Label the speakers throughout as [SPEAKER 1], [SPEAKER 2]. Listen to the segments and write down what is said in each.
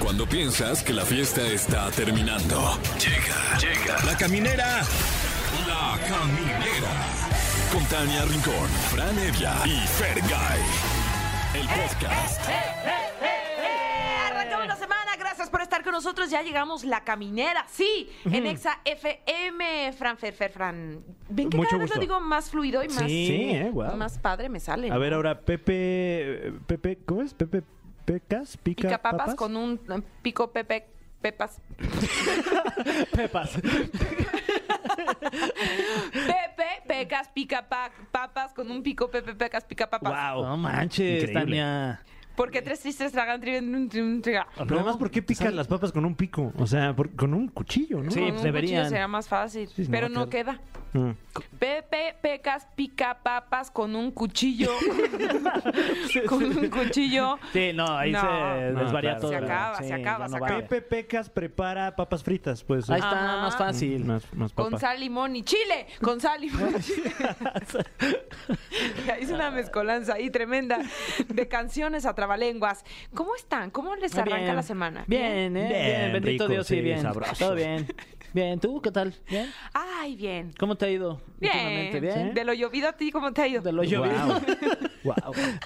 [SPEAKER 1] Cuando piensas que la fiesta está terminando. Llega, llega. La caminera. La caminera. Con Tania Rincón, Fran Evia y Fergay. El podcast.
[SPEAKER 2] Arrancamos la ¡Eh! semana, gracias por estar con nosotros. Ya llegamos la caminera, sí, en Exa FM, Fran Fer, Fer, Fran. Ven que
[SPEAKER 3] Mucho
[SPEAKER 2] cada vez lo
[SPEAKER 3] gusto.
[SPEAKER 2] digo más fluido y más,
[SPEAKER 3] Sí, sí, eh, guau.
[SPEAKER 2] más padre me sale.
[SPEAKER 3] A ver, ahora Pepe. Pepe, ¿cómo es? Pepe Pecas, pica,
[SPEAKER 2] pica papas con un eh, pico pepe pepas.
[SPEAKER 3] pepas.
[SPEAKER 2] Pepe, pecas, pica pa- papas con un pico pepe, pecas, pica papas.
[SPEAKER 3] wow.
[SPEAKER 4] No manches,
[SPEAKER 3] Increíble.
[SPEAKER 4] Tania.
[SPEAKER 2] Porque tres tristes tragan tri- tri- tri- tri-
[SPEAKER 3] Pero además, ¿por qué pican
[SPEAKER 4] sale-
[SPEAKER 3] las papas con un pico? O sea, por- con un cuchillo, ¿no?
[SPEAKER 4] Sí,
[SPEAKER 2] Con
[SPEAKER 4] pues
[SPEAKER 2] un
[SPEAKER 4] deberían.
[SPEAKER 2] cuchillo Sería más fácil,
[SPEAKER 3] Sí, no,
[SPEAKER 2] pero no
[SPEAKER 3] claro.
[SPEAKER 2] queda.
[SPEAKER 3] Mm.
[SPEAKER 2] Pepe, pecas, pica papas con un cuchillo. con un cuchillo.
[SPEAKER 4] Sí, no, ahí
[SPEAKER 2] No.
[SPEAKER 4] se
[SPEAKER 3] No,
[SPEAKER 4] desvaría
[SPEAKER 3] claro.
[SPEAKER 4] todo.
[SPEAKER 3] Se
[SPEAKER 2] acaba, se
[SPEAKER 4] ya
[SPEAKER 2] acaba, se acaba.
[SPEAKER 3] Pepe Pecas prepara papas fritas, pues.
[SPEAKER 4] Ahí está,
[SPEAKER 2] Ajá.
[SPEAKER 4] más fácil.
[SPEAKER 3] Mm, Más, más
[SPEAKER 2] Con
[SPEAKER 3] papas.
[SPEAKER 2] sal, limón y chile. Con sal, limón y chile. Hice una mezcolanza ahí tremenda de canciones a trabalenguas. ¿Cómo están? ¿Cómo les
[SPEAKER 4] Muy
[SPEAKER 2] arranca
[SPEAKER 4] bien.
[SPEAKER 2] la semana?
[SPEAKER 4] Bien, eh, bien,
[SPEAKER 3] Bien,
[SPEAKER 4] bendito
[SPEAKER 3] rico,
[SPEAKER 4] Dios, sí,
[SPEAKER 3] sí,
[SPEAKER 4] bien.
[SPEAKER 3] sabroso.
[SPEAKER 4] Todo bien. Bien, ¿tú qué tal? ¿Bien?
[SPEAKER 2] Ay, bien.
[SPEAKER 4] ¿Cómo te ha ido últimamente?
[SPEAKER 2] Bien.
[SPEAKER 4] ¿Bien?
[SPEAKER 2] De lo llovido a ti, ¿cómo te ha ido?
[SPEAKER 4] De lo llovido.
[SPEAKER 3] Wow.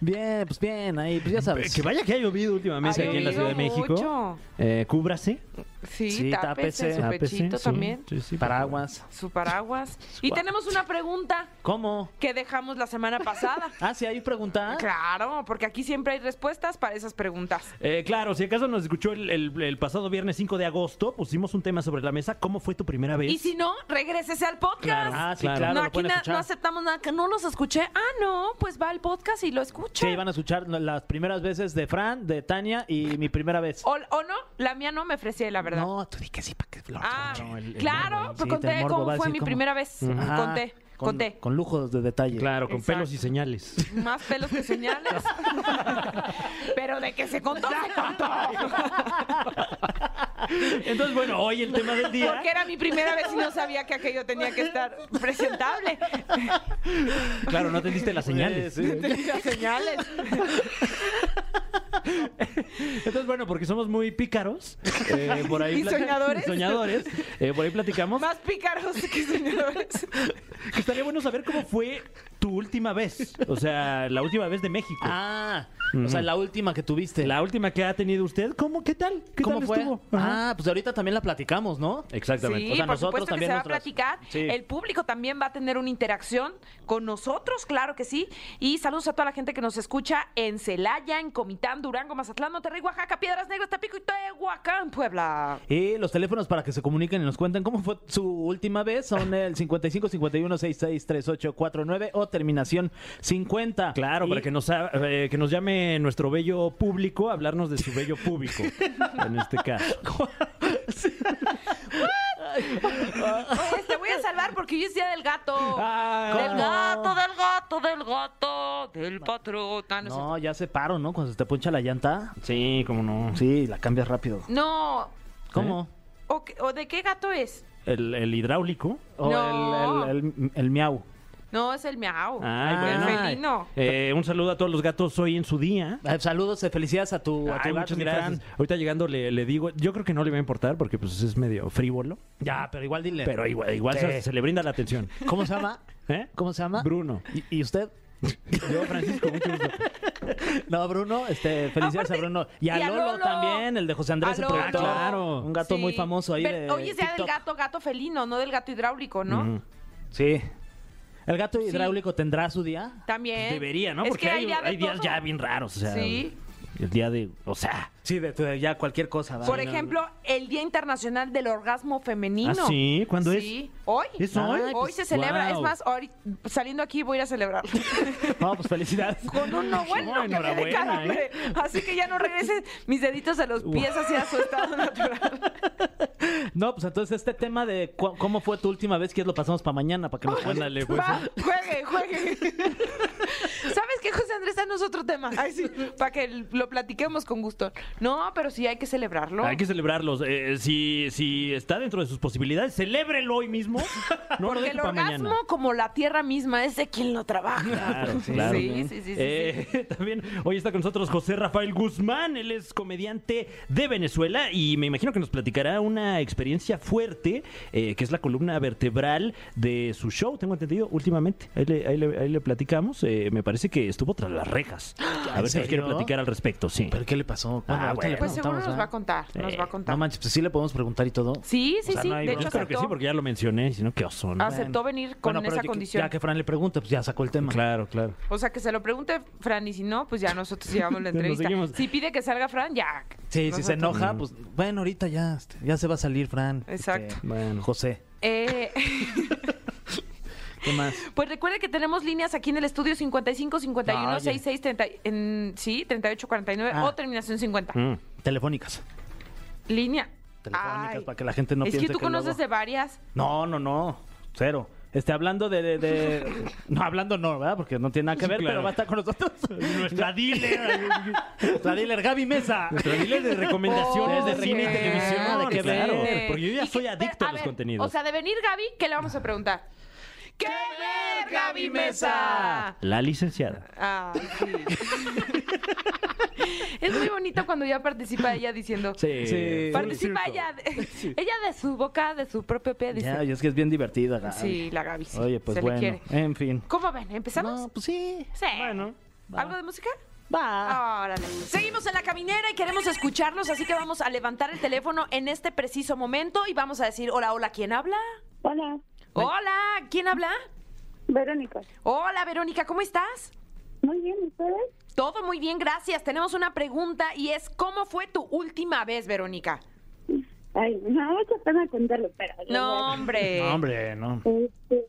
[SPEAKER 4] Bien, pues bien, ahí, pues ya sabes.
[SPEAKER 3] Eh, Que vaya que ha llovido últimamente
[SPEAKER 2] Ha
[SPEAKER 3] aquí en la Ciudad de
[SPEAKER 2] llovido
[SPEAKER 3] México.
[SPEAKER 2] mucho.
[SPEAKER 3] Eh, cúbrase.
[SPEAKER 2] Sí,
[SPEAKER 4] Sí,
[SPEAKER 2] tápese,
[SPEAKER 4] tápese,
[SPEAKER 2] su
[SPEAKER 3] tápese,
[SPEAKER 2] pechito
[SPEAKER 3] sí,
[SPEAKER 2] también,
[SPEAKER 3] sí, sí, por
[SPEAKER 4] Paraguas.
[SPEAKER 2] su paraguas. Y
[SPEAKER 4] Guau.
[SPEAKER 2] tenemos una pregunta
[SPEAKER 4] ¿Cómo?
[SPEAKER 2] que dejamos la semana pasada.
[SPEAKER 4] Ah, sí, hay pregunta.
[SPEAKER 2] Claro, porque aquí siempre hay respuestas para esas preguntas.
[SPEAKER 3] Eh, claro, si acaso nos escuchó el, el- el pasado viernes 5 de agosto, pusimos un tema sobre la mesa, ¿cómo fue tu primera vez?
[SPEAKER 2] Y si no, regrésese al podcast.
[SPEAKER 4] Claro. Ah, sí, claro,
[SPEAKER 2] no,
[SPEAKER 4] lo
[SPEAKER 2] aquí
[SPEAKER 4] pueden
[SPEAKER 2] na-
[SPEAKER 4] escuchar.
[SPEAKER 2] no aceptamos nada. Que no los escuché. Ah, no, pues va al podcast y lo escucha.
[SPEAKER 4] Sí, van a escuchar las primeras veces de Fran, de Tania y mi primera vez.
[SPEAKER 2] o, o no, la mía no me ofrecía, la verdad.
[SPEAKER 4] No, tú di que sí, para que lo
[SPEAKER 2] ah,
[SPEAKER 4] escuche. el- el
[SPEAKER 2] claro,
[SPEAKER 4] morbo,
[SPEAKER 2] pues
[SPEAKER 4] sí, el
[SPEAKER 2] conté
[SPEAKER 4] morbo va
[SPEAKER 2] cómo
[SPEAKER 4] a
[SPEAKER 2] fue
[SPEAKER 4] decir
[SPEAKER 2] mi
[SPEAKER 4] cómo.
[SPEAKER 2] primera vez.
[SPEAKER 4] Ajá,
[SPEAKER 2] Conté,
[SPEAKER 4] con-
[SPEAKER 2] conté.
[SPEAKER 4] Con lujos de detalle.
[SPEAKER 3] Claro, con
[SPEAKER 2] Exacto.
[SPEAKER 3] pelos y señales.
[SPEAKER 2] Más pelos que señales. Pero de que se contó, se contó.
[SPEAKER 3] Entonces, bueno, hoy el tema del día.
[SPEAKER 2] Porque era mi primera vez y no sabía que aquello tenía que estar presentable.
[SPEAKER 3] Claro, no entendiste
[SPEAKER 4] Pues,
[SPEAKER 3] las señales.
[SPEAKER 4] Sí, sí.
[SPEAKER 2] Tenía señales.
[SPEAKER 3] Entonces, bueno, porque somos muy pícaros. eh, por ahí
[SPEAKER 2] ¿Y
[SPEAKER 3] plati-
[SPEAKER 2] soñadores?
[SPEAKER 3] soñadores, eh, por ahí platicamos.
[SPEAKER 2] Más pícaros que señores.
[SPEAKER 3] Que estaría bueno saber cómo fue tu última vez. O sea, la última vez de México.
[SPEAKER 4] Ah, o sea, la última que tuviste.
[SPEAKER 3] La última que ha tenido usted. ¿Cómo? ¿Qué tal? ¿Qué
[SPEAKER 4] ¿Cómo
[SPEAKER 3] tal
[SPEAKER 4] fue?
[SPEAKER 3] estuvo? Ajá.
[SPEAKER 4] Ah, pues ahorita también la platicamos, ¿no?
[SPEAKER 3] Exactamente.
[SPEAKER 2] Sí,
[SPEAKER 4] O sea,
[SPEAKER 2] por
[SPEAKER 4] nosotros
[SPEAKER 2] supuesto
[SPEAKER 4] también
[SPEAKER 2] que se va a
[SPEAKER 4] nuestras-
[SPEAKER 2] platicar.
[SPEAKER 4] Sí.
[SPEAKER 2] El público también va a tener una interacción con nosotros, claro que sí. Y saludos a toda la gente que nos escucha en Celaya, en Comitán, Durango, Mazatlán, Monterrey, Oaxaca, Piedras Negras, Tapico y Tehuacán, Puebla.
[SPEAKER 4] Y Eh, los teléfonos para que se comuniquen y nos cuenten cómo fue su última vez son el 55 51 66 38 49 o terminación 50.
[SPEAKER 3] Claro,
[SPEAKER 4] Y-
[SPEAKER 3] para que nos, ha- eh, que nos llame nuestro bello público a hablarnos de su bello público, en este caso.
[SPEAKER 2] Pues te voy a salvar porque hoy es día del gato.
[SPEAKER 3] Ah,
[SPEAKER 2] del
[SPEAKER 4] ¿cómo?
[SPEAKER 2] gato, del gato, del gato, del patrón. Ah, no, es cierto.
[SPEAKER 4] No, ya se paro, ¿no? Cuando se te poncha la llanta.
[SPEAKER 3] Sí, cómo no.
[SPEAKER 4] Sí, la cambias rápido.
[SPEAKER 2] No.
[SPEAKER 3] ¿Eh?
[SPEAKER 4] ¿Cómo?
[SPEAKER 2] ¿O, qué- o de qué gato es?
[SPEAKER 3] El, el hidráulico.
[SPEAKER 4] O
[SPEAKER 2] No.
[SPEAKER 4] el, el, el- el miau.
[SPEAKER 2] No, es el miau.
[SPEAKER 3] Ay,
[SPEAKER 2] El
[SPEAKER 3] bueno.
[SPEAKER 2] felino.
[SPEAKER 3] Eh, un saludo a todos los gatos hoy en su día.
[SPEAKER 4] Eh, Saludos, eh, felicidades a tu, a tu
[SPEAKER 3] Ay,
[SPEAKER 4] gato,
[SPEAKER 3] muchas
[SPEAKER 4] mi
[SPEAKER 3] gracias.
[SPEAKER 4] Fran.
[SPEAKER 3] Ahorita llegando le, le digo, yo creo que no le va a importar porque pues es medio frívolo,
[SPEAKER 4] Ya, pero igual dile.
[SPEAKER 3] pero igual, igual
[SPEAKER 4] Eh, Sí.
[SPEAKER 3] se, se le brinda la atención.
[SPEAKER 4] ¿Cómo se llama?
[SPEAKER 3] ¿Eh?
[SPEAKER 4] ¿Cómo se llama?
[SPEAKER 3] Bruno.
[SPEAKER 4] ¿Y, y usted?
[SPEAKER 3] Yo, Francisco, mucho gusto.
[SPEAKER 4] No, Bruno, este, felicidades
[SPEAKER 2] Aparte-
[SPEAKER 4] a Bruno. Y a,
[SPEAKER 2] y a
[SPEAKER 4] Lolo,
[SPEAKER 2] Lolo.
[SPEAKER 4] también, el de José Andrés,
[SPEAKER 2] A
[SPEAKER 4] el
[SPEAKER 2] Lolo.
[SPEAKER 4] productor.
[SPEAKER 3] Ah, claro.
[SPEAKER 4] Un gato
[SPEAKER 2] Sí.
[SPEAKER 4] muy famoso ahí
[SPEAKER 2] Pero
[SPEAKER 4] de
[SPEAKER 2] Hoy es día del
[SPEAKER 4] TikTok.
[SPEAKER 2] gato, gato felino, no del gato hidráulico, ¿no?
[SPEAKER 3] Ujú.
[SPEAKER 4] Sí. ¿El gato hidráulico tendrá su día?
[SPEAKER 2] También.
[SPEAKER 3] Debería, ¿no?
[SPEAKER 2] Eh, Es
[SPEAKER 3] Porque
[SPEAKER 2] que
[SPEAKER 3] hay,
[SPEAKER 2] día de
[SPEAKER 3] hay días
[SPEAKER 2] todo.
[SPEAKER 3] ya bien raros. O sea,
[SPEAKER 2] Sí.
[SPEAKER 3] El día de, o sea,
[SPEAKER 4] Sí, de, de- ya cualquier cosa. ¿verdad?
[SPEAKER 2] Por
[SPEAKER 4] Sí, no,
[SPEAKER 2] ejemplo, el Día Internacional del Orgasmo Femenino.
[SPEAKER 3] ¿Ah, sí? ¿Cuándo es?
[SPEAKER 2] Sí, hoy.
[SPEAKER 3] ¿Es hoy?
[SPEAKER 2] hoy
[SPEAKER 3] Ay, pues,
[SPEAKER 2] se celebra.
[SPEAKER 3] guau.
[SPEAKER 2] Es más, ahorita- saliendo aquí voy a ir a celebrarlo.
[SPEAKER 4] no. No, pues felicidades.
[SPEAKER 2] Con uno bueno
[SPEAKER 3] No,
[SPEAKER 2] que me dé
[SPEAKER 3] enhorabuena, ¿eh?
[SPEAKER 2] calambre. Así que ya no regresen mis deditos a los pies hacia su estado natural.
[SPEAKER 4] No, pues entonces este tema de cu- cómo fue tu
[SPEAKER 2] Pues,
[SPEAKER 3] ¿eh?
[SPEAKER 4] última vez, que lo pasamos para mañana, para que nos cuentes.
[SPEAKER 3] ándale, pues.
[SPEAKER 2] Va, juegue, juegue. ¿Sabes que José Andrés está en otro tema. Ay, sí, para que lo platiquemos con gusto. No, pero sí hay que celebrarlo.
[SPEAKER 3] Hay que celebrarlos. Eh, si, si está dentro de sus posibilidades, celébrelo hoy mismo. No lo
[SPEAKER 2] Porque
[SPEAKER 3] deje
[SPEAKER 2] el
[SPEAKER 3] para
[SPEAKER 2] orgasmo,
[SPEAKER 3] mañana.
[SPEAKER 2] como la tierra misma, es de quien lo trabaja.
[SPEAKER 3] Claro, claro.
[SPEAKER 2] Sí, sí, sí, sí, sí.
[SPEAKER 3] Eh, También hoy está con nosotros José Rafael Guzmán. Él es comediante de Venezuela y me imagino que nos platicará una experiencia fuerte, eh, que es la columna vertebral de su show, tengo entendido, últimamente. Ahí le, ahí le- ahí le platicamos. Eh, me parece que estuvo tras las rejas. A
[SPEAKER 4] ¿en
[SPEAKER 3] ver si nos quiere
[SPEAKER 4] serio?
[SPEAKER 3] platicar al respecto, sí.
[SPEAKER 4] ¿Pero qué le pasó?
[SPEAKER 3] Ah,
[SPEAKER 4] ahorita le
[SPEAKER 3] bueno.
[SPEAKER 2] Pues seguro
[SPEAKER 4] preguntamos,
[SPEAKER 2] nos
[SPEAKER 4] ¿verdad?
[SPEAKER 2] va a contar, nos
[SPEAKER 3] Eh,
[SPEAKER 2] va a contar.
[SPEAKER 4] No manches, pues sí le podemos preguntar y todo.
[SPEAKER 2] sí, sí,
[SPEAKER 4] O sea,
[SPEAKER 2] sí.
[SPEAKER 4] no hay
[SPEAKER 2] de
[SPEAKER 4] bronca.
[SPEAKER 2] hecho,
[SPEAKER 3] Yo creo que
[SPEAKER 2] aceptó,
[SPEAKER 3] sí, porque ya lo mencioné, sino que oso, ¿no?
[SPEAKER 2] aceptó venir con
[SPEAKER 4] Bueno, pero
[SPEAKER 2] esa
[SPEAKER 4] ya que-
[SPEAKER 2] condición.
[SPEAKER 4] Ya que Fran le pregunta, pues ya sacó el tema.
[SPEAKER 3] Claro, claro.
[SPEAKER 2] O sea, que se lo pregunte Fran y si no, pues ya nosotros llevamos la
[SPEAKER 3] Nos
[SPEAKER 2] entrevista.
[SPEAKER 3] seguimos.
[SPEAKER 2] Si pide que salga Fran, ya.
[SPEAKER 4] Sí, si se
[SPEAKER 2] Nosotros-
[SPEAKER 4] enoja, pues bueno, ahorita ya, este, ya se va a salir, Fran.
[SPEAKER 2] Exacto.
[SPEAKER 4] Este,
[SPEAKER 3] Bueno.
[SPEAKER 4] José,
[SPEAKER 2] Eh,
[SPEAKER 4] ¿qué más?
[SPEAKER 2] pues recuerde que tenemos líneas aquí en el estudio 55 51
[SPEAKER 4] Ah, ya.
[SPEAKER 2] 66 30, en, sí, 38 49
[SPEAKER 4] Ah.
[SPEAKER 2] o terminación 50.
[SPEAKER 3] Mm.
[SPEAKER 4] Telefónicas.
[SPEAKER 2] Línea.
[SPEAKER 4] Telefónicas
[SPEAKER 2] Ay.
[SPEAKER 4] para que la gente no
[SPEAKER 2] es
[SPEAKER 4] piense
[SPEAKER 2] que tú conoces
[SPEAKER 4] luego-
[SPEAKER 2] de varias.
[SPEAKER 4] No, no, no. Cero. Este, hablando de, de- de- No, hablando no, ¿verdad? Porque no tiene nada que
[SPEAKER 3] Sí,
[SPEAKER 4] ver,
[SPEAKER 3] claro.
[SPEAKER 4] pero va a estar con nosotros.
[SPEAKER 3] Nuestra dealer.
[SPEAKER 4] La dealer Gaby Mesa.
[SPEAKER 3] Nuestra dealer de recomendaciones de
[SPEAKER 2] Oh,
[SPEAKER 3] cine y
[SPEAKER 2] ok.
[SPEAKER 3] televisión.
[SPEAKER 4] Ah, de qué
[SPEAKER 3] claro,
[SPEAKER 4] ver.
[SPEAKER 3] porque yo ya
[SPEAKER 2] Y
[SPEAKER 3] soy
[SPEAKER 2] que-
[SPEAKER 3] adicto a, los
[SPEAKER 2] ver,
[SPEAKER 3] contenidos.
[SPEAKER 2] O sea, de venir Gaby, ¿qué le vamos a preguntar? ¡Qué ver, Gaby Mesa!
[SPEAKER 3] la licenciada.
[SPEAKER 2] Ay, sí. es muy bonito cuando ya participa ella diciendo.
[SPEAKER 3] Sí.
[SPEAKER 4] Sí.
[SPEAKER 2] Participa ella. de- ella de su boca, de su propio pie, dice.
[SPEAKER 4] Ya, y es que es bien divertida, Gaby.
[SPEAKER 2] sí, la Gaby. sí,
[SPEAKER 4] Oye, pues
[SPEAKER 2] se
[SPEAKER 4] bueno.
[SPEAKER 2] le quiere.
[SPEAKER 4] En fin.
[SPEAKER 2] ¿Cómo ven? ¿Empezamos?
[SPEAKER 4] No, pues sí.
[SPEAKER 2] Sí.
[SPEAKER 3] Bueno,
[SPEAKER 4] va.
[SPEAKER 2] ¿Algo de música?
[SPEAKER 4] Va.
[SPEAKER 2] Órale. Seguimos en la caminera y queremos escucharlos, así que vamos a levantar el teléfono en este preciso momento y vamos a decir, hola, hola, ¿quién habla?
[SPEAKER 5] Hola,
[SPEAKER 2] Hola, ¿quién habla?
[SPEAKER 5] Verónica.
[SPEAKER 2] Hola, Verónica, ¿cómo estás?
[SPEAKER 5] Muy bien, ¿ustedes?
[SPEAKER 2] Todo muy bien, gracias. Tenemos una pregunta y es, ¿cómo fue tu última vez, Verónica?
[SPEAKER 5] Ay, me da mucha pena contarlo, pero...
[SPEAKER 2] No, hombre.
[SPEAKER 4] No, hombre, no.
[SPEAKER 5] Este,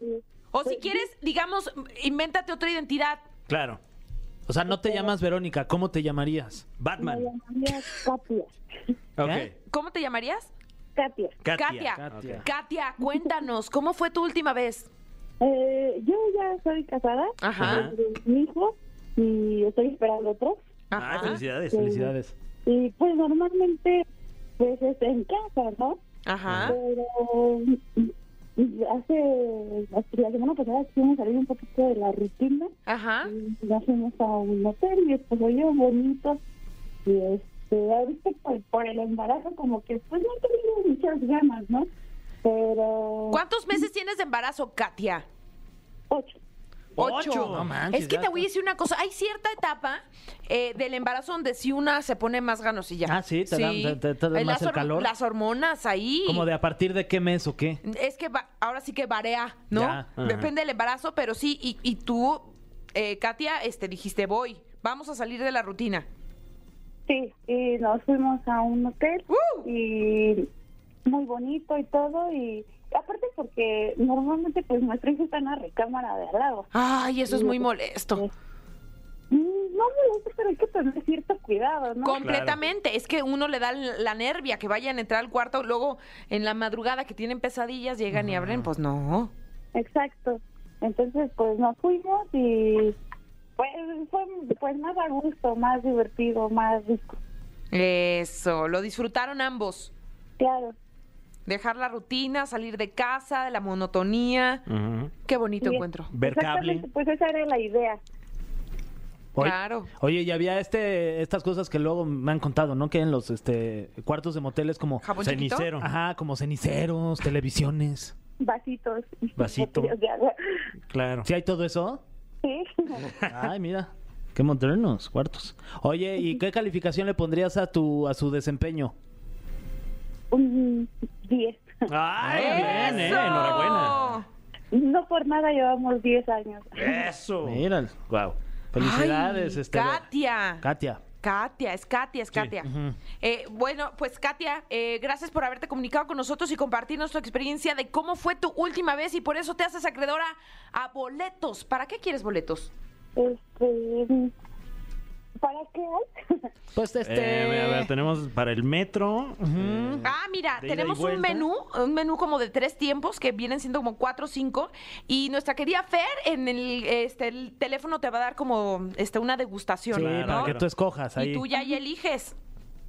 [SPEAKER 2] O si quieres, digamos, invéntate otra identidad.
[SPEAKER 3] claro.
[SPEAKER 4] O sea, no te llamas Verónica, ¿cómo te llamarías?
[SPEAKER 5] me
[SPEAKER 3] Batman.
[SPEAKER 5] llamaría Katia.
[SPEAKER 3] Ok.
[SPEAKER 4] ¿Eh?
[SPEAKER 2] ¿Cómo te llamarías?
[SPEAKER 5] Katia.
[SPEAKER 3] Katia.
[SPEAKER 4] Katia.
[SPEAKER 3] Ok.
[SPEAKER 2] Katia, cuéntanos, ¿cómo fue tu última vez?
[SPEAKER 5] Eh, yo ya soy casada,
[SPEAKER 2] Ajá.
[SPEAKER 5] tengo un hijo y estoy esperando otro.
[SPEAKER 3] Ah,
[SPEAKER 2] Ajá.
[SPEAKER 3] felicidades.
[SPEAKER 5] Sí.
[SPEAKER 4] Felicidades.
[SPEAKER 5] Y pues normalmente, pues es en casa, ¿no?
[SPEAKER 2] Ajá.
[SPEAKER 5] Pero mm, hace, hace la semana pasada quisimos salir un poquito de la rutina.
[SPEAKER 2] Ajá.
[SPEAKER 5] Y Ya fuimos a un hotel, mi esposo y yo, bonito. Y este, ahorita por, por el embarazo, como que pues no he tenido muchas ganas, ¿no? Pero.
[SPEAKER 2] ¿Cuántos meses tienes de embarazo, Katia?
[SPEAKER 5] Ocho.
[SPEAKER 2] Ocho.
[SPEAKER 4] No manches,
[SPEAKER 2] es que
[SPEAKER 4] ya
[SPEAKER 2] te voy a
[SPEAKER 4] estás-
[SPEAKER 2] decir una cosa. Hay cierta etapa eh, del embarazo donde si una se pone más ganosilla.
[SPEAKER 4] Ah, sí, te dan- te- te dan
[SPEAKER 2] Eh,
[SPEAKER 4] más
[SPEAKER 2] las
[SPEAKER 4] el
[SPEAKER 2] hor-
[SPEAKER 4] calor.
[SPEAKER 2] Las hormonas ahí.
[SPEAKER 4] ¿Como de a partir de qué mes o qué?
[SPEAKER 2] Es que va- ahora sí que varía, ¿no?
[SPEAKER 4] Ya, ajá.
[SPEAKER 2] Depende del embarazo, pero sí. Y, y tú, eh, Katia, este, dijiste, voy, vamos a salir de la rutina.
[SPEAKER 5] Sí, y nos fuimos a un hotel.
[SPEAKER 2] ¡Uh!
[SPEAKER 5] Y muy bonito y todo. Y aparte, porque normalmente, pues nuestro hijo está en la recámara de al lado.
[SPEAKER 2] Ay, eso es muy molesto.
[SPEAKER 5] Mm, No me gusta, pero hay que tener cierto cuidado, ¿no?
[SPEAKER 2] Completamente. Es que uno le da la nervia que vayan a entrar al cuarto, luego en la madrugada que tienen pesadillas llegan y abren, pues no.
[SPEAKER 5] Exacto. Entonces, pues nos fuimos y pues, fue pues, más a gusto, más divertido, más rico.
[SPEAKER 2] Eso, lo disfrutaron ambos.
[SPEAKER 5] Claro.
[SPEAKER 2] Dejar la rutina, salir de casa, de la monotonía.
[SPEAKER 3] Ujú.
[SPEAKER 2] Qué bonito
[SPEAKER 5] Sí.
[SPEAKER 2] encuentro.
[SPEAKER 3] Ver cable.
[SPEAKER 5] Exactamente, pues esa era la idea.
[SPEAKER 4] Oye-
[SPEAKER 2] Claro.
[SPEAKER 4] Oye, y había este, estas cosas que luego me han contado, ¿no? Que en los este, cuartos de moteles como...
[SPEAKER 2] Jabón chiquito.
[SPEAKER 3] Cenicero.
[SPEAKER 4] Ajá, como ceniceros, televisiones.
[SPEAKER 5] Vasitos.
[SPEAKER 3] Vasito.
[SPEAKER 5] botellas de agua.
[SPEAKER 3] Claro.
[SPEAKER 4] ¿Sí hay todo eso?
[SPEAKER 5] Sí.
[SPEAKER 4] Ay, mira. Qué modernos cuartos. Oye, ¿y qué calificación le pondrías a tu a su desempeño?
[SPEAKER 5] Un 10.
[SPEAKER 3] Ay,
[SPEAKER 2] ¡Eso!
[SPEAKER 3] bien, eh. Enhorabuena.
[SPEAKER 5] No por nada llevamos 10 años.
[SPEAKER 3] Eso.
[SPEAKER 4] Mira, wow. Felicidades,
[SPEAKER 2] Ay,
[SPEAKER 4] este,
[SPEAKER 2] Katia.
[SPEAKER 4] Katia.
[SPEAKER 2] Katia, es Katia, es Katia. Eh, bueno, pues Katia, eh, gracias por haberte comunicado con nosotros y compartirnos tu experiencia de cómo fue tu última vez y por eso te haces acreedora a boletos. ¿Para qué quieres boletos?
[SPEAKER 5] Este, ¿Para qué hay?
[SPEAKER 4] Pues
[SPEAKER 3] Eh, a ver,
[SPEAKER 4] este.
[SPEAKER 3] tenemos para el metro. eh,
[SPEAKER 2] Ah, mira,
[SPEAKER 3] de ida y
[SPEAKER 2] tenemos un
[SPEAKER 3] vuelta.
[SPEAKER 2] menú, un menú como de tres tiempos que vienen siendo como cuatro o cinco. Y nuestra querida Fer en el, este, el teléfono te va a dar como este, una degustación.
[SPEAKER 4] Sí,
[SPEAKER 3] Claro,
[SPEAKER 4] para
[SPEAKER 2] ¿no?
[SPEAKER 4] que tú escojas ahí.
[SPEAKER 2] Y tú ya ahí eliges.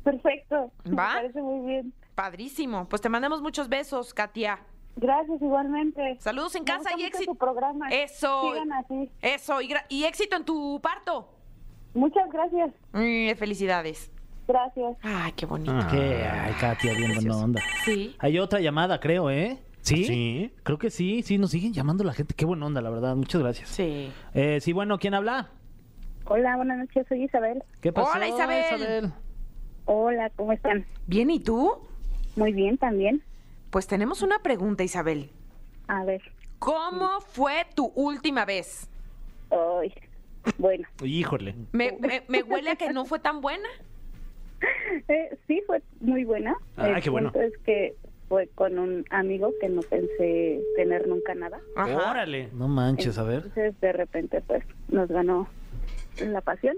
[SPEAKER 5] Perfecto.
[SPEAKER 2] ¿Va?
[SPEAKER 5] Me parece muy bien.
[SPEAKER 2] Padrísimo. Pues te mandamos muchos besos, Katia.
[SPEAKER 5] Gracias igualmente.
[SPEAKER 2] Saludos en
[SPEAKER 5] Me
[SPEAKER 2] casa
[SPEAKER 5] gusta
[SPEAKER 2] y
[SPEAKER 5] mucho su
[SPEAKER 2] éxito.
[SPEAKER 5] programa.
[SPEAKER 2] Eso.
[SPEAKER 5] Sigan así.
[SPEAKER 2] Eso, y, gra- y éxito en tu parto.
[SPEAKER 5] Muchas gracias.
[SPEAKER 2] Mm, felicidades.
[SPEAKER 5] Gracias.
[SPEAKER 2] Ay, qué bonito.
[SPEAKER 3] Ah.
[SPEAKER 4] ¿Qué? Ay, Katia, bien buena onda.
[SPEAKER 2] Sí.
[SPEAKER 4] Hay otra llamada, creo, ¿eh? ¿Sí?
[SPEAKER 3] Sí.
[SPEAKER 4] Creo que sí, sí, nos siguen llamando la gente. Qué buena onda, la verdad. Muchas gracias.
[SPEAKER 2] Sí.
[SPEAKER 4] Eh, sí, bueno, ¿quién habla?
[SPEAKER 5] Hola, buenas noches. Soy Isabel.
[SPEAKER 4] ¿Qué pasó?
[SPEAKER 2] Hola, Isabel.
[SPEAKER 5] Hola, ¿cómo están?
[SPEAKER 2] Bien, ¿y tú?
[SPEAKER 5] Muy bien también.
[SPEAKER 2] Pues tenemos una pregunta, Isabel.
[SPEAKER 5] A ver.
[SPEAKER 2] ¿Cómo fue tu última vez?
[SPEAKER 5] Ay, bueno,
[SPEAKER 3] Híjole.
[SPEAKER 2] Me, me- me huele a que no fue tan buena.
[SPEAKER 5] eh, sí fue muy buena.
[SPEAKER 4] Ah,
[SPEAKER 3] Ay,
[SPEAKER 5] El
[SPEAKER 3] qué bueno.
[SPEAKER 5] punto Es que fue con un amigo que no pensé tener nunca nada.
[SPEAKER 2] Ajá.
[SPEAKER 3] Órale.
[SPEAKER 4] No manches, a ver.
[SPEAKER 5] Entonces, de repente, pues, nos ganó la pasión.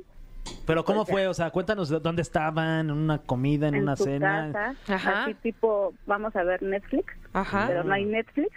[SPEAKER 4] Pero ¿cómo fue? O sea, cuéntanos de dónde estaban, en una comida, en,
[SPEAKER 5] en
[SPEAKER 4] una
[SPEAKER 5] su
[SPEAKER 4] cena.
[SPEAKER 5] casa,
[SPEAKER 2] Ajá.
[SPEAKER 5] así tipo, vamos a ver Netflix,
[SPEAKER 2] Ajá.
[SPEAKER 5] pero no hay
[SPEAKER 4] Ah.
[SPEAKER 5] Netflix,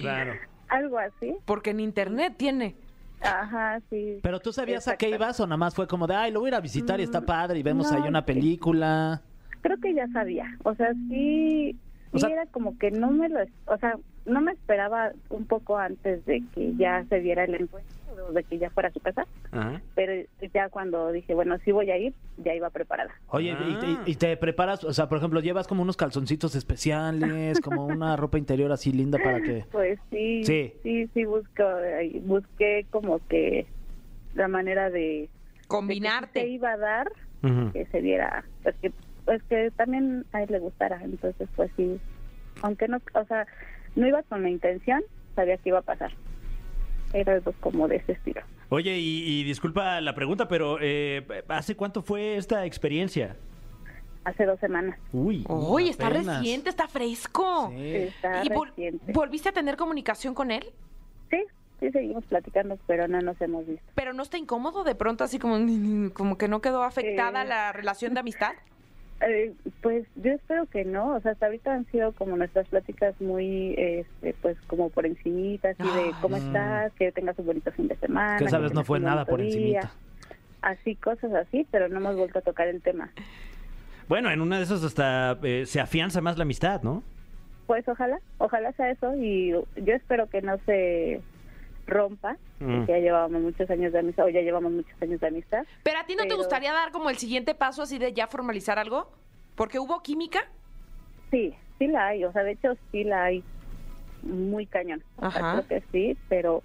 [SPEAKER 3] Claro.
[SPEAKER 5] algo así.
[SPEAKER 2] Porque en internet tiene.
[SPEAKER 5] Ajá, sí.
[SPEAKER 4] Pero tú sabías a qué
[SPEAKER 5] Exacto.
[SPEAKER 4] ibas o nada más fue como de, ay, lo voy a ir a visitar y
[SPEAKER 2] Mm,
[SPEAKER 4] está padre y vemos
[SPEAKER 5] no,
[SPEAKER 4] ahí una
[SPEAKER 5] sí.
[SPEAKER 4] película.
[SPEAKER 5] Creo que ya sabía, o sea, sí,
[SPEAKER 4] O
[SPEAKER 5] sí
[SPEAKER 4] sea-
[SPEAKER 5] era como que no me lo, o sea, no me esperaba un poco antes de que ya se diera el encuentro, o de que ya fuera a su casa,
[SPEAKER 3] Ajá.
[SPEAKER 5] pero ya cuando dije, bueno, sí voy a ir, ya iba preparada.
[SPEAKER 4] Oye, y-
[SPEAKER 3] Ah.
[SPEAKER 4] y, y te preparas, o sea, por ejemplo, llevas como unos calzoncitos especiales, como una ropa interior así linda para que...
[SPEAKER 5] Pues sí,
[SPEAKER 4] Sí.
[SPEAKER 5] sí, sí, busco, eh, busqué como que la manera de... de que sí se
[SPEAKER 2] Combinarte.
[SPEAKER 5] iba a dar
[SPEAKER 3] Ujú.
[SPEAKER 5] que se viera, pues que, pues que también a él le gustara, entonces pues sí, aunque no, o sea, no iba con la intención, sabía que iba a pasar. Era algo como de ese estilo.
[SPEAKER 3] Oye, y, y disculpa la pregunta, pero eh, ¿hace cuánto fue esta experiencia?
[SPEAKER 5] Hace dos semanas.
[SPEAKER 4] Uy,
[SPEAKER 2] Uy, está
[SPEAKER 4] apenas.
[SPEAKER 2] reciente, está fresco.
[SPEAKER 4] Sí.
[SPEAKER 5] Está
[SPEAKER 2] ¿Y vol-
[SPEAKER 5] reciente.
[SPEAKER 2] volviste a tener comunicación con él?
[SPEAKER 5] Sí, sí seguimos platicando, pero no nos hemos visto.
[SPEAKER 2] ¿Pero no está incómodo de pronto así como, como que no quedó afectada
[SPEAKER 5] Eh.
[SPEAKER 2] la relación de amistad?
[SPEAKER 5] Eh, pues yo espero que no, o sea, hasta ahorita han sido como nuestras pláticas muy, este, pues como por encimita, así de cómo estás, que tengas un bonito fin de semana.
[SPEAKER 4] Mm. Que sabes,
[SPEAKER 5] tengas
[SPEAKER 4] no fue
[SPEAKER 5] un
[SPEAKER 4] nada
[SPEAKER 5] bonito
[SPEAKER 4] por
[SPEAKER 5] día,
[SPEAKER 4] encimita.
[SPEAKER 5] Así, cosas así, pero no hemos vuelto a tocar el tema.
[SPEAKER 3] Bueno, en una de esas hasta eh, se afianza más la amistad, ¿no?
[SPEAKER 5] Pues ojalá, ojalá sea eso y yo espero que no se rompa,
[SPEAKER 3] Mm.
[SPEAKER 5] porque ya llevábamos muchos años de amistad, o ya llevamos muchos años de amistad.
[SPEAKER 2] ¿Pero a ti no te
[SPEAKER 5] Pero-
[SPEAKER 2] gustaría dar como el siguiente paso así de ya formalizar algo? Porque hubo química.
[SPEAKER 5] Sí, sí la hay, o sea, de hecho sí la hay muy cañón. O sea,
[SPEAKER 2] Ajá.
[SPEAKER 5] creo que sí, pero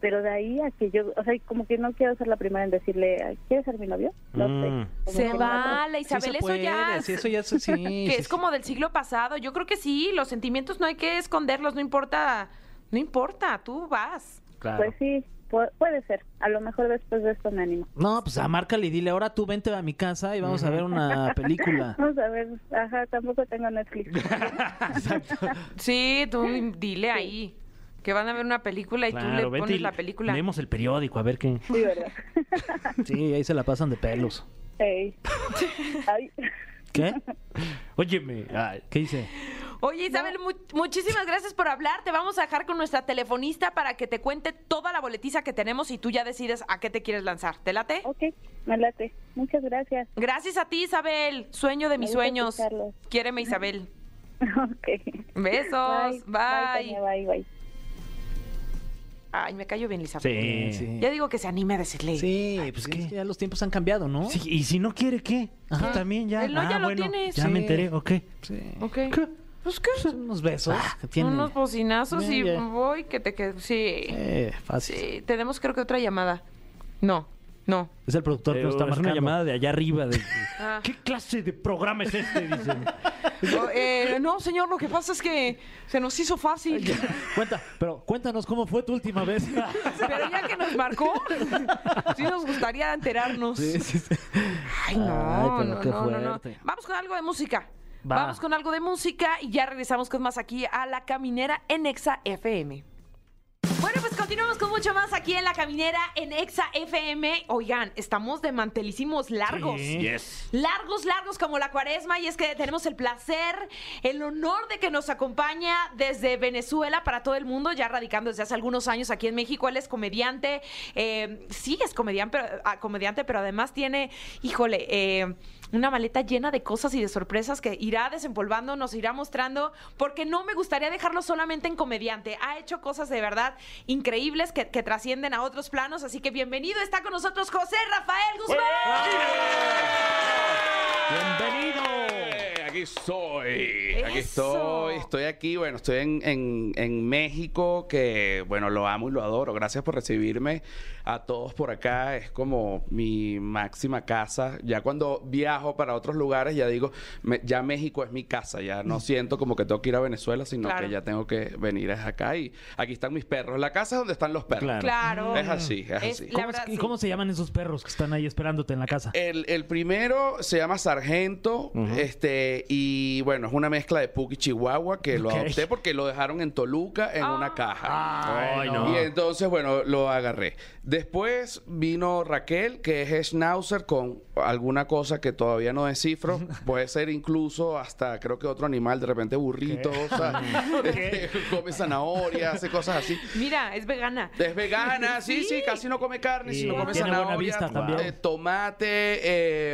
[SPEAKER 5] pero de ahí a que yo, o sea, como que no quiero ser la primera en decirle, "Ay, ¿quieres ser mi novio? No sé.
[SPEAKER 3] Mm.
[SPEAKER 5] Como
[SPEAKER 2] Se
[SPEAKER 5] que no,
[SPEAKER 2] vale,
[SPEAKER 4] Sí se
[SPEAKER 2] Isabel, eso
[SPEAKER 4] puede,
[SPEAKER 2] ya.
[SPEAKER 4] sí, eso ya es- sí, sí,
[SPEAKER 2] que es
[SPEAKER 4] sí.
[SPEAKER 2] como del siglo pasado. Yo creo que sí, los sentimientos no hay que esconderlos, no importa. No importa, tú vas.
[SPEAKER 4] Claro.
[SPEAKER 5] Pues sí, pu- puede ser. A lo mejor después de esto me animo.
[SPEAKER 4] No, pues a márcale y dile, ahora tú vente a mi casa y vamos a ver una
[SPEAKER 3] Ah.
[SPEAKER 4] película.
[SPEAKER 5] Vamos a ver, ajá, tampoco tengo Netflix.
[SPEAKER 2] Sí, tú dile ahí que van a ver una película y tú le
[SPEAKER 3] vente
[SPEAKER 2] pones
[SPEAKER 3] y
[SPEAKER 2] la película.
[SPEAKER 3] Leemos el periódico, a ver qué.
[SPEAKER 5] Sí, ¿verdad?
[SPEAKER 4] Sí, ahí se la pasan de pelos.
[SPEAKER 5] Ey. Ay.
[SPEAKER 4] ¿Qué?
[SPEAKER 3] Óyeme. ay.
[SPEAKER 4] ¿Qué hice?
[SPEAKER 2] Oye, Isabel, mu- muchísimas gracias por hablar. Te vamos a dejar con nuestra telefonista para que te cuente toda la boletiza que tenemos y tú ya decides a qué te quieres lanzar. ¿Te late?
[SPEAKER 5] Ok, me late. Muchas gracias.
[SPEAKER 2] Gracias a ti, Isabel. Sueño de mis
[SPEAKER 5] gusta
[SPEAKER 2] sueños.
[SPEAKER 5] escucharlos.
[SPEAKER 2] Quiéreme, Isabel.
[SPEAKER 5] Ok.
[SPEAKER 2] Besos. Bye.
[SPEAKER 5] Bye, Tania, bye, bye.
[SPEAKER 2] Ay, me cayó bien, Isabel.
[SPEAKER 3] Sí.
[SPEAKER 4] Sí.
[SPEAKER 2] Ya digo que se anime a decirle.
[SPEAKER 4] Sí, pues es que ya los tiempos han cambiado, ¿no?
[SPEAKER 3] Sí, y si no quiere, ¿qué?
[SPEAKER 4] Ajá.
[SPEAKER 3] Tú También ya. Ah,
[SPEAKER 2] El no ya lo tienes.
[SPEAKER 3] Ya me
[SPEAKER 4] Sí.
[SPEAKER 3] enteré, ok.
[SPEAKER 4] Sí.
[SPEAKER 2] Ok.
[SPEAKER 3] ¿Qué?
[SPEAKER 2] Pues qué.
[SPEAKER 4] Son Unos besos que tienen.
[SPEAKER 2] Unos bocinazos y
[SPEAKER 4] Ya, ya.
[SPEAKER 2] voy que te quedo. Sí.
[SPEAKER 4] Eh, fácil.
[SPEAKER 2] Sí. Tenemos creo que otra llamada. No, no.
[SPEAKER 4] Eh, Es el productor que
[SPEAKER 3] Pero
[SPEAKER 4] nos está
[SPEAKER 3] es
[SPEAKER 4] marcando.
[SPEAKER 3] una llamada de allá arriba. de-
[SPEAKER 2] Ah.
[SPEAKER 3] ¿Qué clase de programa es este? Dicen.
[SPEAKER 2] Oh, eh, no, señor, lo que pasa es que se nos hizo fácil.
[SPEAKER 4] Cuenta, pero cuéntanos cómo fue tu última vez.
[SPEAKER 2] Pero ya que nos marcó, sí nos gustaría enterarnos.
[SPEAKER 4] Sí, sí, sí.
[SPEAKER 2] Ay, no,
[SPEAKER 4] Ay, pero
[SPEAKER 2] no,
[SPEAKER 4] qué
[SPEAKER 2] no, no, no.
[SPEAKER 4] fuerte.
[SPEAKER 2] Vamos con algo de música.
[SPEAKER 4] Va.
[SPEAKER 2] Vamos con algo de música y ya regresamos con más aquí a La Caminera en Exa FM. Bueno, pues continuamos. Continuamos con mucho más aquí en La Caminera, en Exa FM. Oigan, estamos de mantelicimos largos.
[SPEAKER 3] Yes.
[SPEAKER 2] Largos, largos como la cuaresma. Y es que tenemos el placer, el honor de que nos acompaña desde Venezuela para todo el mundo, ya radicando desde hace algunos años aquí en México. Él es comediante. eh, sí, es comediante pero, ah, comediante, pero además tiene, híjole, eh, una maleta llena de cosas y de sorpresas que irá desempolvando, nos irá mostrando, porque no me gustaría dejarlo solamente en comediante. Ha hecho cosas de verdad increíbles que, que trascienden a otros planos. Así que bienvenido, está con nosotros José Rafael Guzmán.
[SPEAKER 3] Bienvenido.
[SPEAKER 6] Eh, Aquí estoy,
[SPEAKER 2] Eso.
[SPEAKER 6] aquí estoy, estoy aquí, bueno, estoy en, en- en México, que bueno, lo amo y lo adoro. Gracias por recibirme a todos por acá, es como mi máxima casa. Ya cuando viajo para otros lugares, ya digo, me- ya México es mi casa, ya no siento como que tengo que ir a Venezuela, sino
[SPEAKER 2] Claro.
[SPEAKER 6] que ya tengo que venir es acá y aquí están mis perros. La casa es donde están los perros.
[SPEAKER 3] Claro.
[SPEAKER 2] Claro.
[SPEAKER 6] Es así,
[SPEAKER 2] Es
[SPEAKER 6] es así.
[SPEAKER 2] la
[SPEAKER 7] ¿Cómo es-
[SPEAKER 2] verdad,
[SPEAKER 7] ¿Y
[SPEAKER 2] sí. Eh,
[SPEAKER 7] cómo se llaman esos perros que están ahí esperándote en la casa?
[SPEAKER 6] El, el primero se llama Sargento, este, y bueno, es una mezcla de Pug y Chihuahua que lo
[SPEAKER 7] Ok.
[SPEAKER 6] adopté porque lo dejaron en Toluca en
[SPEAKER 2] Ah.
[SPEAKER 6] una caja.
[SPEAKER 3] Ay, no.
[SPEAKER 6] Y entonces, bueno, lo agarré. Después vino Raquel, que es Schnauzer con alguna cosa que todavía no descifro. Puede ser incluso hasta creo que otro animal, de repente burrito, o sea, este, come zanahoria, hace cosas así.
[SPEAKER 2] Mira, es vegana.
[SPEAKER 6] Es vegana, sí, sí,
[SPEAKER 2] Sí.
[SPEAKER 6] casi no come carne,
[SPEAKER 7] Y
[SPEAKER 6] sino come
[SPEAKER 7] tiene buena
[SPEAKER 6] zanahoria,
[SPEAKER 7] vista también.
[SPEAKER 6] eh, tomate,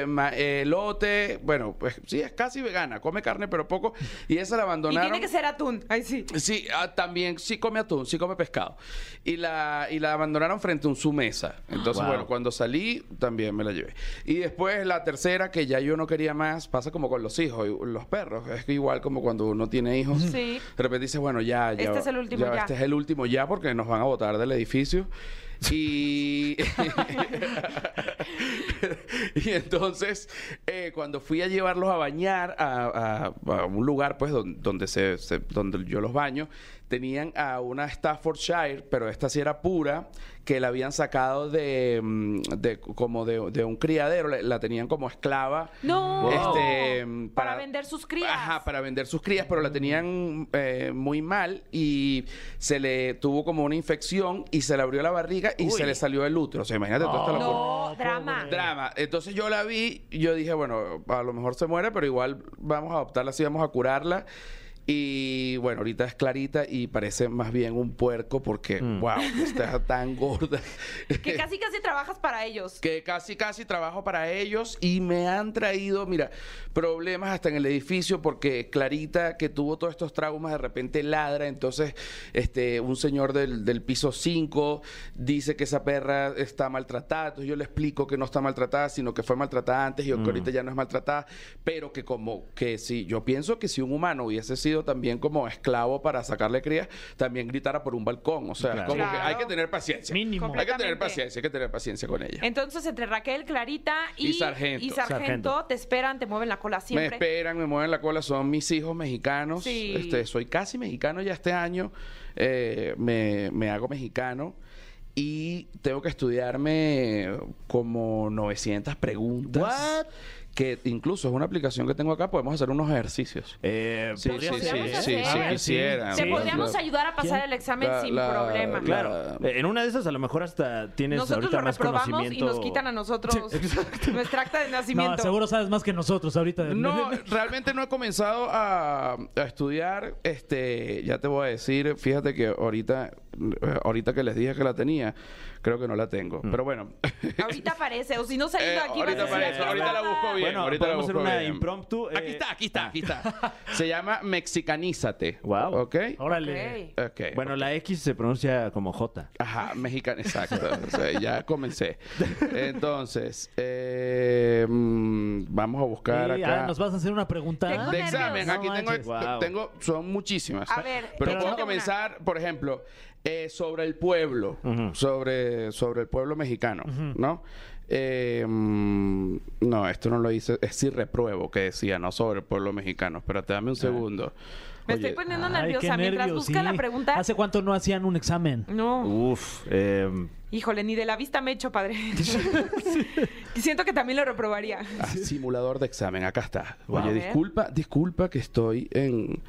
[SPEAKER 6] eh, ma- eh, elote, bueno, pues sí, es casi vegana, come carne pero poco y esa la
[SPEAKER 2] Y
[SPEAKER 6] abandonaron.
[SPEAKER 2] tiene que ser atún. Ay, sí.
[SPEAKER 6] Sí, ah, también sí come atún, sí come pescado. Y la, y la abandonaron frente a un, su mesa.
[SPEAKER 7] Ah,
[SPEAKER 6] Entonces, bueno, cuando salí, también me la llevé. Y después la tercera, que ya yo no quería más, pasa como con los hijos, y los perros. Es que igual como cuando uno tiene hijos,
[SPEAKER 2] Sí.
[SPEAKER 6] de repente dices, bueno, ya, ya.
[SPEAKER 2] Este es el último, ya.
[SPEAKER 6] Este es el último ya, porque nos van a botar del edificio. Y, y entonces, eh, cuando fui a llevarlos a bañar a, a- a un lugar, pues, don- donde, se, se- donde yo los baño, tenían a una Staffordshire, pero esta sí era pura, que la habían sacado de, mm, de- como de, de un criadero, la, la tenían como esclava.
[SPEAKER 2] No.
[SPEAKER 6] Este,
[SPEAKER 2] para, vender sus crías.
[SPEAKER 6] Ajá, para vender sus crías, pero la tenían eh, muy mal y se le tuvo como una infección y se le abrió la barriga y se le salió el útero. O sea, imagínate toda esta locura.
[SPEAKER 2] Oh. No, drama.
[SPEAKER 6] Drama. Entonces yo la vi, y yo dije, bueno, a lo mejor se muere, pero igual vamos a adoptarla así, vamos a curarla. Y bueno, ahorita es clarita y parece más bien un puerco porque, wow, está tan gorda.
[SPEAKER 2] Que casi casi trabajas para ellos.
[SPEAKER 6] que casi casi trabajo para ellos y me han traído, mira, problemas hasta en el edificio porque Clarita que tuvo todos estos traumas de repente ladra, entonces este un señor del, del piso 5 dice que esa perra está maltratada, entonces yo le explico que no está maltratada, sino que fue maltratada antes y que ahorita ya no es maltratada, pero que como que si yo pienso que si un humano hubiese sido también como esclavo para sacarle crías, también gritara por un balcón, o sea,
[SPEAKER 3] Claro.
[SPEAKER 6] como que hay
[SPEAKER 2] Claro.
[SPEAKER 6] que tener paciencia.
[SPEAKER 7] Mínimo.
[SPEAKER 6] Hay que tener
[SPEAKER 2] Completamente.
[SPEAKER 6] paciencia, hay que tener paciencia con ella.
[SPEAKER 2] Entonces, entre Raquel, Clarita y,
[SPEAKER 6] Y Sargento.
[SPEAKER 2] y Sargento,
[SPEAKER 3] Sargento.
[SPEAKER 2] te esperan, te mueven la cola
[SPEAKER 6] Me
[SPEAKER 2] siempre.
[SPEAKER 6] esperan, me mueven la cola, son mis hijos mexicanos.
[SPEAKER 2] Sí.
[SPEAKER 6] Este, soy casi mexicano ya este año. eh, me, me hago mexicano y tengo que estudiarme como 900 preguntas. Que incluso es una aplicación que tengo acá, podemos hacer unos ejercicios.
[SPEAKER 3] Eh,
[SPEAKER 6] Sí, sí,
[SPEAKER 3] podría
[SPEAKER 6] sí,
[SPEAKER 3] ser,
[SPEAKER 2] podríamos
[SPEAKER 3] ¿eh?
[SPEAKER 6] sí,
[SPEAKER 2] hacer.
[SPEAKER 6] sí,
[SPEAKER 2] Ah, sí.
[SPEAKER 6] quisiera.
[SPEAKER 2] Te
[SPEAKER 3] Sí,
[SPEAKER 2] podríamos
[SPEAKER 6] claro.
[SPEAKER 2] ayudar a pasar el examen
[SPEAKER 6] La-
[SPEAKER 2] sin
[SPEAKER 6] la-
[SPEAKER 2] problema.
[SPEAKER 6] la-
[SPEAKER 3] Claro, eh, en una de esas a lo mejor hasta tienes
[SPEAKER 2] Nosotros
[SPEAKER 3] ahorita
[SPEAKER 2] lo
[SPEAKER 3] más
[SPEAKER 2] reprobamos y
[SPEAKER 3] conocimiento.
[SPEAKER 2] nos quitan a nosotros nuestra acta de nacimiento.
[SPEAKER 7] No, seguro sabes más que nosotros ahorita.
[SPEAKER 2] Eh,
[SPEAKER 7] de-
[SPEAKER 6] No, realmente no he comenzado a, a estudiar. Este, ya te voy a decir, fíjate que ahorita, eh, ahorita que les dije que la tenía, creo que no la tengo. Pero bueno.
[SPEAKER 2] Ahorita aparece, o si no saliendo
[SPEAKER 6] Eh,
[SPEAKER 2] de aquí
[SPEAKER 6] ahorita
[SPEAKER 2] vas a decir,
[SPEAKER 6] aparece,
[SPEAKER 2] "Aquí
[SPEAKER 6] ahorita la
[SPEAKER 2] estaba".
[SPEAKER 6] busco bien.
[SPEAKER 3] Bueno,
[SPEAKER 6] ahorita la
[SPEAKER 3] podemos hacer
[SPEAKER 6] busco
[SPEAKER 3] una
[SPEAKER 6] bien.
[SPEAKER 3] impromptu.
[SPEAKER 6] Aquí
[SPEAKER 3] eh,
[SPEAKER 6] está, aquí está, aquí está. Se llama Mexicanízate.
[SPEAKER 3] Wow.
[SPEAKER 6] ¿Ok?
[SPEAKER 7] Órale.
[SPEAKER 2] Ok.
[SPEAKER 6] Ok.
[SPEAKER 3] Bueno, la X se pronuncia como J.
[SPEAKER 6] Ajá, mexicana, exacto. O sea, ya comencé. Entonces, eh, mm, vamos a buscar
[SPEAKER 7] Sí,
[SPEAKER 6] acá.
[SPEAKER 7] ah, nos vas a hacer una pregunta.
[SPEAKER 2] Tengo
[SPEAKER 6] De
[SPEAKER 2] nervios.
[SPEAKER 6] examen,
[SPEAKER 7] No
[SPEAKER 6] aquí tengo,
[SPEAKER 7] manches.
[SPEAKER 3] Wow.
[SPEAKER 6] tengo, son muchísimas.
[SPEAKER 2] A ver,
[SPEAKER 6] pero
[SPEAKER 2] échate
[SPEAKER 6] puedo
[SPEAKER 2] una.
[SPEAKER 6] comenzar, por ejemplo, eh, sobre el pueblo, sobre, sobre el pueblo mexicano, ¿no? Eh, mm, no, esto no lo hice, es si repruebo que decía, no sobre el pueblo mexicano. Espérate, dame un segundo.
[SPEAKER 2] Me
[SPEAKER 6] Oye,
[SPEAKER 2] estoy poniendo
[SPEAKER 7] Ay,
[SPEAKER 2] nerviosa
[SPEAKER 7] qué
[SPEAKER 2] mientras
[SPEAKER 7] nervios,
[SPEAKER 2] busca
[SPEAKER 7] sí.
[SPEAKER 2] la pregunta.
[SPEAKER 7] ¿Hace cuánto no hacían un examen?
[SPEAKER 2] No,
[SPEAKER 3] Uf. eh,
[SPEAKER 2] em, híjole, ni de la vista me echo, padre. Y Siento que también lo reprobaría.
[SPEAKER 6] ah, simulador de examen, acá está.
[SPEAKER 2] A
[SPEAKER 6] Oye,
[SPEAKER 2] ver.
[SPEAKER 6] disculpa, disculpa que estoy en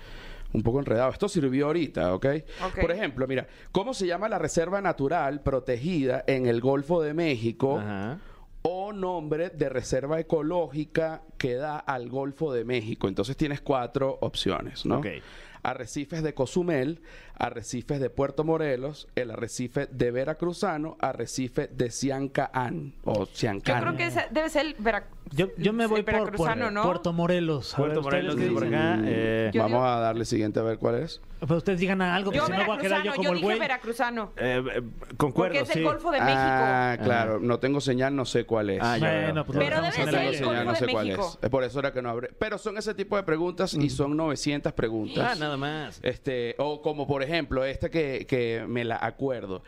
[SPEAKER 6] un poco enredado. Esto sirvió ahorita, ¿ok?
[SPEAKER 2] Ok.
[SPEAKER 6] Por ejemplo, mira, ¿cómo se llama la reserva natural protegida en el Golfo de México?
[SPEAKER 3] Ajá.
[SPEAKER 6] o nombre de reserva ecológica que da al Golfo de México. Entonces tienes cuatro opciones, ¿no?
[SPEAKER 3] Ok. Eh,
[SPEAKER 6] Arrecifes de Cozumel, arrecifes de Puerto Morelos, el arrecife de Veracruzano, arrecife de Ciancaán o
[SPEAKER 2] Yo
[SPEAKER 6] Ciancán.
[SPEAKER 2] creo que esa- debe ser el Vera-
[SPEAKER 7] Yo, yo me
[SPEAKER 2] el
[SPEAKER 7] voy por,
[SPEAKER 2] veracruzano,
[SPEAKER 7] por-
[SPEAKER 2] ¿no?
[SPEAKER 7] Puerto Morelos. A ver,
[SPEAKER 3] Puerto
[SPEAKER 7] ustedes
[SPEAKER 3] Morelos
[SPEAKER 7] qué
[SPEAKER 3] dice por
[SPEAKER 7] dicen.
[SPEAKER 3] acá. eh,
[SPEAKER 2] Yo
[SPEAKER 6] Vamos
[SPEAKER 2] digo-
[SPEAKER 6] a darle siguiente a ver cuál es.
[SPEAKER 7] Pero ustedes digan algo, que
[SPEAKER 2] Yo
[SPEAKER 7] si no voy a quedar yo
[SPEAKER 2] veracruzano, yo,
[SPEAKER 7] como el
[SPEAKER 2] dije
[SPEAKER 7] güey.
[SPEAKER 2] veracruzano.
[SPEAKER 3] eh, eh,
[SPEAKER 2] Porque
[SPEAKER 3] concuerdo,
[SPEAKER 2] es del
[SPEAKER 3] sí.
[SPEAKER 2] Golfo de
[SPEAKER 6] Ah,
[SPEAKER 2] México.
[SPEAKER 6] claro, no tengo señal, no sé cuál es.
[SPEAKER 3] Ah, ya
[SPEAKER 7] Bueno,
[SPEAKER 3] veo.
[SPEAKER 7] pues
[SPEAKER 2] Pero
[SPEAKER 7] lo dejamos en el
[SPEAKER 2] debe ser
[SPEAKER 6] tengo
[SPEAKER 2] el
[SPEAKER 7] aire.
[SPEAKER 2] Golfo
[SPEAKER 6] señal, no
[SPEAKER 2] de
[SPEAKER 6] sé cuál
[SPEAKER 2] México.
[SPEAKER 6] es. Eh, Por eso era que no habré. Pero son ese tipo de preguntas y son 900 preguntas.
[SPEAKER 3] Mm. Ah, nada más.
[SPEAKER 6] Este, o como por ejemplo, esta que, que me la acuerdo.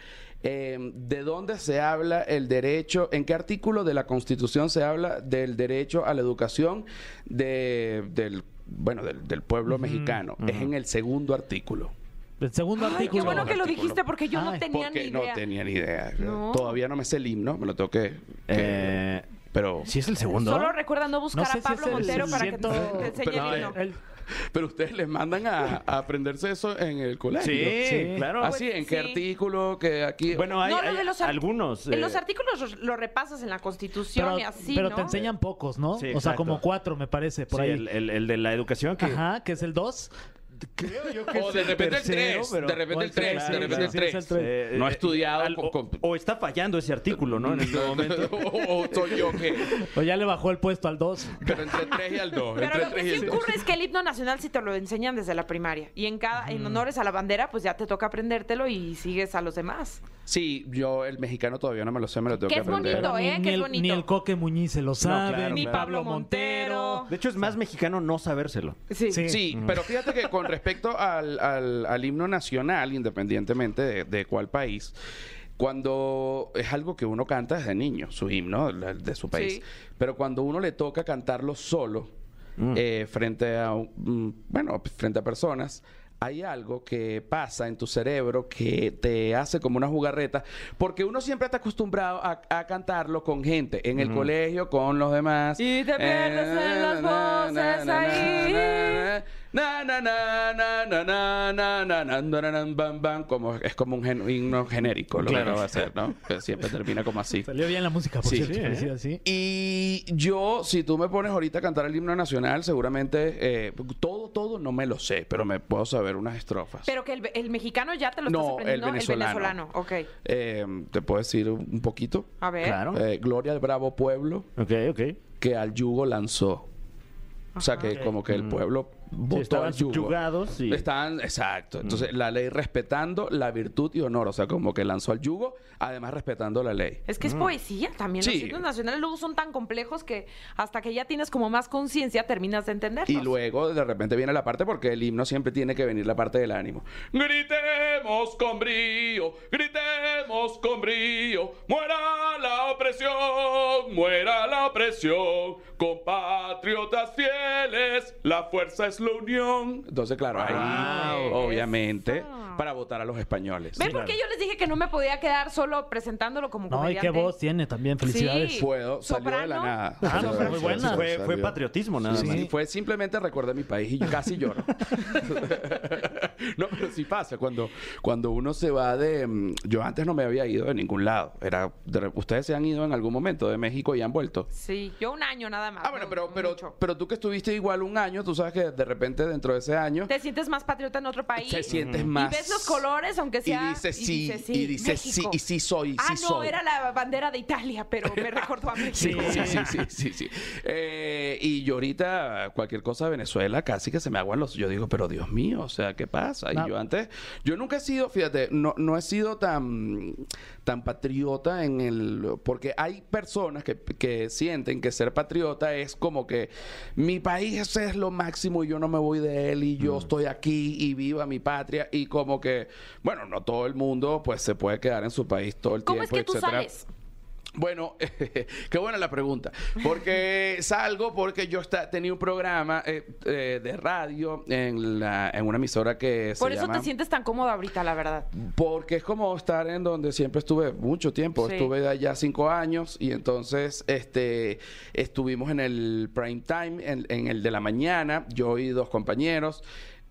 [SPEAKER 6] Eh, ¿De dónde se habla el derecho? ¿En qué artículo de la Constitución se habla del derecho a la educación de- del, bueno, del, del pueblo mexicano? Es en el segundo artículo.
[SPEAKER 7] El segundo
[SPEAKER 2] Ay, qué
[SPEAKER 7] artículo.
[SPEAKER 2] bueno que lo
[SPEAKER 6] Artículo.
[SPEAKER 2] dijiste porque yo no
[SPEAKER 7] Ay,
[SPEAKER 2] tenía ni
[SPEAKER 6] Porque
[SPEAKER 2] idea.
[SPEAKER 6] no tenía ni idea.
[SPEAKER 2] No.
[SPEAKER 6] Todavía no me sé el himno, me lo tengo que. que-
[SPEAKER 3] Eh,
[SPEAKER 6] pero,
[SPEAKER 3] ¿Sí es el segundo?
[SPEAKER 2] Solo recuerda no buscar
[SPEAKER 7] No sé
[SPEAKER 2] a
[SPEAKER 7] si
[SPEAKER 2] Pablo
[SPEAKER 7] es el
[SPEAKER 2] Montero para que te,
[SPEAKER 7] 600,
[SPEAKER 2] te enseñe
[SPEAKER 6] pero,
[SPEAKER 2] el himno.
[SPEAKER 6] eh, pero ustedes les mandan a, a aprenderse eso en el colegio.
[SPEAKER 3] sí,
[SPEAKER 7] Sí.
[SPEAKER 3] claro.
[SPEAKER 6] Así, ¿en qué
[SPEAKER 2] pues, sí.
[SPEAKER 6] artículo? Que aquí.
[SPEAKER 3] Bueno, hay,
[SPEAKER 2] No, no,
[SPEAKER 3] hay
[SPEAKER 2] de los ar-
[SPEAKER 3] algunos. eh,
[SPEAKER 2] En los artículos lo repasas en la Constitución
[SPEAKER 7] Pero,
[SPEAKER 2] y así,
[SPEAKER 7] pero
[SPEAKER 2] ¿no?
[SPEAKER 7] te enseñan pocos, ¿no?
[SPEAKER 3] Sí,
[SPEAKER 7] o sea,
[SPEAKER 3] exacto.
[SPEAKER 7] como cuatro, me parece, por
[SPEAKER 3] sí,
[SPEAKER 7] ahí.
[SPEAKER 3] el, el- el de la educación que...
[SPEAKER 7] Ajá, que es el dos.
[SPEAKER 6] O de repente el
[SPEAKER 3] tercero,
[SPEAKER 6] 3,
[SPEAKER 3] pero-
[SPEAKER 6] de repente
[SPEAKER 7] o
[SPEAKER 6] el
[SPEAKER 7] el
[SPEAKER 6] 3,
[SPEAKER 7] tres,
[SPEAKER 6] de
[SPEAKER 7] sí,
[SPEAKER 6] repente
[SPEAKER 7] sí,
[SPEAKER 6] el
[SPEAKER 7] sí, es
[SPEAKER 6] 3.
[SPEAKER 7] el
[SPEAKER 3] Eh, eh,
[SPEAKER 6] No he estudiado
[SPEAKER 3] al-
[SPEAKER 6] por
[SPEAKER 3] o,
[SPEAKER 6] comp-
[SPEAKER 3] o está fallando ese artículo, ¿no? En este momento.
[SPEAKER 6] o soy yo que.
[SPEAKER 7] O ya le bajó el puesto al dos.
[SPEAKER 6] Pero entre el 3 y el 2.
[SPEAKER 2] Pero
[SPEAKER 6] entre
[SPEAKER 2] lo
[SPEAKER 6] el
[SPEAKER 2] que
[SPEAKER 6] 3 y
[SPEAKER 2] sí
[SPEAKER 6] el 2.
[SPEAKER 2] ocurre es que el himno nacional sí te lo enseñan desde la primaria. Y en cada, en honores a la bandera, pues ya te toca aprendértelo y sigues a los demás.
[SPEAKER 6] Sí, yo el mexicano todavía no me lo sé, me lo tengo
[SPEAKER 2] Que
[SPEAKER 6] que
[SPEAKER 2] es
[SPEAKER 6] aprender.
[SPEAKER 2] bonito.
[SPEAKER 7] ni,
[SPEAKER 2] ¿eh?
[SPEAKER 7] ni
[SPEAKER 2] Que es
[SPEAKER 7] el,
[SPEAKER 2] bonito.
[SPEAKER 7] ni el Coque Muñiz se lo sabe,
[SPEAKER 3] claro,
[SPEAKER 7] ni
[SPEAKER 3] claro.
[SPEAKER 7] Pablo Montero.
[SPEAKER 3] De hecho, es más mexicano no sabérselo.
[SPEAKER 2] Sí.
[SPEAKER 7] Sí.
[SPEAKER 6] Sí, pero fíjate que con respecto al, al- al himno nacional, independientemente de, de cuál país, cuando es algo que uno canta desde niño, su himno la- de su país,
[SPEAKER 2] Sí.
[SPEAKER 6] pero cuando uno le toca cantarlo solo, eh, frente a un- mm, bueno, frente a personas. Hay algo que pasa en tu cerebro que te hace como una jugarreta, porque uno siempre está acostumbrado a, a cantarlo con gente, en el colegio, con los demás.
[SPEAKER 2] Y te
[SPEAKER 6] Eh,
[SPEAKER 2] pierdes en las
[SPEAKER 6] na,
[SPEAKER 2] voces
[SPEAKER 6] na, na,
[SPEAKER 2] ahí.
[SPEAKER 6] na, na, na na na na na na na na na na na na, bam, bam, como es como un gen- himno genérico lo que
[SPEAKER 3] Claro.
[SPEAKER 6] acabo de hacer, ¿no? Que siempre termina como así.
[SPEAKER 7] Salió bien la música, por
[SPEAKER 6] Sí,
[SPEAKER 7] cierto.
[SPEAKER 6] sí,
[SPEAKER 7] Sí,
[SPEAKER 6] ¿eh?
[SPEAKER 7] así.
[SPEAKER 6] Y yo, si tú me pones ahorita a cantar el himno nacional, seguramente eh, todo, todo no me lo sé, pero me puedo saber unas estrofas.
[SPEAKER 2] Pero que el, el mexicano ya te lo
[SPEAKER 6] No,
[SPEAKER 2] estás aprendiendo.
[SPEAKER 6] el venezolano.
[SPEAKER 2] El venezolano, ok.
[SPEAKER 6] Eh, ¿Te puedo decir un poquito?
[SPEAKER 2] A ver.
[SPEAKER 3] Claro.
[SPEAKER 6] Eh, Gloria al bravo pueblo
[SPEAKER 3] Ok, ok.
[SPEAKER 6] que al yugo lanzó. O sea, que como que el pueblo votó
[SPEAKER 3] Mm. Sí, estaban
[SPEAKER 6] al yugo.
[SPEAKER 3] subyugados y... Mm.
[SPEAKER 6] Estaban, exacto. Entonces, la ley respetando la virtud y honor. O sea, como que lanzó al yugo, además respetando la ley.
[SPEAKER 2] Es que es poesía también.
[SPEAKER 6] Mm. Sí.
[SPEAKER 2] Los himnos nacionales luego son tan complejos que hasta que ya tienes como más conciencia terminas de entenderlos.
[SPEAKER 6] Y luego de repente viene la parte, porque el himno siempre tiene que venir la parte del ánimo. Gritemos con brío, gritemos con brío, muera la opresión, muera la opresión, compatriotas fieles, la fuerza es la unión. Entonces, claro, ahí
[SPEAKER 2] Wow.
[SPEAKER 6] obviamente
[SPEAKER 2] Eso.
[SPEAKER 6] para votar a los españoles.
[SPEAKER 2] ¿Ven por qué yo les dije que no me podía quedar solo presentándolo como
[SPEAKER 7] No, y
[SPEAKER 2] comediante?
[SPEAKER 7] qué voz tiene también. Felicidades.
[SPEAKER 2] Sí.
[SPEAKER 6] Puedo, salió de la
[SPEAKER 2] Soprano.
[SPEAKER 6] nada.
[SPEAKER 7] Ah,
[SPEAKER 3] Pues,
[SPEAKER 7] no, pero muy buena.
[SPEAKER 3] Fue, fue
[SPEAKER 6] Salió.
[SPEAKER 3] patriotismo nada
[SPEAKER 7] Sí,
[SPEAKER 3] más.
[SPEAKER 6] Y fue simplemente recordé mi país y yo casi lloro. no, pero sí pasa. Cuando, cuando uno se va de. mm, Yo antes no me había ido de ningún lado. Era, de- ustedes se han ido en algún momento de México y han vuelto.
[SPEAKER 2] Sí, yo un año nada más.
[SPEAKER 6] Ah, bueno,
[SPEAKER 2] no
[SPEAKER 6] pero, pero,
[SPEAKER 2] mucho.
[SPEAKER 6] pero tú que estuviste igual un año, tú sabes que de repente dentro de ese año
[SPEAKER 2] Te sientes más patriota en otro país.
[SPEAKER 6] te sientes más.
[SPEAKER 2] Y ves los colores, aunque sea.
[SPEAKER 6] Y dices sí, y dices sí,
[SPEAKER 2] México.
[SPEAKER 6] y sí soy,
[SPEAKER 2] Ah,
[SPEAKER 6] sí
[SPEAKER 2] no,
[SPEAKER 6] soy.
[SPEAKER 2] era la bandera de Italia, pero me recordó a
[SPEAKER 6] Sí,
[SPEAKER 2] México.
[SPEAKER 6] sí, sí, sí, sí, sí. Eh, y yo ahorita cualquier cosa de Venezuela casi que se me aguan los... Yo digo, pero Dios mío, o sea, ¿qué pasa? Y
[SPEAKER 7] No.
[SPEAKER 6] yo antes... Yo nunca he sido, fíjate, no, no he sido tan, tan patriota en el... Porque hay personas que, que sienten que ser patriota es como que mi país ese es lo máximo y yo no me voy de él y yo estoy aquí y viva mi patria y como que, bueno, no todo el mundo pues se puede quedar en su país todo el
[SPEAKER 2] ¿Cómo es
[SPEAKER 6] tiempo,
[SPEAKER 2] que tú
[SPEAKER 6] etcétera.
[SPEAKER 2] sales?
[SPEAKER 6] Bueno, qué buena la pregunta. Porque salgo porque yo está, tenía un programa eh, eh, de radio en, la, en una emisora que
[SPEAKER 2] Por
[SPEAKER 6] se
[SPEAKER 2] eso
[SPEAKER 6] llama...
[SPEAKER 2] te sientes tan cómodo ahorita, la verdad.
[SPEAKER 6] Porque es como estar en donde siempre estuve mucho tiempo.
[SPEAKER 2] Sí.
[SPEAKER 6] Estuve allá cinco años y entonces este estuvimos en el prime time, en, en el de la mañana, yo y dos compañeros.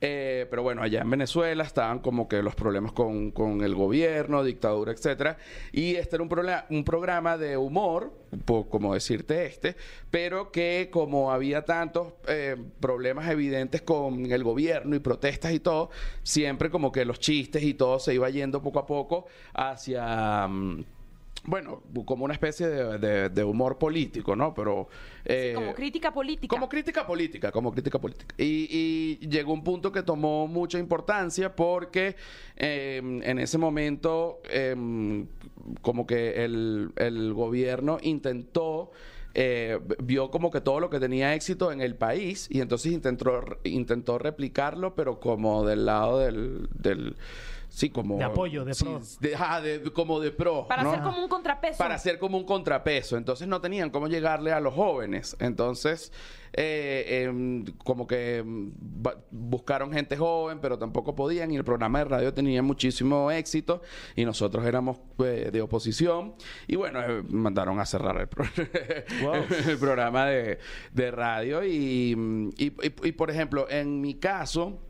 [SPEAKER 6] Eh, pero bueno, allá en Venezuela estaban como que los problemas con, con el gobierno, dictadura, etcétera. Y este era un, prola- un programa de humor, un po- como decirte este, pero que como había tantos eh, problemas evidentes con el gobierno y protestas y todo, siempre como que los chistes y todo se iba yendo poco a poco hacia... mm, bueno, como una especie de, de- de humor político, ¿no? Pero... eh,
[SPEAKER 2] Como crítica política.
[SPEAKER 6] como crítica política, como crítica política. Y, y llegó un punto que tomó mucha importancia porque eh, en ese momento eh, como que el, el gobierno intentó... eh, vio como que todo lo que tenía éxito en el país y entonces intentó, intentó replicarlo pero como del lado del, del sí como
[SPEAKER 7] De apoyo, de
[SPEAKER 6] sí,
[SPEAKER 7] pro.
[SPEAKER 6] de- ah, de- como de pro
[SPEAKER 2] para
[SPEAKER 6] ¿no?
[SPEAKER 2] hacer como un contrapeso.
[SPEAKER 6] Para hacer como un contrapeso. Entonces no tenían cómo llegarle a los jóvenes. Entonces, eh, em, como que em, ba- buscaron gente joven, pero tampoco podían. Y el programa de radio tenía muchísimo éxito. Y nosotros éramos eh, de oposición. Y bueno, eh, mandaron a cerrar el, pro- el programa de, de radio. Y, mm, y- y- y, por ejemplo, en mi caso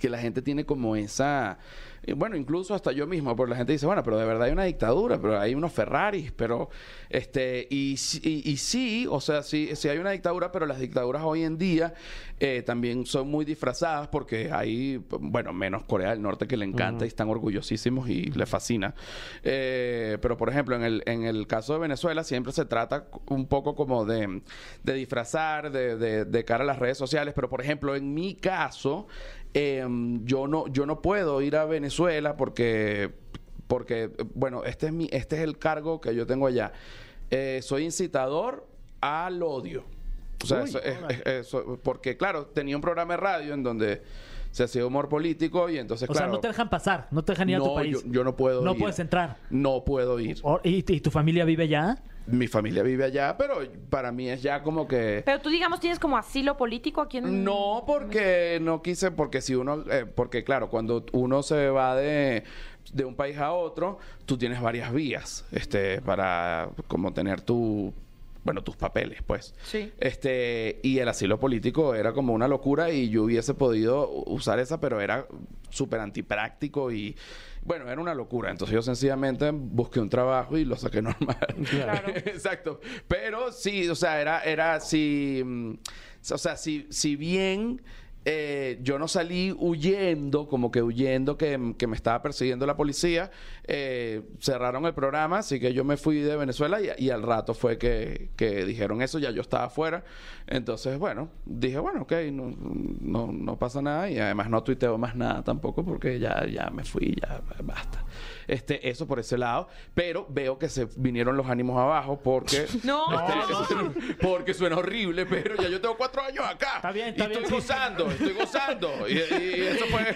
[SPEAKER 6] que la gente tiene como esa eh, bueno, incluso hasta yo mismo, porque la gente dice, bueno, pero de verdad hay una dictadura, pero hay unos Ferraris, pero este, y, sí- y, y sí, o sea, sí, sí hay una dictadura, pero las dictaduras hoy en día eh, también son muy disfrazadas porque hay, bueno, menos Corea del Norte que le encanta y están orgullosísimos y le fascina. Eh, pero por ejemplo, en el, en el caso de Venezuela siempre se trata un poco como de, de disfrazar, de, de- de cara a las redes sociales, pero por ejemplo, en mi caso, em, yo no, yo no puedo ir a Venezuela porque, porque bueno, este es mi, este es el cargo que yo tengo allá. Eh, soy incitador al odio. O sea, eso- es- es- eso- porque claro, tenía un programa de radio en donde se hacía humor político y entonces
[SPEAKER 7] O sea,
[SPEAKER 6] claro.
[SPEAKER 7] no te dejan pasar, no te dejan ir a tu
[SPEAKER 6] no,
[SPEAKER 7] país.
[SPEAKER 6] yo, yo no puedo
[SPEAKER 7] No
[SPEAKER 6] ir.
[SPEAKER 7] puedes entrar. Oh.
[SPEAKER 6] No puedo ir.
[SPEAKER 7] O- ¿Y, y tu familia vive allá?
[SPEAKER 6] Mi familia vive allá, pero para mí es ya como que
[SPEAKER 2] Pero tú, digamos, tienes como asilo político aquí en.
[SPEAKER 6] No, porque no quise, porque si uno, eh, porque claro, cuando uno se va de, de un país a otro, tú tienes varias vías, este, para como tener tu, bueno, tus papeles, pues.
[SPEAKER 2] Sí.
[SPEAKER 6] Este, y el asilo político era como una locura y yo hubiese podido usar esa, pero era súper antipráctico y, bueno, era una locura. Entonces yo sencillamente busqué un trabajo y lo saqué normal.
[SPEAKER 2] Claro.
[SPEAKER 6] Exacto. Pero sí, o sea, era, era si, mm, o sea, si, si bien eh, yo no salí huyendo, como que huyendo que, que me estaba persiguiendo la policía, eh, cerraron el programa, así que yo me fui de Venezuela y, y al rato fue que, que dijeron eso, ya yo estaba afuera. Entonces, bueno, dije, bueno, ok, no, no, no pasa nada y además no tuiteo más nada tampoco porque ya, ya me fui, ya basta. Este, eso por ese lado, pero veo que se vinieron los ánimos abajo porque
[SPEAKER 2] No,
[SPEAKER 6] este, porque suena horrible, pero ya yo tengo cuatro años acá.
[SPEAKER 7] Está bien, está
[SPEAKER 6] y
[SPEAKER 7] bien,
[SPEAKER 6] estoy
[SPEAKER 7] sí.
[SPEAKER 6] gozando, estoy gozando. Y, y eso fue.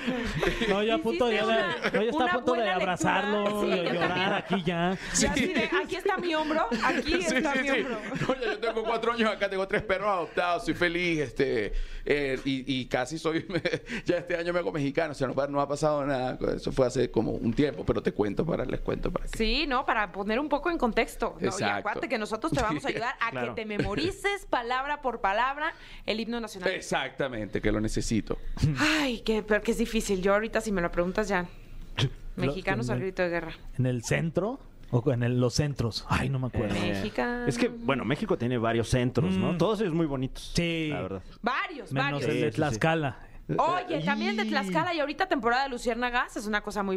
[SPEAKER 7] No, yo a punto de,
[SPEAKER 2] Hiciste una-
[SPEAKER 7] no, yo estaba
[SPEAKER 2] una
[SPEAKER 7] a punto de
[SPEAKER 2] buena
[SPEAKER 7] abrazarlo,
[SPEAKER 2] lectura. Sí,
[SPEAKER 7] de
[SPEAKER 2] yo
[SPEAKER 7] llorar
[SPEAKER 2] también.
[SPEAKER 7] aquí ya.
[SPEAKER 2] Ya así de, aquí está mi hombro, aquí
[SPEAKER 6] Sí,
[SPEAKER 2] está
[SPEAKER 6] sí,
[SPEAKER 2] mi
[SPEAKER 6] sí.
[SPEAKER 2] hombro.
[SPEAKER 6] No, ya yo tengo cuatro años acá, tengo tres perros adoptados, soy feliz, este, eh, y, y casi soy, ya este año me hago mexicano, o sea, no, pa- no ha pasado nada, eso fue hace como un tiempo, pero te cuento para, les cuento para que.
[SPEAKER 2] Sí, no, para poner un poco en contexto. ¿no? Y
[SPEAKER 6] Exacto.
[SPEAKER 2] acuérdate que nosotros te vamos a ayudar a
[SPEAKER 3] Claro.
[SPEAKER 2] que te memorices palabra por palabra el himno nacional.
[SPEAKER 6] Exactamente, que lo necesito.
[SPEAKER 2] Ay, que, pero que es difícil. Yo ahorita si me lo preguntas ya.
[SPEAKER 7] Lo-
[SPEAKER 2] Mexicanos al
[SPEAKER 7] en el-
[SPEAKER 2] grito de guerra.
[SPEAKER 7] ¿En el centro? ¿O en el- los centros? Ay, no me acuerdo.
[SPEAKER 2] Eh, Mexicanos.
[SPEAKER 3] Es que, bueno, México tiene varios centros, ¿no?
[SPEAKER 7] Mm.
[SPEAKER 3] Todos ellos muy bonitos.
[SPEAKER 7] Sí.
[SPEAKER 3] La verdad.
[SPEAKER 2] Varios,
[SPEAKER 7] Menos
[SPEAKER 2] varios.
[SPEAKER 7] el
[SPEAKER 3] Sí,
[SPEAKER 7] de
[SPEAKER 3] sí,
[SPEAKER 7] Tlaxcala.
[SPEAKER 2] Oye, también el de Tlaxcala y ahorita temporada de Luciérnagas es una cosa muy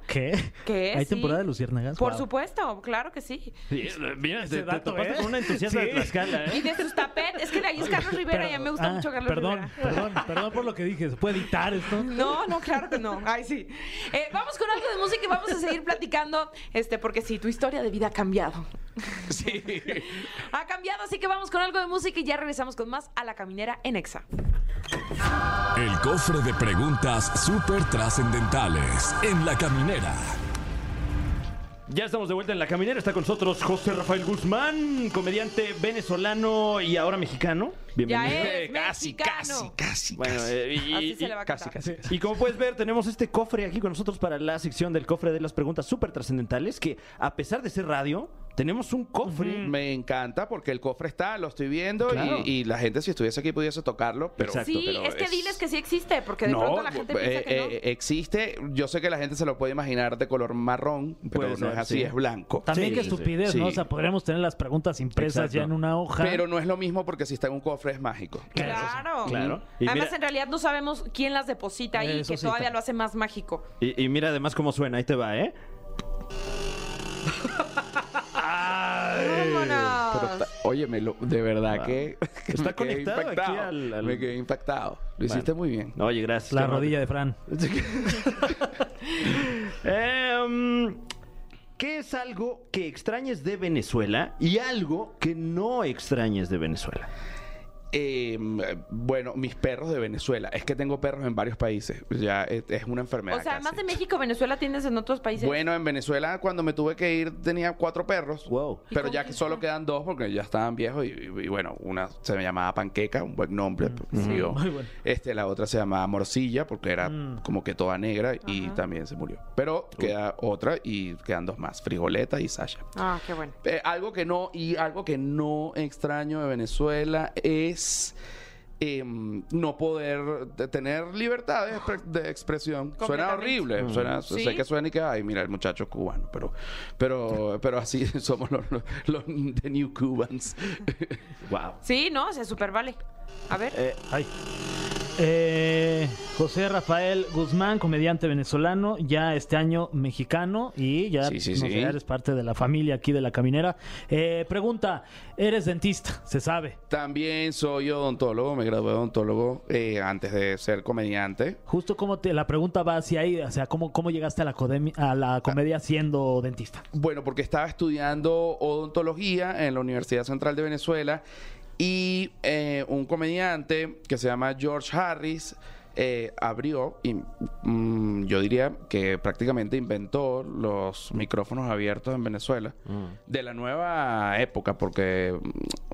[SPEAKER 7] Ah, ¿Qué?
[SPEAKER 2] ¿Qué?
[SPEAKER 7] ¿Hay
[SPEAKER 2] Sí.
[SPEAKER 7] temporada de luciérnagas?
[SPEAKER 2] Por
[SPEAKER 7] Guau.
[SPEAKER 2] supuesto, claro que sí.
[SPEAKER 3] Sí, eh, mira,
[SPEAKER 7] Ese
[SPEAKER 3] te, te
[SPEAKER 7] dato,
[SPEAKER 3] topaste
[SPEAKER 7] ¿eh?
[SPEAKER 3] con una entusiasta de
[SPEAKER 7] Sí.
[SPEAKER 3] Tlaxcala,
[SPEAKER 2] Y
[SPEAKER 3] ¿eh?
[SPEAKER 2] de sus tapetes, es que de ahí es Carlos Rivera y a mí me gusta
[SPEAKER 7] Ah,
[SPEAKER 2] mucho Carlos
[SPEAKER 7] perdón,
[SPEAKER 2] Rivera.
[SPEAKER 7] Perdón, perdón por lo que dije. ¿Se puede editar esto?
[SPEAKER 2] No, no, claro que no. Ay, sí. Eh, vamos con algo de música y vamos a seguir platicando, este, porque sí, tu historia de vida ha cambiado.
[SPEAKER 6] Sí.
[SPEAKER 2] Ha cambiado, así que vamos con algo de música y ya regresamos con más a la caminera en Exa.
[SPEAKER 1] El cofre de preguntas súper trascendentales en la caminera.
[SPEAKER 3] Ya estamos de vuelta en la caminera. Está con nosotros José Rafael Guzmán, comediante venezolano y ahora mexicano. Bienvenido.
[SPEAKER 2] Ya es
[SPEAKER 6] casi, casi,
[SPEAKER 2] mexicano.
[SPEAKER 6] casi,
[SPEAKER 3] Bueno,
[SPEAKER 6] casi.
[SPEAKER 3] eh, y,
[SPEAKER 2] Así se le va a
[SPEAKER 6] casi,
[SPEAKER 2] cantar.
[SPEAKER 6] casi.
[SPEAKER 3] y como puedes ver, tenemos este cofre aquí con nosotros para la sección del cofre de las preguntas súper trascendentales que, a pesar de ser radio, Tenemos un cofre.
[SPEAKER 6] Me encanta porque el cofre está, lo estoy viendo y-
[SPEAKER 3] Mm. Claro.
[SPEAKER 6] y, la gente si estuviese aquí pudiese tocarlo. Pero,
[SPEAKER 3] Exacto,
[SPEAKER 2] sí,
[SPEAKER 6] pero
[SPEAKER 2] es que diles que sí existe, porque de
[SPEAKER 6] no,
[SPEAKER 2] pronto la gente
[SPEAKER 6] eh,
[SPEAKER 2] piensa que no.
[SPEAKER 6] eh, existe. Yo sé que la gente se lo puede imaginar de color marrón, pero
[SPEAKER 3] Puede
[SPEAKER 6] no
[SPEAKER 3] ser,
[SPEAKER 6] es así,
[SPEAKER 3] sí.
[SPEAKER 6] es blanco.
[SPEAKER 7] También
[SPEAKER 3] Sí,
[SPEAKER 7] qué
[SPEAKER 3] sí,
[SPEAKER 7] estupidez, ¿no?
[SPEAKER 6] sí.
[SPEAKER 7] O sea, podríamos tener las preguntas impresas
[SPEAKER 3] Exacto.
[SPEAKER 7] ya en una hoja.
[SPEAKER 6] Pero no es lo mismo porque si está en un cofre es mágico.
[SPEAKER 2] Claro.
[SPEAKER 3] Claro. Y
[SPEAKER 2] Además,
[SPEAKER 3] mira-
[SPEAKER 2] en realidad no sabemos quién las deposita y
[SPEAKER 7] Eso
[SPEAKER 2] que
[SPEAKER 7] sí,
[SPEAKER 2] todavía
[SPEAKER 7] también.
[SPEAKER 2] lo hace más mágico.
[SPEAKER 3] Y, y mira además cómo suena, ahí te va, ¿eh?
[SPEAKER 2] Vámonos.
[SPEAKER 6] Pero está- óyeme, lo- de verdad que, que
[SPEAKER 3] Está
[SPEAKER 6] me quedé
[SPEAKER 3] conectado aquí
[SPEAKER 6] impactado.
[SPEAKER 3] al- al-
[SPEAKER 6] Me quedé impactado. Lo hiciste muy bien.
[SPEAKER 3] Oye, gracias.
[SPEAKER 7] La
[SPEAKER 3] qué
[SPEAKER 7] rodilla de Fran.
[SPEAKER 3] Eh, mm, ¿Qué es algo que extrañes de Venezuela y algo que no extrañes de Venezuela?
[SPEAKER 6] Eh, bueno, mis perros de Venezuela. Es que tengo perros en varios países. Ya es, es una enfermedad.
[SPEAKER 2] O sea,
[SPEAKER 6] casi.
[SPEAKER 2] además de México, Venezuela tienes en otros países.
[SPEAKER 6] Bueno, en Venezuela cuando me tuve que ir tenía cuatro perros.
[SPEAKER 3] Wow.
[SPEAKER 2] ¿Y
[SPEAKER 6] Pero
[SPEAKER 2] cómo
[SPEAKER 6] ya
[SPEAKER 2] les
[SPEAKER 6] que solo
[SPEAKER 2] fue?
[SPEAKER 6] quedan dos porque ya estaban viejos y, y- y bueno, una se me llamaba Panqueca, un buen nombre,
[SPEAKER 2] Mm.
[SPEAKER 6] pues, digo.
[SPEAKER 7] muy bueno.
[SPEAKER 6] Este, la otra se llamaba Morcilla porque era
[SPEAKER 7] Mm.
[SPEAKER 6] como que toda negra y
[SPEAKER 2] Ajá.
[SPEAKER 6] también se murió. Pero queda otra y quedan dos más, Frijoleta y Sasha.
[SPEAKER 2] Ah, qué bueno.
[SPEAKER 6] Eh, algo que no, y algo que no extraño de Venezuela es em, no poder de- tener libertad de, expre- de expresión. Suena
[SPEAKER 2] Completamente.
[SPEAKER 6] horrible. Suena,
[SPEAKER 2] Sí.
[SPEAKER 6] Sé que suena y que, ay, mira, el muchacho es cubano, pero, pero, pero así somos los, los, los the New Cubans.
[SPEAKER 3] Wow.
[SPEAKER 2] Sí, no, se super vale. A ver.
[SPEAKER 7] Ay. Eh, José Rafael Guzmán, comediante venezolano, ya este año mexicano y ya
[SPEAKER 6] Sí, sí,
[SPEAKER 7] no
[SPEAKER 6] sí.
[SPEAKER 7] sé, eres parte de la familia aquí de la caminera. Eh, pregunta, ¿eres dentista? Se sabe.
[SPEAKER 6] También soy odontólogo, me gradué de odontólogo eh, antes de ser comediante.
[SPEAKER 7] Justo como te, la pregunta va hacia ahí, o sea, ¿cómo, cómo llegaste a la, codem- a
[SPEAKER 6] Ah.
[SPEAKER 7] la comedia siendo dentista?
[SPEAKER 6] Bueno, porque estaba estudiando odontología en la Universidad Central de Venezuela y eh, un comediante que se llama George Harris eh, abrió y mm, yo diría que prácticamente inventó los micrófonos abiertos en Venezuela de la nueva época porque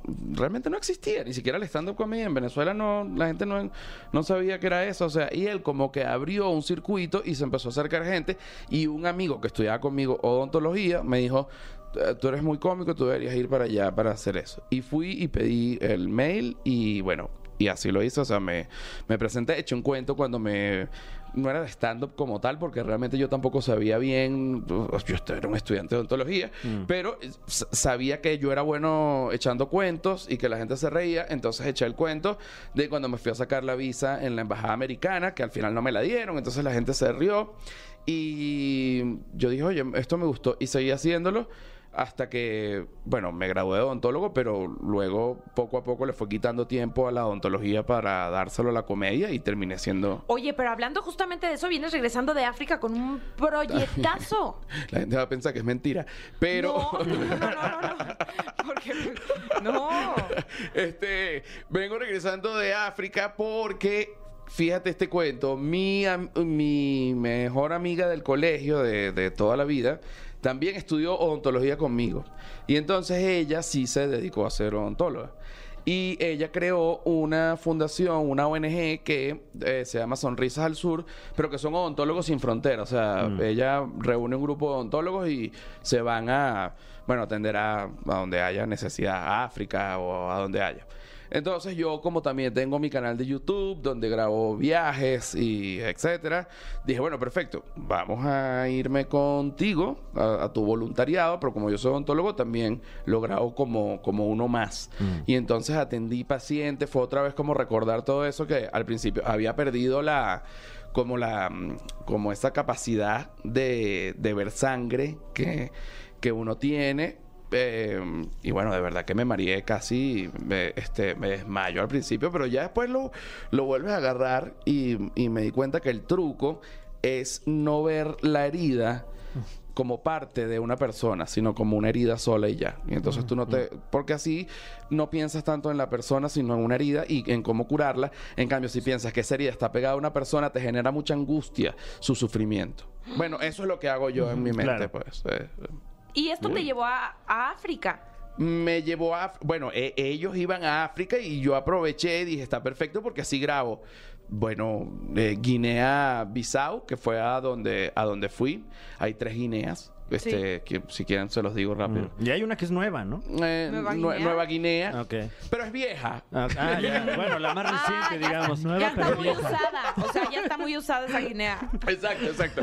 [SPEAKER 6] mm, realmente no existía ni siquiera el stand-up comedy en Venezuela no la gente no, no sabía que era eso o sea y él como que abrió un circuito y se empezó a acercar gente y un amigo que estudiaba conmigo odontología me dijo "Eh, tú eres muy cómico tú deberías ir para allá para hacer eso y fui y pedí el mail y bueno y así lo hice, o sea, me, me presenté, hecho un cuento cuando me... No era de stand-up como tal, porque realmente yo tampoco sabía bien, pues, yo est- era un estudiante de odontología, pero s- sabía que yo era bueno echando cuentos y que la gente se reía, entonces eché el cuento de cuando me fui a sacar la visa en la embajada americana, que al final no me la dieron, entonces la gente se rió y yo dije, oye, esto me gustó y seguí haciéndolo hasta que, bueno, me gradué de odontólogo, pero luego poco a poco le fue quitando tiempo a la odontología para dárselo a la comedia y terminé siendo...
[SPEAKER 2] Oye, pero hablando justamente de eso, vienes regresando de África con un proyectazo.
[SPEAKER 6] La gente va a pensar que es mentira, pero...
[SPEAKER 2] No, no, no, no, no, no. Porque no.
[SPEAKER 6] este, vengo regresando de África porque, fíjate este cuento, mi, am- mi mejor amiga del colegio de, de toda la vida también estudió odontología conmigo. Y entonces ella sí se dedicó a ser odontóloga. Y ella creó una fundación, una ONG que eh, se llama Sonrisas al Sur, pero que son odontólogos sin fronteras. O sea, ella reúne un grupo de odontólogos y se van a, bueno, atender a, a donde haya necesidad, a África o a donde haya. Entonces yo como también tengo mi canal de YouTube donde grabo viajes y etcétera, dije, bueno, perfecto, vamos a irme contigo a, a tu voluntariado, pero como yo soy odontólogo también lo grabo como, como uno más. Y entonces atendí pacientes, fue otra vez como recordar todo eso que al principio había perdido la como la mm, como esa capacidad de, de ver sangre que, que uno tiene eh, y bueno, de verdad que me mareé casi, me, este, me desmayo al principio, pero ya después lo, lo vuelves a agarrar y, y me di cuenta que el truco es no ver la herida como parte de una persona, sino como una herida sola y ya. Y entonces tú no te... Porque así no piensas tanto en la persona, sino en una herida y en cómo curarla. En cambio, si piensas que esa herida está pegada a una persona, te genera mucha angustia su sufrimiento. Bueno, eso es lo que hago yo en mi mente,
[SPEAKER 7] Claro.
[SPEAKER 6] pues. eh,
[SPEAKER 2] Y esto te llevó a, a África.
[SPEAKER 6] me llevó a... Bueno, e- ellos iban a África y yo aproveché y dije, está perfecto porque así grabo. bueno, eh, Guinea-Bissau, que fue a donde, a donde fui. Hay tres Guineas. Este, que si quieren se los digo rápido.
[SPEAKER 3] Y hay una que es nueva, ¿no?
[SPEAKER 6] Eh,
[SPEAKER 2] ¿Nueva
[SPEAKER 6] Nue-
[SPEAKER 2] Guinea?
[SPEAKER 6] Nueva Guinea.
[SPEAKER 3] Ok.
[SPEAKER 6] Pero es vieja.
[SPEAKER 3] Ah, ah, ya. Bueno, la más
[SPEAKER 2] Ah,
[SPEAKER 3] reciente,
[SPEAKER 2] ya
[SPEAKER 3] digamos.
[SPEAKER 2] está- ya está muy usada. O sea, ya está muy usada esa Guinea.
[SPEAKER 6] Exacto, exacto.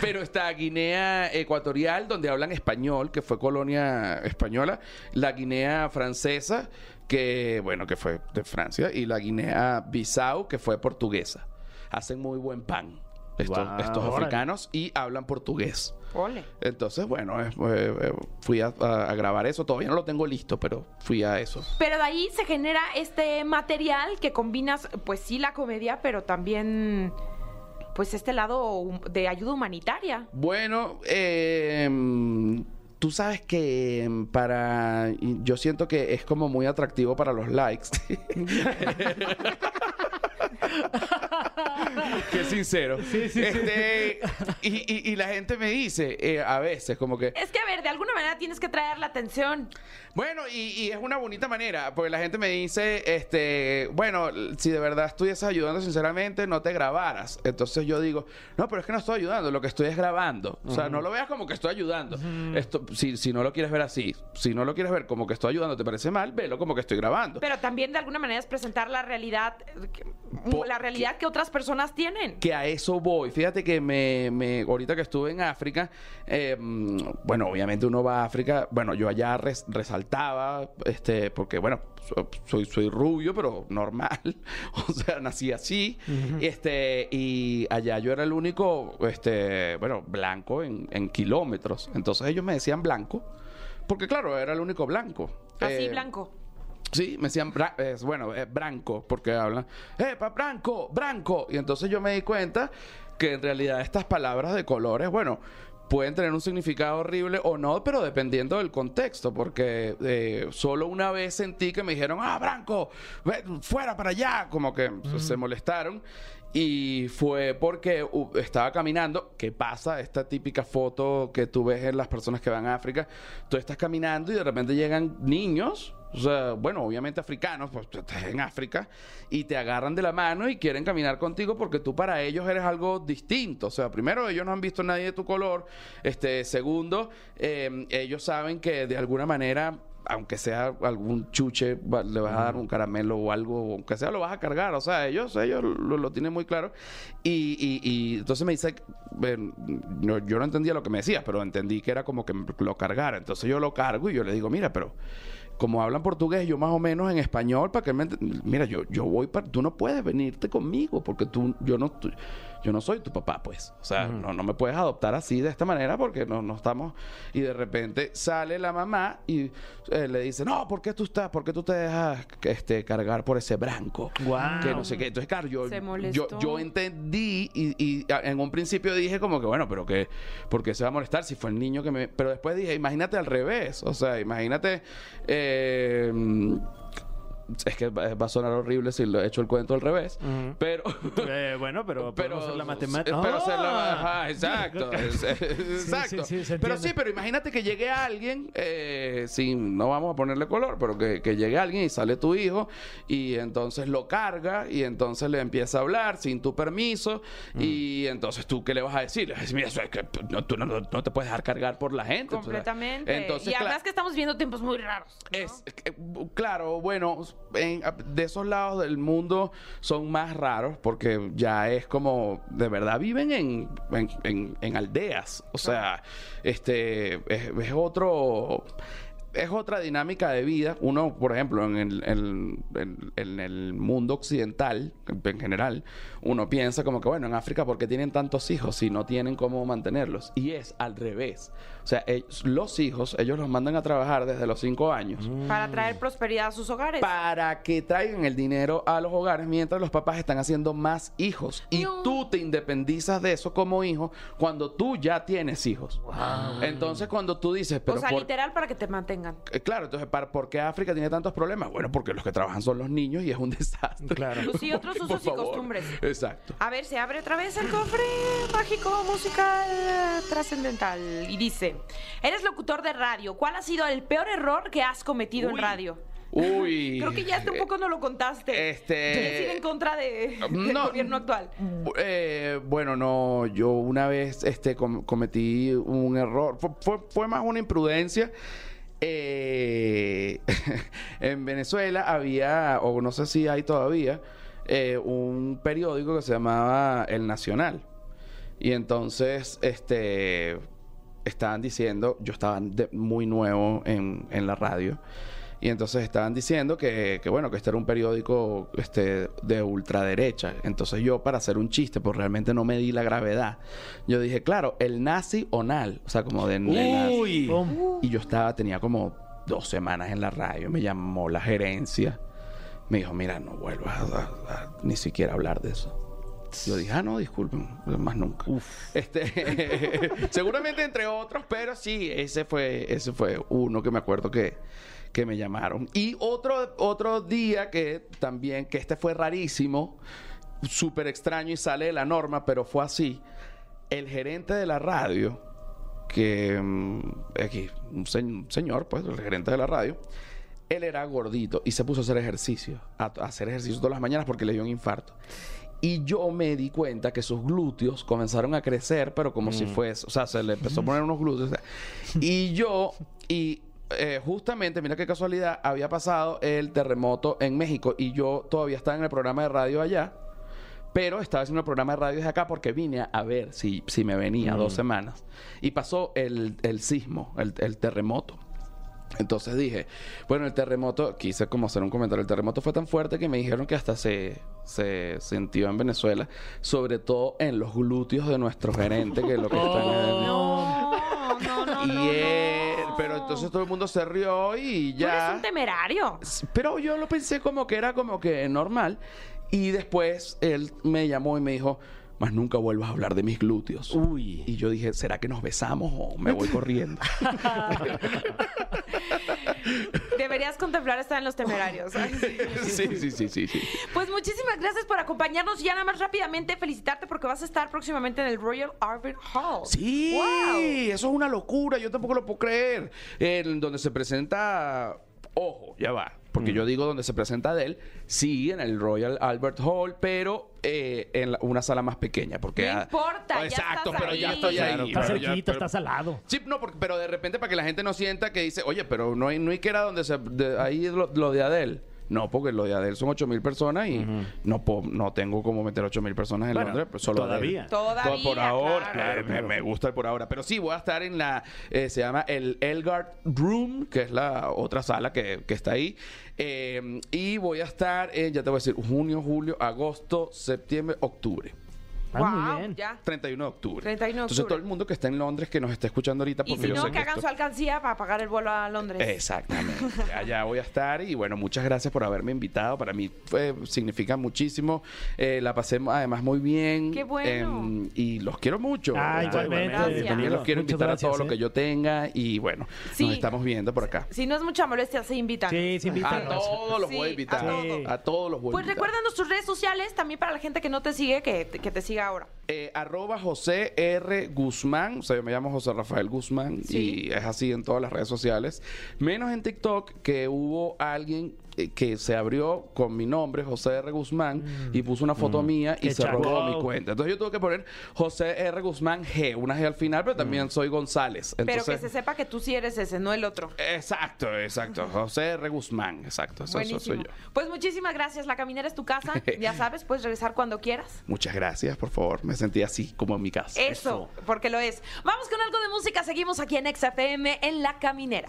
[SPEAKER 6] Pero está Guinea Ecuatorial, donde hablan español, que fue colonia española, la Guinea Francesa, que bueno, que fue de Francia, y la Guinea Bissau, que fue portuguesa. Hacen muy buen pan estos,
[SPEAKER 3] Guau,
[SPEAKER 6] estos
[SPEAKER 3] órale.
[SPEAKER 6] africanos y hablan portugués.
[SPEAKER 2] Ole.
[SPEAKER 6] Entonces, bueno, es- eh, eh, fui a, a- a grabar eso. Todavía no lo tengo listo, pero fui a eso.
[SPEAKER 2] Pero de ahí se genera este material que combinas, pues sí, la comedia, pero también, pues este lado hum- de ayuda humanitaria.
[SPEAKER 6] Bueno, eh, tú sabes que em, para. y Yo siento que es como muy atractivo para los likes. Qué sincero. Este, Y, y- y la gente me dice eh, a veces, como que.
[SPEAKER 2] Es que, a ver, de alguna manera tienes que traer la atención.
[SPEAKER 6] Bueno, y, y es una bonita manera, porque la gente me dice, este, bueno, l- si de verdad estuvieses ayudando sinceramente, no te grabaras. Entonces yo digo, no, pero es que no estoy ayudando, lo que estoy es grabando. O sea, no lo veas como que estoy ayudando. Esto, si, si no lo quieres ver así, si no lo quieres ver como que estoy ayudando, te parece mal, velo como que estoy grabando.
[SPEAKER 2] Pero también de alguna manera es presentar la realidad, eh, que-
[SPEAKER 6] Po-
[SPEAKER 2] la realidad que otras personas tienen.
[SPEAKER 6] que a eso voy. Fíjate que me, me- ahorita que estuve en África, eh, mm, bueno, obviamente uno va a África, bueno, yo allá res- resaltaba, este, porque bueno, so- soy, soy rubio, pero normal, o sea, nací así, este, y allá yo era el único, este, bueno, blanco en, en kilómetros, entonces ellos me decían blanco, porque claro, era el único blanco.
[SPEAKER 2] Así,
[SPEAKER 6] Eh,
[SPEAKER 2] Ah, blanco.
[SPEAKER 6] Sí, me decían, bra- es, bueno, eh, branco, porque hablan, ¡epa, branco, branco! Y entonces yo me di cuenta que en realidad estas palabras de colores, bueno, pueden tener un significado horrible o no, pero dependiendo del contexto, porque eh, solo una vez sentí que me dijeron, ¡ah, branco! ve- ¡Fuera para allá! Como que pues, se molestaron. Y fue porque u- estaba caminando, que pasa esta típica foto que tú ves en las personas que van a África, tú estás caminando y de repente llegan niños o sea, bueno, obviamente africanos, pues tú estás en África y te agarran de la mano y quieren caminar contigo porque tú para ellos eres algo distinto. O sea, primero, ellos no han visto a nadie de tu color. Este, segundo, eh, ellos saben que de alguna manera, aunque sea algún chuche, va- le vas a dar un caramelo o algo, o aunque sea lo vas a cargar. O sea, ellos, ellos lo, lo tienen muy claro. Y, y- y entonces me dice, eh, no, yo no entendía lo que me decías, pero entendí que era como que lo cargara. Entonces yo lo cargo y yo le digo, mira, pero como hablan portugués, yo más o menos en español, para que él me ent- mira, yo, yo voy para, tú no puedes venirte conmigo, porque tú, yo no, tú- yo no soy tu papá, pues, o sea, no, no me puedes adoptar así de esta manera, porque no, no estamos, y de repente sale la mamá y eh, le dice, no, ¿por qué tú estás, por qué tú te dejas, este, cargar por ese branco?
[SPEAKER 7] Guau.
[SPEAKER 6] Que no sé qué, entonces, claro, yo,
[SPEAKER 2] Se
[SPEAKER 6] yo,
[SPEAKER 2] molestó.
[SPEAKER 6] yo entendí y, y a- en un principio dije como que, bueno, pero que, porque se va a molestar si fue el niño que me... Pero después dije, imagínate al revés, o sea, imagínate... eh, es que va va a sonar horrible si lo he hecho el cuento al revés, pero...
[SPEAKER 3] Eh, bueno, pero,
[SPEAKER 6] Pero, eh,
[SPEAKER 3] podemos hacer la matemática.
[SPEAKER 6] pero hacer la-
[SPEAKER 3] ¡Ah!
[SPEAKER 6] ajá, exacto. es- es- exacto.
[SPEAKER 7] sí, sí, se
[SPEAKER 6] pero
[SPEAKER 7] entiende.
[SPEAKER 6] sí, pero imagínate que llegue alguien, eh, sin, no vamos a ponerle color, pero que, que llegue alguien y sale tu hijo y entonces lo carga y entonces le empieza a hablar sin tu permiso y
[SPEAKER 3] Mm.
[SPEAKER 6] entonces tú qué le vas a decir? Le vas a decir, Mira, eso es que no, tú no, no- no te puedes dejar cargar por la gente. Entonces,
[SPEAKER 2] Completamente. y
[SPEAKER 6] cla-
[SPEAKER 2] además que estamos viendo tiempos muy raros. ¿no?
[SPEAKER 6] es, eh, claro, bueno, en- de esos lados del mundo son más raros porque ya es como, de verdad viven en, en- en- en aldeas. O sea, este es, es otro... Es otra dinámica de vida. Uno, por ejemplo, en el, en- en- en el mundo occidental, en general, uno piensa como que, bueno, en África, ¿por qué tienen tantos hijos si no tienen cómo mantenerlos? Y es al revés. O sea, ellos- los hijos, ellos los mandan a trabajar desde los cinco años
[SPEAKER 2] Para traer prosperidad a sus hogares.
[SPEAKER 6] para que traigan el dinero a los hogares mientras los papás están haciendo más hijos. Y
[SPEAKER 2] No.
[SPEAKER 6] tú te independizas de eso como hijo cuando tú ya tienes hijos. Entonces, cuando tú dices, pero
[SPEAKER 2] o sea,
[SPEAKER 6] por-
[SPEAKER 2] literal para que te mantengan.
[SPEAKER 6] Eh, Claro, entonces, ¿para- ¿por qué África tiene tantos problemas? Bueno, porque los que trabajan son los niños y es un desastre.
[SPEAKER 3] Claro.
[SPEAKER 2] Pues sí, otros
[SPEAKER 6] Por
[SPEAKER 2] usos y
[SPEAKER 6] favor.
[SPEAKER 2] costumbres.
[SPEAKER 6] Exacto.
[SPEAKER 2] A ver, se abre otra vez el cofre mágico musical eh, trascendental. Y dice, eres locutor de radio. ¿Cuál ha sido el peor error que has cometido en
[SPEAKER 6] Uy.
[SPEAKER 2] radio?
[SPEAKER 6] Uy.
[SPEAKER 2] Creo que ya hasta un poco no lo contaste.
[SPEAKER 6] Este- mm,
[SPEAKER 2] ¿Quieres ir en contra de, del
[SPEAKER 6] No.
[SPEAKER 2] gobierno actual?
[SPEAKER 6] Eh, bueno, no, yo una vez este, com- cometí un error, Fue- fue, fue más una imprudencia. Eh, en Venezuela había, o no sé si hay todavía, eh, un periódico que se llamaba El Nacional. Y entonces, este, estaban diciendo, yo estaba de- muy nuevo en, en la radio, y entonces estaban diciendo que, que, bueno, que este era un periódico este, de ultraderecha. Entonces yo, para hacer un chiste, pues realmente no me di la gravedad, yo dije, claro, el nazi onal, o sea, como de... de nazi.
[SPEAKER 1] Uy.
[SPEAKER 6] Y yo estaba, tenía como dos semanas en la radio, me llamó la gerencia, me dijo, mira, no vuelvas a, a- a ni siquiera hablar de eso. Yo dije, ah, no, disculpen, más nunca. Este, seguramente entre otros, pero sí, ese fue, ese fue uno que me acuerdo que, que me llamaron. Y otro, otro día que también, que este fue rarísimo, súper extraño y sale de la norma, pero fue así. El gerente de la radio, que mm, aquí, un, se- un señor, pues, el gerente de la radio, él era gordito y se puso a hacer ejercicio, a, a hacer ejercicio todas las mañanas porque le dio un infarto. Y yo me di cuenta que sus glúteos comenzaron a crecer, pero como si fuese, o sea, se le empezó a poner unos glúteos. o sea, y yo, y eh, justamente, mira qué casualidad, había pasado el terremoto en México y yo todavía estaba en el programa de radio allá, pero estaba haciendo el programa de radio desde acá porque vine a ver si, si me venía
[SPEAKER 2] Mm.
[SPEAKER 6] dos semanas. Y pasó el, el sismo, el- el terremoto. Entonces dije, bueno, el terremoto, quise como hacer un comentario, el terremoto fue tan fuerte que me dijeron que hasta se, se sintió en Venezuela, sobre todo en los glúteos de nuestro gerente, que es lo que está en
[SPEAKER 2] No, no, no.
[SPEAKER 6] Y
[SPEAKER 2] Oh, no,
[SPEAKER 6] él-
[SPEAKER 2] no.
[SPEAKER 6] pero entonces todo el mundo se rió y
[SPEAKER 2] Tú eres
[SPEAKER 6] ya.
[SPEAKER 2] un temerario.
[SPEAKER 6] Pero yo lo pensé como que era como que normal. Y después él me llamó y me dijo, más nunca vuelvas a hablar de mis glúteos.
[SPEAKER 3] Uy.
[SPEAKER 6] Y yo dije, ¿será que nos besamos o me voy corriendo?
[SPEAKER 2] Deberías contemplar estar en los temerarios. Ay, sí.
[SPEAKER 6] sí, sí, sí, sí, sí.
[SPEAKER 2] Pues muchísimas gracias por acompañarnos. Y Ya nada más rápidamente felicitarte porque vas a estar próximamente en el Royal Albert Hall.
[SPEAKER 6] Sí,
[SPEAKER 2] ¡Wow!
[SPEAKER 6] eso es una locura, yo tampoco lo puedo creer. En donde se presenta, ojo, ya va, porque yo digo donde se presenta de él, sí, en el Royal Albert Hall, pero eh, en la- una sala más pequeña, porque
[SPEAKER 2] No
[SPEAKER 6] ah,
[SPEAKER 2] importa, ya
[SPEAKER 6] exacto,
[SPEAKER 2] estás
[SPEAKER 6] pero ya
[SPEAKER 2] ahí.
[SPEAKER 6] estoy ahí.
[SPEAKER 2] Claro,
[SPEAKER 7] Está
[SPEAKER 6] pero ya-
[SPEAKER 7] cerquita,
[SPEAKER 6] pero-
[SPEAKER 7] está salado.
[SPEAKER 6] Sí, no, porque- pero de repente para que la gente no sienta que dice, oye, pero no hay, no hay que era donde se, de- ahí lo, lo de Adel. No, porque lo de Adel son 8 mil personas y no, po- no tengo como meter 8 mil personas en
[SPEAKER 3] Bueno,
[SPEAKER 6] Londres, pero solo
[SPEAKER 3] todavía.
[SPEAKER 6] Adele.
[SPEAKER 2] Todavía.
[SPEAKER 6] Por ahora,
[SPEAKER 2] claro.
[SPEAKER 6] claro, me, me gusta el por ahora. Pero sí, voy a estar en la, eh, se llama el Elgard Room, que es la otra sala que, que está ahí. Eh, y voy a estar, en, ya te voy a decir, junio, julio, agosto, septiembre, octubre.
[SPEAKER 7] Ah,
[SPEAKER 2] Wow,
[SPEAKER 7] muy bien.
[SPEAKER 2] ya.
[SPEAKER 6] 31 de octubre.
[SPEAKER 2] 31 de
[SPEAKER 6] Entonces
[SPEAKER 2] octubre.
[SPEAKER 6] todo el mundo que está en Londres, que nos está escuchando ahorita,
[SPEAKER 2] Y
[SPEAKER 6] porque
[SPEAKER 2] si
[SPEAKER 6] yo
[SPEAKER 2] no,
[SPEAKER 6] sé
[SPEAKER 2] que hagan
[SPEAKER 6] esto-
[SPEAKER 2] su alcancía para pagar el vuelo a Londres.
[SPEAKER 6] Exactamente. Allá voy a estar y bueno, muchas gracias por haberme invitado. Para mí fue- significa muchísimo. Eh, la pasé además muy bien.
[SPEAKER 2] Qué bueno.
[SPEAKER 6] Em, y los quiero mucho.
[SPEAKER 7] Ah,
[SPEAKER 6] Este,
[SPEAKER 7] igualmente,
[SPEAKER 6] también
[SPEAKER 2] Danilo.
[SPEAKER 6] los quiero
[SPEAKER 7] Muchas
[SPEAKER 6] invitar
[SPEAKER 7] gracias,
[SPEAKER 6] a todo
[SPEAKER 7] ¿eh?
[SPEAKER 6] lo que yo tenga y bueno,
[SPEAKER 2] Sí.
[SPEAKER 6] nos estamos viendo por acá.
[SPEAKER 2] Si no es mucha molestia, se invitan.
[SPEAKER 7] Sí, sí,
[SPEAKER 3] Ah,
[SPEAKER 6] A
[SPEAKER 7] invítanos.
[SPEAKER 6] todos los
[SPEAKER 2] Sí,
[SPEAKER 6] voy a
[SPEAKER 2] a
[SPEAKER 6] invitar.
[SPEAKER 2] todos.
[SPEAKER 6] A todos los voy a
[SPEAKER 2] Pues
[SPEAKER 6] invitar.
[SPEAKER 2] recuérdanos tus redes sociales también para la gente que no te sigue, que, que te siga ahora.
[SPEAKER 6] Eh, arroba José R. Guzmán, o sea, yo me llamo José Rafael Guzmán
[SPEAKER 2] Sí.
[SPEAKER 6] y es así en todas las redes sociales, menos en TikTok que hubo alguien eh, que se abrió con mi nombre, José R. Guzmán, y puso una
[SPEAKER 2] Mm.
[SPEAKER 6] foto mía y
[SPEAKER 7] Qué
[SPEAKER 6] se
[SPEAKER 7] chaco.
[SPEAKER 6] robó
[SPEAKER 7] Wow.
[SPEAKER 6] mi cuenta. Entonces yo tuve que poner José R. Guzmán G, una G al final, pero también soy González.
[SPEAKER 2] Mm. Pero que
[SPEAKER 6] Entonces-
[SPEAKER 2] se sepa que tú sí eres ese, no el otro.
[SPEAKER 6] Exacto, exacto. José R. Guzmán, exacto, eso, eso soy
[SPEAKER 2] Buenísimo.
[SPEAKER 6] yo.
[SPEAKER 2] Pues muchísimas gracias. La caminera es tu casa. Ya sabes, puedes regresar cuando quieras.
[SPEAKER 6] Muchas gracias, por favor. Me sentí así como en mi casa.
[SPEAKER 2] Eso, porque lo es. Vamos con algo de música. Seguimos aquí en XFM en La Caminera.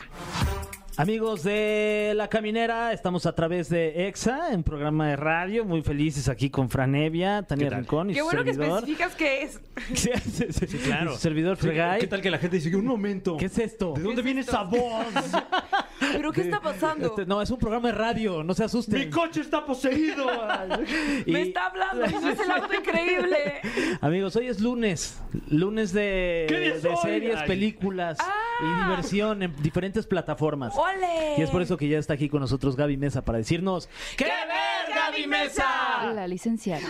[SPEAKER 7] Amigos de La Caminera, estamos a través de EXA, un programa de radio, muy felices aquí con Franevia, Tania
[SPEAKER 3] tal?
[SPEAKER 7] Rincón y
[SPEAKER 2] Qué
[SPEAKER 7] su
[SPEAKER 2] bueno que
[SPEAKER 7] servidor.
[SPEAKER 2] especificas qué es.
[SPEAKER 7] Sí, sí, sí.
[SPEAKER 3] claro.
[SPEAKER 7] Y su servidor
[SPEAKER 3] Sí,
[SPEAKER 7] Fregay.
[SPEAKER 3] ¿Qué tal que la gente dice, un momento?
[SPEAKER 7] ¿Qué es esto?
[SPEAKER 3] ¿De dónde viene esa voz?
[SPEAKER 2] ¿Pero qué está pasando?
[SPEAKER 7] Este, no, es un programa de radio, no se asusten.
[SPEAKER 3] ¡Mi coche está poseído!
[SPEAKER 7] Y-
[SPEAKER 2] Me está hablando, eso es el auto increíble.
[SPEAKER 7] Amigos, hoy es lunes. Lunes de,
[SPEAKER 3] ¿Qué día es
[SPEAKER 7] de
[SPEAKER 3] hoy?
[SPEAKER 7] series,
[SPEAKER 3] Ay.
[SPEAKER 7] películas y diversión en diferentes plataformas.
[SPEAKER 2] Ah. ¡Ole!
[SPEAKER 7] Y es por eso que ya está aquí con nosotros Gaby Mesa para decirnos
[SPEAKER 2] ¡Qué ver, Gaby
[SPEAKER 7] Ah.
[SPEAKER 2] Mesa!
[SPEAKER 8] La licenciada.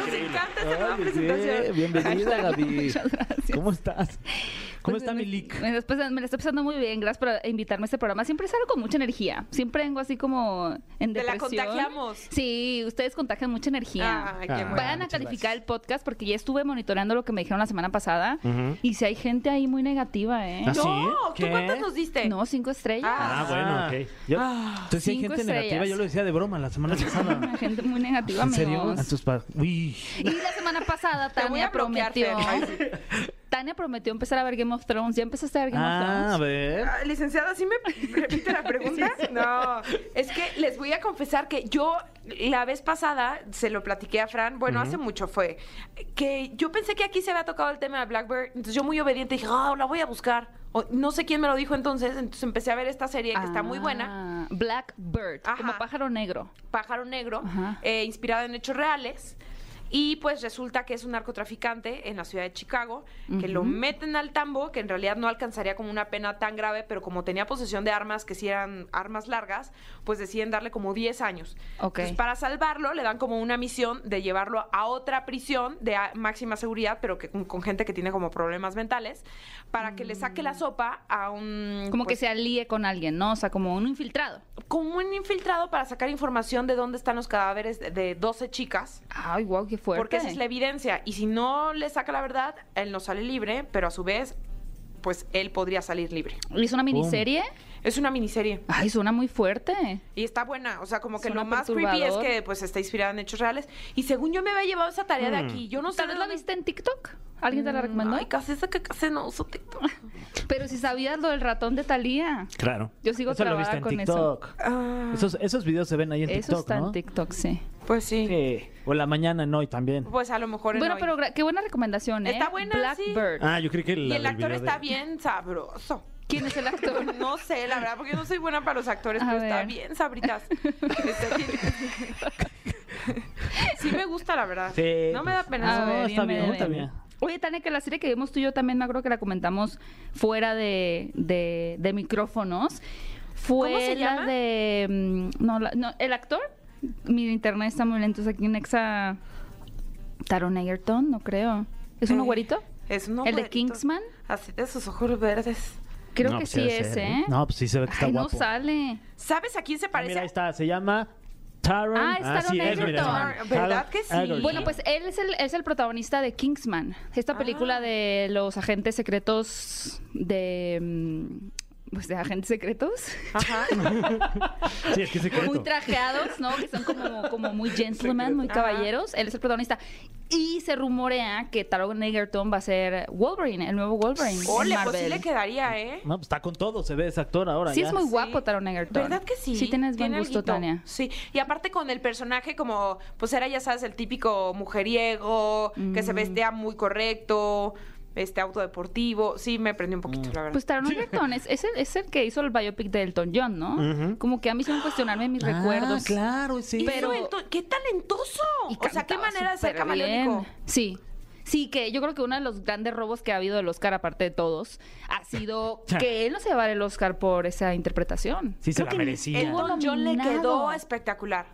[SPEAKER 2] Nos encanta esta nueva
[SPEAKER 7] Oye, sí,
[SPEAKER 2] presentación.
[SPEAKER 7] Bienvenida, Gaby. ¿Cómo estás? ¿Cómo
[SPEAKER 8] Pues,
[SPEAKER 7] está
[SPEAKER 8] me-
[SPEAKER 7] mi leak?
[SPEAKER 8] Me, está pasando- me la estoy pasando muy bien. Gracias por invitarme a este programa. Siempre salgo con mucha energía. Siempre vengo así como en
[SPEAKER 2] Te la
[SPEAKER 8] depresión.
[SPEAKER 2] contagiamos.
[SPEAKER 8] Sí, ustedes contagian mucha energía.
[SPEAKER 2] Ay, qué
[SPEAKER 7] Ah.
[SPEAKER 2] bueno.
[SPEAKER 8] Vayan a calificar el podcast porque ya estuve monitoreando lo que me dijeron la semana pasada. Y si hay gente ahí muy negativa, ¿eh?
[SPEAKER 7] ¿Ah, sí?
[SPEAKER 2] No, ¿tú
[SPEAKER 7] ¿Qué?
[SPEAKER 2] cuántas nos diste?
[SPEAKER 8] No, cinco estrellas.
[SPEAKER 2] Ah.
[SPEAKER 7] Ah, bueno, ok. Yo, entonces, si hay
[SPEAKER 8] Cinco
[SPEAKER 7] gente negativa,
[SPEAKER 8] estrellas.
[SPEAKER 7] yo lo decía de broma la semana pasada.
[SPEAKER 8] Una gente muy negativa,
[SPEAKER 7] Ah, ¿En serio? Ah,
[SPEAKER 8] amigos.
[SPEAKER 7] Entonces, pa- Uy.
[SPEAKER 8] Y la semana pasada
[SPEAKER 2] Te voy a
[SPEAKER 8] Tania
[SPEAKER 2] bloquear,
[SPEAKER 8] prometió.
[SPEAKER 2] Fer. Ay, sí.
[SPEAKER 8] Tania prometió empezar a ver Game of Thrones. ¿Ya empezaste a ver Game
[SPEAKER 7] Ah, a
[SPEAKER 8] of Thrones?
[SPEAKER 7] ver.
[SPEAKER 2] Ah, Licenciada, ¿sí me repite la pregunta? No, es que les voy a confesar que yo la vez pasada se lo platiqué a Fran, bueno, hace mucho fue, que yo pensé que aquí se había tocado el tema de Blackbird, entonces yo muy obediente dije, ah, la voy a buscar. O no sé quién me lo dijo entonces, entonces empecé a ver esta serie que está muy buena.
[SPEAKER 8] Ah, Blackbird, como
[SPEAKER 2] Ajá.
[SPEAKER 8] pájaro negro.
[SPEAKER 2] Pájaro Negro,
[SPEAKER 8] Ajá.
[SPEAKER 2] eh, inspirada en hechos reales. Y pues resulta que es un narcotraficante en la ciudad de Chicago, que lo meten al tambo, que en realidad no alcanzaría como una pena tan grave, pero como tenía posesión de armas, que si eran armas largas, pues deciden darle como 10 años.
[SPEAKER 8] Ok.
[SPEAKER 2] Entonces, para salvarlo, le dan como una misión de llevarlo a otra prisión de a- máxima seguridad, pero que con, con gente que tiene como problemas mentales, para que le saque la sopa a un...
[SPEAKER 8] Mm. Como
[SPEAKER 2] pues,
[SPEAKER 8] que se alíe con alguien, ¿no? O sea, como un infiltrado.
[SPEAKER 2] como un infiltrado para sacar información de dónde están los cadáveres de- de 12 chicas.
[SPEAKER 8] Ay, wow, qué fuerte.
[SPEAKER 2] Porque esa es la evidencia. Y si no le saca la verdad, él no sale libre, pero a su vez, pues él podría salir libre.
[SPEAKER 8] ¿Y ¿Es una miniserie?
[SPEAKER 2] Es una miniserie.
[SPEAKER 8] Ay, suena muy fuerte.
[SPEAKER 2] Y está buena, o sea, como que
[SPEAKER 8] Suena
[SPEAKER 2] lo más creepy es
[SPEAKER 8] perturbador.
[SPEAKER 2] que pues está inspirada en hechos reales. Y según yo me había llevado esa tarea
[SPEAKER 7] Hmm.
[SPEAKER 2] de aquí, yo no sé
[SPEAKER 8] ¿Tal
[SPEAKER 2] de
[SPEAKER 8] vez la
[SPEAKER 2] dónde- Mm,
[SPEAKER 8] viste en TikTok? ¿Alguien te la recomendó?
[SPEAKER 2] Ay, casi esa que casi no uso TikTok.
[SPEAKER 8] Pero si sabías lo del ratón de Talía.
[SPEAKER 7] Claro.
[SPEAKER 8] Yo sigo
[SPEAKER 7] eso lo
[SPEAKER 8] trabada
[SPEAKER 7] viste en
[SPEAKER 8] con
[SPEAKER 7] TikTok.
[SPEAKER 2] Ah,
[SPEAKER 4] Esos, esos videos se ven ahí en
[SPEAKER 8] Eso
[SPEAKER 4] TikTok,
[SPEAKER 8] está
[SPEAKER 4] ¿no?
[SPEAKER 8] en TikTok, sí.
[SPEAKER 2] pues sí.
[SPEAKER 4] Sí. O la mañana en hoy también.
[SPEAKER 2] Pues a lo mejor en
[SPEAKER 8] Bueno,
[SPEAKER 2] hoy.
[SPEAKER 8] pero gra- qué buena recomendación, ¿eh?
[SPEAKER 2] Está buena, sí.
[SPEAKER 8] Blackbird.
[SPEAKER 7] Ah, yo creí que
[SPEAKER 2] Y
[SPEAKER 7] la
[SPEAKER 2] el
[SPEAKER 7] del video
[SPEAKER 2] actor
[SPEAKER 7] de-
[SPEAKER 2] está bien sabroso.
[SPEAKER 8] ¿Quién es el actor?
[SPEAKER 2] No sé, la verdad, porque yo no soy buena para los actores,
[SPEAKER 8] A
[SPEAKER 2] pero está
[SPEAKER 8] ver.
[SPEAKER 2] bien, sabritas. Está bien. sí me gusta, la verdad.
[SPEAKER 7] Sí,
[SPEAKER 2] no me da
[SPEAKER 7] pues,
[SPEAKER 2] pena.
[SPEAKER 8] Ah,
[SPEAKER 2] saber.
[SPEAKER 8] no,
[SPEAKER 7] está bien,
[SPEAKER 8] me
[SPEAKER 7] está
[SPEAKER 8] deben.
[SPEAKER 7] bien.
[SPEAKER 8] Oye, Tania, que la serie que vimos tú y yo también me acuerdo que la comentamos fuera de, de- de micrófonos. Fue
[SPEAKER 2] ¿Cómo se
[SPEAKER 8] la
[SPEAKER 2] llama?
[SPEAKER 8] de. mm, No, la- no, el actor. Mi internet está muy lento. es aquí en Exa. Taron Egerton, no creo. ¿Es uno
[SPEAKER 2] Eh,
[SPEAKER 8] güerito?
[SPEAKER 2] Es un
[SPEAKER 8] ¿El de
[SPEAKER 2] abuelito.
[SPEAKER 8] Kingsman?
[SPEAKER 2] Así de sus ojos verdes.
[SPEAKER 8] Creo
[SPEAKER 7] No,
[SPEAKER 8] que
[SPEAKER 7] pues,
[SPEAKER 8] sí
[SPEAKER 7] debe
[SPEAKER 8] es,
[SPEAKER 7] ser,
[SPEAKER 8] ¿eh?
[SPEAKER 4] No, pues sí se ve que está
[SPEAKER 8] Ay, no
[SPEAKER 4] guapo.
[SPEAKER 3] Ah,
[SPEAKER 8] sale.
[SPEAKER 2] ¿Sabes a quién se
[SPEAKER 4] Ah, mira,
[SPEAKER 2] parece?
[SPEAKER 4] ahí está. Se llama Taron.
[SPEAKER 8] Ah, es Taron
[SPEAKER 7] sí, es
[SPEAKER 8] Egerton.
[SPEAKER 7] Taron
[SPEAKER 2] ¿Verdad que sí?
[SPEAKER 7] Egerton.
[SPEAKER 8] Bueno, pues él es el, es el protagonista de Kingsman, esta película
[SPEAKER 2] Ah.
[SPEAKER 8] de los agentes secretos de... mm, Pues de agentes secretos.
[SPEAKER 2] Ajá.
[SPEAKER 7] Sí, es que es secreto.
[SPEAKER 8] Muy trajeados, ¿no? Que son como, como muy gentlemen, muy
[SPEAKER 2] Ajá.
[SPEAKER 8] caballeros. Él es el protagonista. Y se rumorea que Taron Egerton va a ser Wolverine, el nuevo Wolverine.
[SPEAKER 2] Ole,
[SPEAKER 8] en
[SPEAKER 2] pues sí
[SPEAKER 8] Marvel.
[SPEAKER 2] le quedaría, ¿eh?
[SPEAKER 4] No, pues está con todo. Se ve ese actor ahora.
[SPEAKER 8] Sí,
[SPEAKER 4] ya.
[SPEAKER 8] es muy guapo
[SPEAKER 2] Sí.
[SPEAKER 8] Taron Egerton.
[SPEAKER 2] ¿Verdad que sí?
[SPEAKER 8] Sí tienes buen
[SPEAKER 2] Tiene
[SPEAKER 8] gusto,
[SPEAKER 2] alguito.
[SPEAKER 8] Tania.
[SPEAKER 2] Sí, y aparte con el personaje como, pues era, ya sabes, el típico mujeriego, que
[SPEAKER 8] Mm.
[SPEAKER 2] se vestía muy correcto, este auto deportivo. Sí, me prendí un
[SPEAKER 4] Mm.
[SPEAKER 2] poquito, la verdad.
[SPEAKER 8] Pues Taron Egerton es, es, el, es el que hizo el biopic de Elton John, ¿no? Como que a mí se me cuestionarme mis
[SPEAKER 4] Ah,
[SPEAKER 8] recuerdos.
[SPEAKER 4] claro, sí.
[SPEAKER 2] Hizo
[SPEAKER 8] pero-
[SPEAKER 2] el to- ¡Qué talentoso!
[SPEAKER 8] Y
[SPEAKER 2] o sea, qué
[SPEAKER 8] cantaba
[SPEAKER 2] manera de ser
[SPEAKER 8] súper bien.
[SPEAKER 2] camaleónico.
[SPEAKER 8] Sí. Sí, que yo creo que uno de los grandes robos que ha habido del Oscar, aparte de todos, ha sido que él no se va a dar el Oscar por esa interpretación.
[SPEAKER 7] Sí, se la merecía.
[SPEAKER 8] Estuvo
[SPEAKER 2] Elton John le
[SPEAKER 8] nominado.
[SPEAKER 2] quedó espectacular.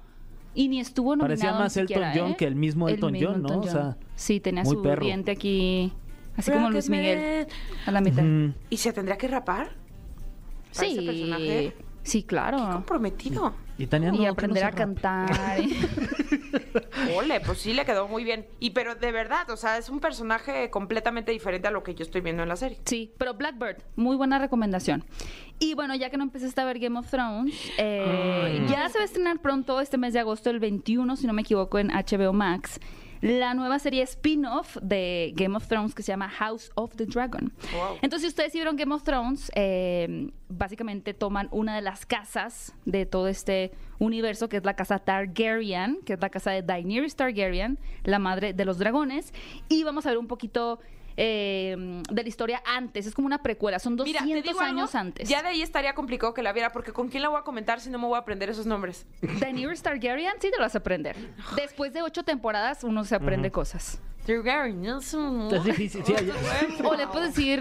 [SPEAKER 8] Y ni estuvo nominado
[SPEAKER 4] Parecía más
[SPEAKER 8] ni
[SPEAKER 4] Elton
[SPEAKER 8] siquiera,
[SPEAKER 4] John
[SPEAKER 8] ¿eh?
[SPEAKER 4] que el mismo Elton John, ¿no? O sea,
[SPEAKER 8] sí, tenía
[SPEAKER 4] muy
[SPEAKER 8] su
[SPEAKER 4] perro.
[SPEAKER 8] diente aquí, así como Luis Miguel,
[SPEAKER 2] Rocketman.
[SPEAKER 8] a la mitad.
[SPEAKER 4] Mm.
[SPEAKER 2] ¿Y se tendría que rapar? Para ese
[SPEAKER 8] Sí,
[SPEAKER 2] personaje.
[SPEAKER 8] sí, claro.
[SPEAKER 2] Comprometido.
[SPEAKER 4] Y Tania no,
[SPEAKER 8] Y
[SPEAKER 4] que no
[SPEAKER 8] aprender
[SPEAKER 4] se
[SPEAKER 8] a
[SPEAKER 4] rape.
[SPEAKER 8] cantar.
[SPEAKER 2] Ole, pues sí le quedó muy bien. Y pero de verdad, o sea, es un personaje completamente diferente a lo que yo estoy viendo en la serie.
[SPEAKER 8] Sí, pero Blackbird, muy buena recomendación. Y bueno, ya que no empezaste a ver Game of Thrones, eh, ya se va a estrenar pronto este mes de agosto, el 21, si no me equivoco, en HBO Max. La nueva serie spin-off de Game of Thrones que se llama House of the Dragon.
[SPEAKER 2] Wow.
[SPEAKER 8] Entonces, si ustedes sí vieron Game of Thrones, eh, básicamente toman una de las casas de todo este universo, que es la casa Targaryen, que es la casa de Daenerys Targaryen, la madre de los dragones, y vamos a ver un poquito eh, de la historia antes. Es como una precuela, son 200
[SPEAKER 2] algo,
[SPEAKER 8] años antes.
[SPEAKER 2] Ya de ahí estaría complicado que la viera, porque ¿con quién la voy a comentar si no me voy a aprender esos nombres?
[SPEAKER 8] Daenerys Targaryen, sí te lo vas a aprender. Después de ocho temporadas, uno se aprende cosas.
[SPEAKER 2] Targaryen, es un-
[SPEAKER 4] Es difícil, sí, ya-
[SPEAKER 8] O le puedes decir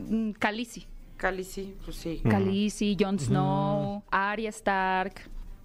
[SPEAKER 8] mm, Khaleesi.
[SPEAKER 2] Cali, sí, pues sí.
[SPEAKER 8] Khaleesi, Jon Snow, Arya Stark.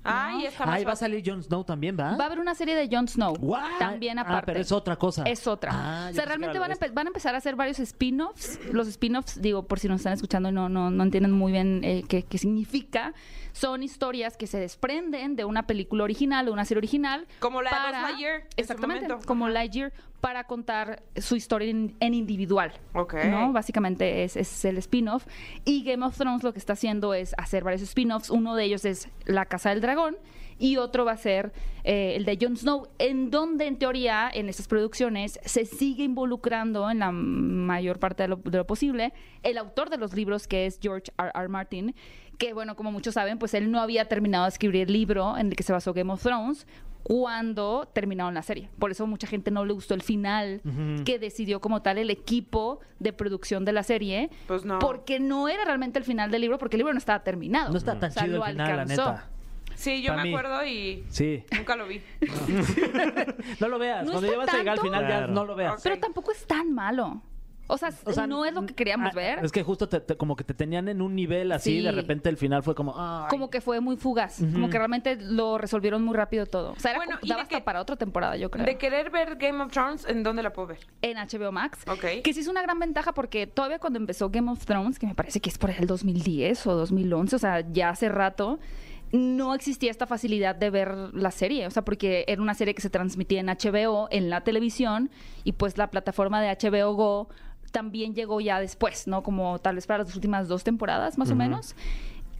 [SPEAKER 2] Ay, está más
[SPEAKER 7] Ahí va a
[SPEAKER 2] fácil.
[SPEAKER 7] salir Jon Snow también, ¿va?
[SPEAKER 8] Va a haber una serie de Jon Snow
[SPEAKER 7] What?
[SPEAKER 8] también
[SPEAKER 7] Ah,
[SPEAKER 8] aparte.
[SPEAKER 7] pero es otra cosa.
[SPEAKER 8] Es otra.
[SPEAKER 7] Ah, yo
[SPEAKER 8] o sea,
[SPEAKER 7] pensé
[SPEAKER 8] realmente
[SPEAKER 7] que
[SPEAKER 8] van a,
[SPEAKER 7] era
[SPEAKER 8] empe- van a empezar a hacer varios spin-offs. Los spin-offs, digo, por si nos están escuchando y no, no, no entienden muy bien eh, qué, qué significa, son historias que se desprenden de una película original o una serie original.
[SPEAKER 2] Como la de
[SPEAKER 8] para-
[SPEAKER 2] Buzz Lightyear en su
[SPEAKER 8] Exactamente,
[SPEAKER 2] momento.
[SPEAKER 8] como Lightyear, para contar su historia en, en individual.
[SPEAKER 2] Ok.
[SPEAKER 8] ¿no? Básicamente es, es el spin-off. Y Game of Thrones lo que está haciendo es hacer varios spin-offs. Uno de ellos es La Casa del Dragón y otro va a ser eh, el de Jon Snow, en donde en teoría en estas producciones se sigue involucrando en la mayor parte de lo, de lo posible el autor de los libros que es George R. R. Martin, que bueno, como muchos saben, pues él no había terminado de escribir el libro en el que se basó Game of Thrones cuando terminaron la serie. Por eso mucha gente no le gustó el final que decidió como tal el equipo de producción de la serie.
[SPEAKER 2] Pues no.
[SPEAKER 8] Porque no era realmente el final del libro, porque el libro no estaba terminado.
[SPEAKER 7] No está tan
[SPEAKER 8] O sea,
[SPEAKER 7] chido
[SPEAKER 8] lo
[SPEAKER 7] el final, la
[SPEAKER 8] alcanzó.
[SPEAKER 7] neta.
[SPEAKER 2] Sí, yo
[SPEAKER 7] Pa'
[SPEAKER 2] me
[SPEAKER 7] mí.
[SPEAKER 2] acuerdo y
[SPEAKER 7] Sí.
[SPEAKER 2] nunca lo vi.
[SPEAKER 7] No lo veas.
[SPEAKER 8] No
[SPEAKER 7] Cuando
[SPEAKER 8] está
[SPEAKER 7] ya vas a llegar al
[SPEAKER 8] tanto.
[SPEAKER 7] final, ya
[SPEAKER 3] Claro.
[SPEAKER 7] no lo veas.
[SPEAKER 8] Pero
[SPEAKER 2] Sí.
[SPEAKER 8] tampoco es tan malo. O sea,
[SPEAKER 7] O sea,
[SPEAKER 8] no es lo que queríamos
[SPEAKER 7] ah,
[SPEAKER 8] ver.
[SPEAKER 7] Es que justo te- te- como que te tenían en un nivel así,
[SPEAKER 8] Sí.
[SPEAKER 7] de repente el final fue como. "Ah, "Ay".
[SPEAKER 8] Como que fue muy fugaz. Como que realmente lo resolvieron muy rápido todo. O sea, era
[SPEAKER 2] Bueno,
[SPEAKER 8] como-
[SPEAKER 2] ¿y
[SPEAKER 8] daba
[SPEAKER 2] de
[SPEAKER 8] hasta
[SPEAKER 2] qué-
[SPEAKER 8] para otra temporada, yo creo.
[SPEAKER 2] De querer ver Game of Thrones, ¿en dónde la puedo ver?
[SPEAKER 8] en HBO Max.
[SPEAKER 2] Ok.
[SPEAKER 8] Que sí es una gran ventaja porque todavía cuando empezó Game of Thrones, que me parece que es por ahí el 2010 o 2011, o sea, ya hace rato, no existía esta facilidad de ver la serie. O sea, porque era una serie que se transmitía en HBO, en la televisión, y pues la plataforma de HBO Go también llegó ya después, ¿no? Como tal vez para las últimas dos temporadas, más o menos.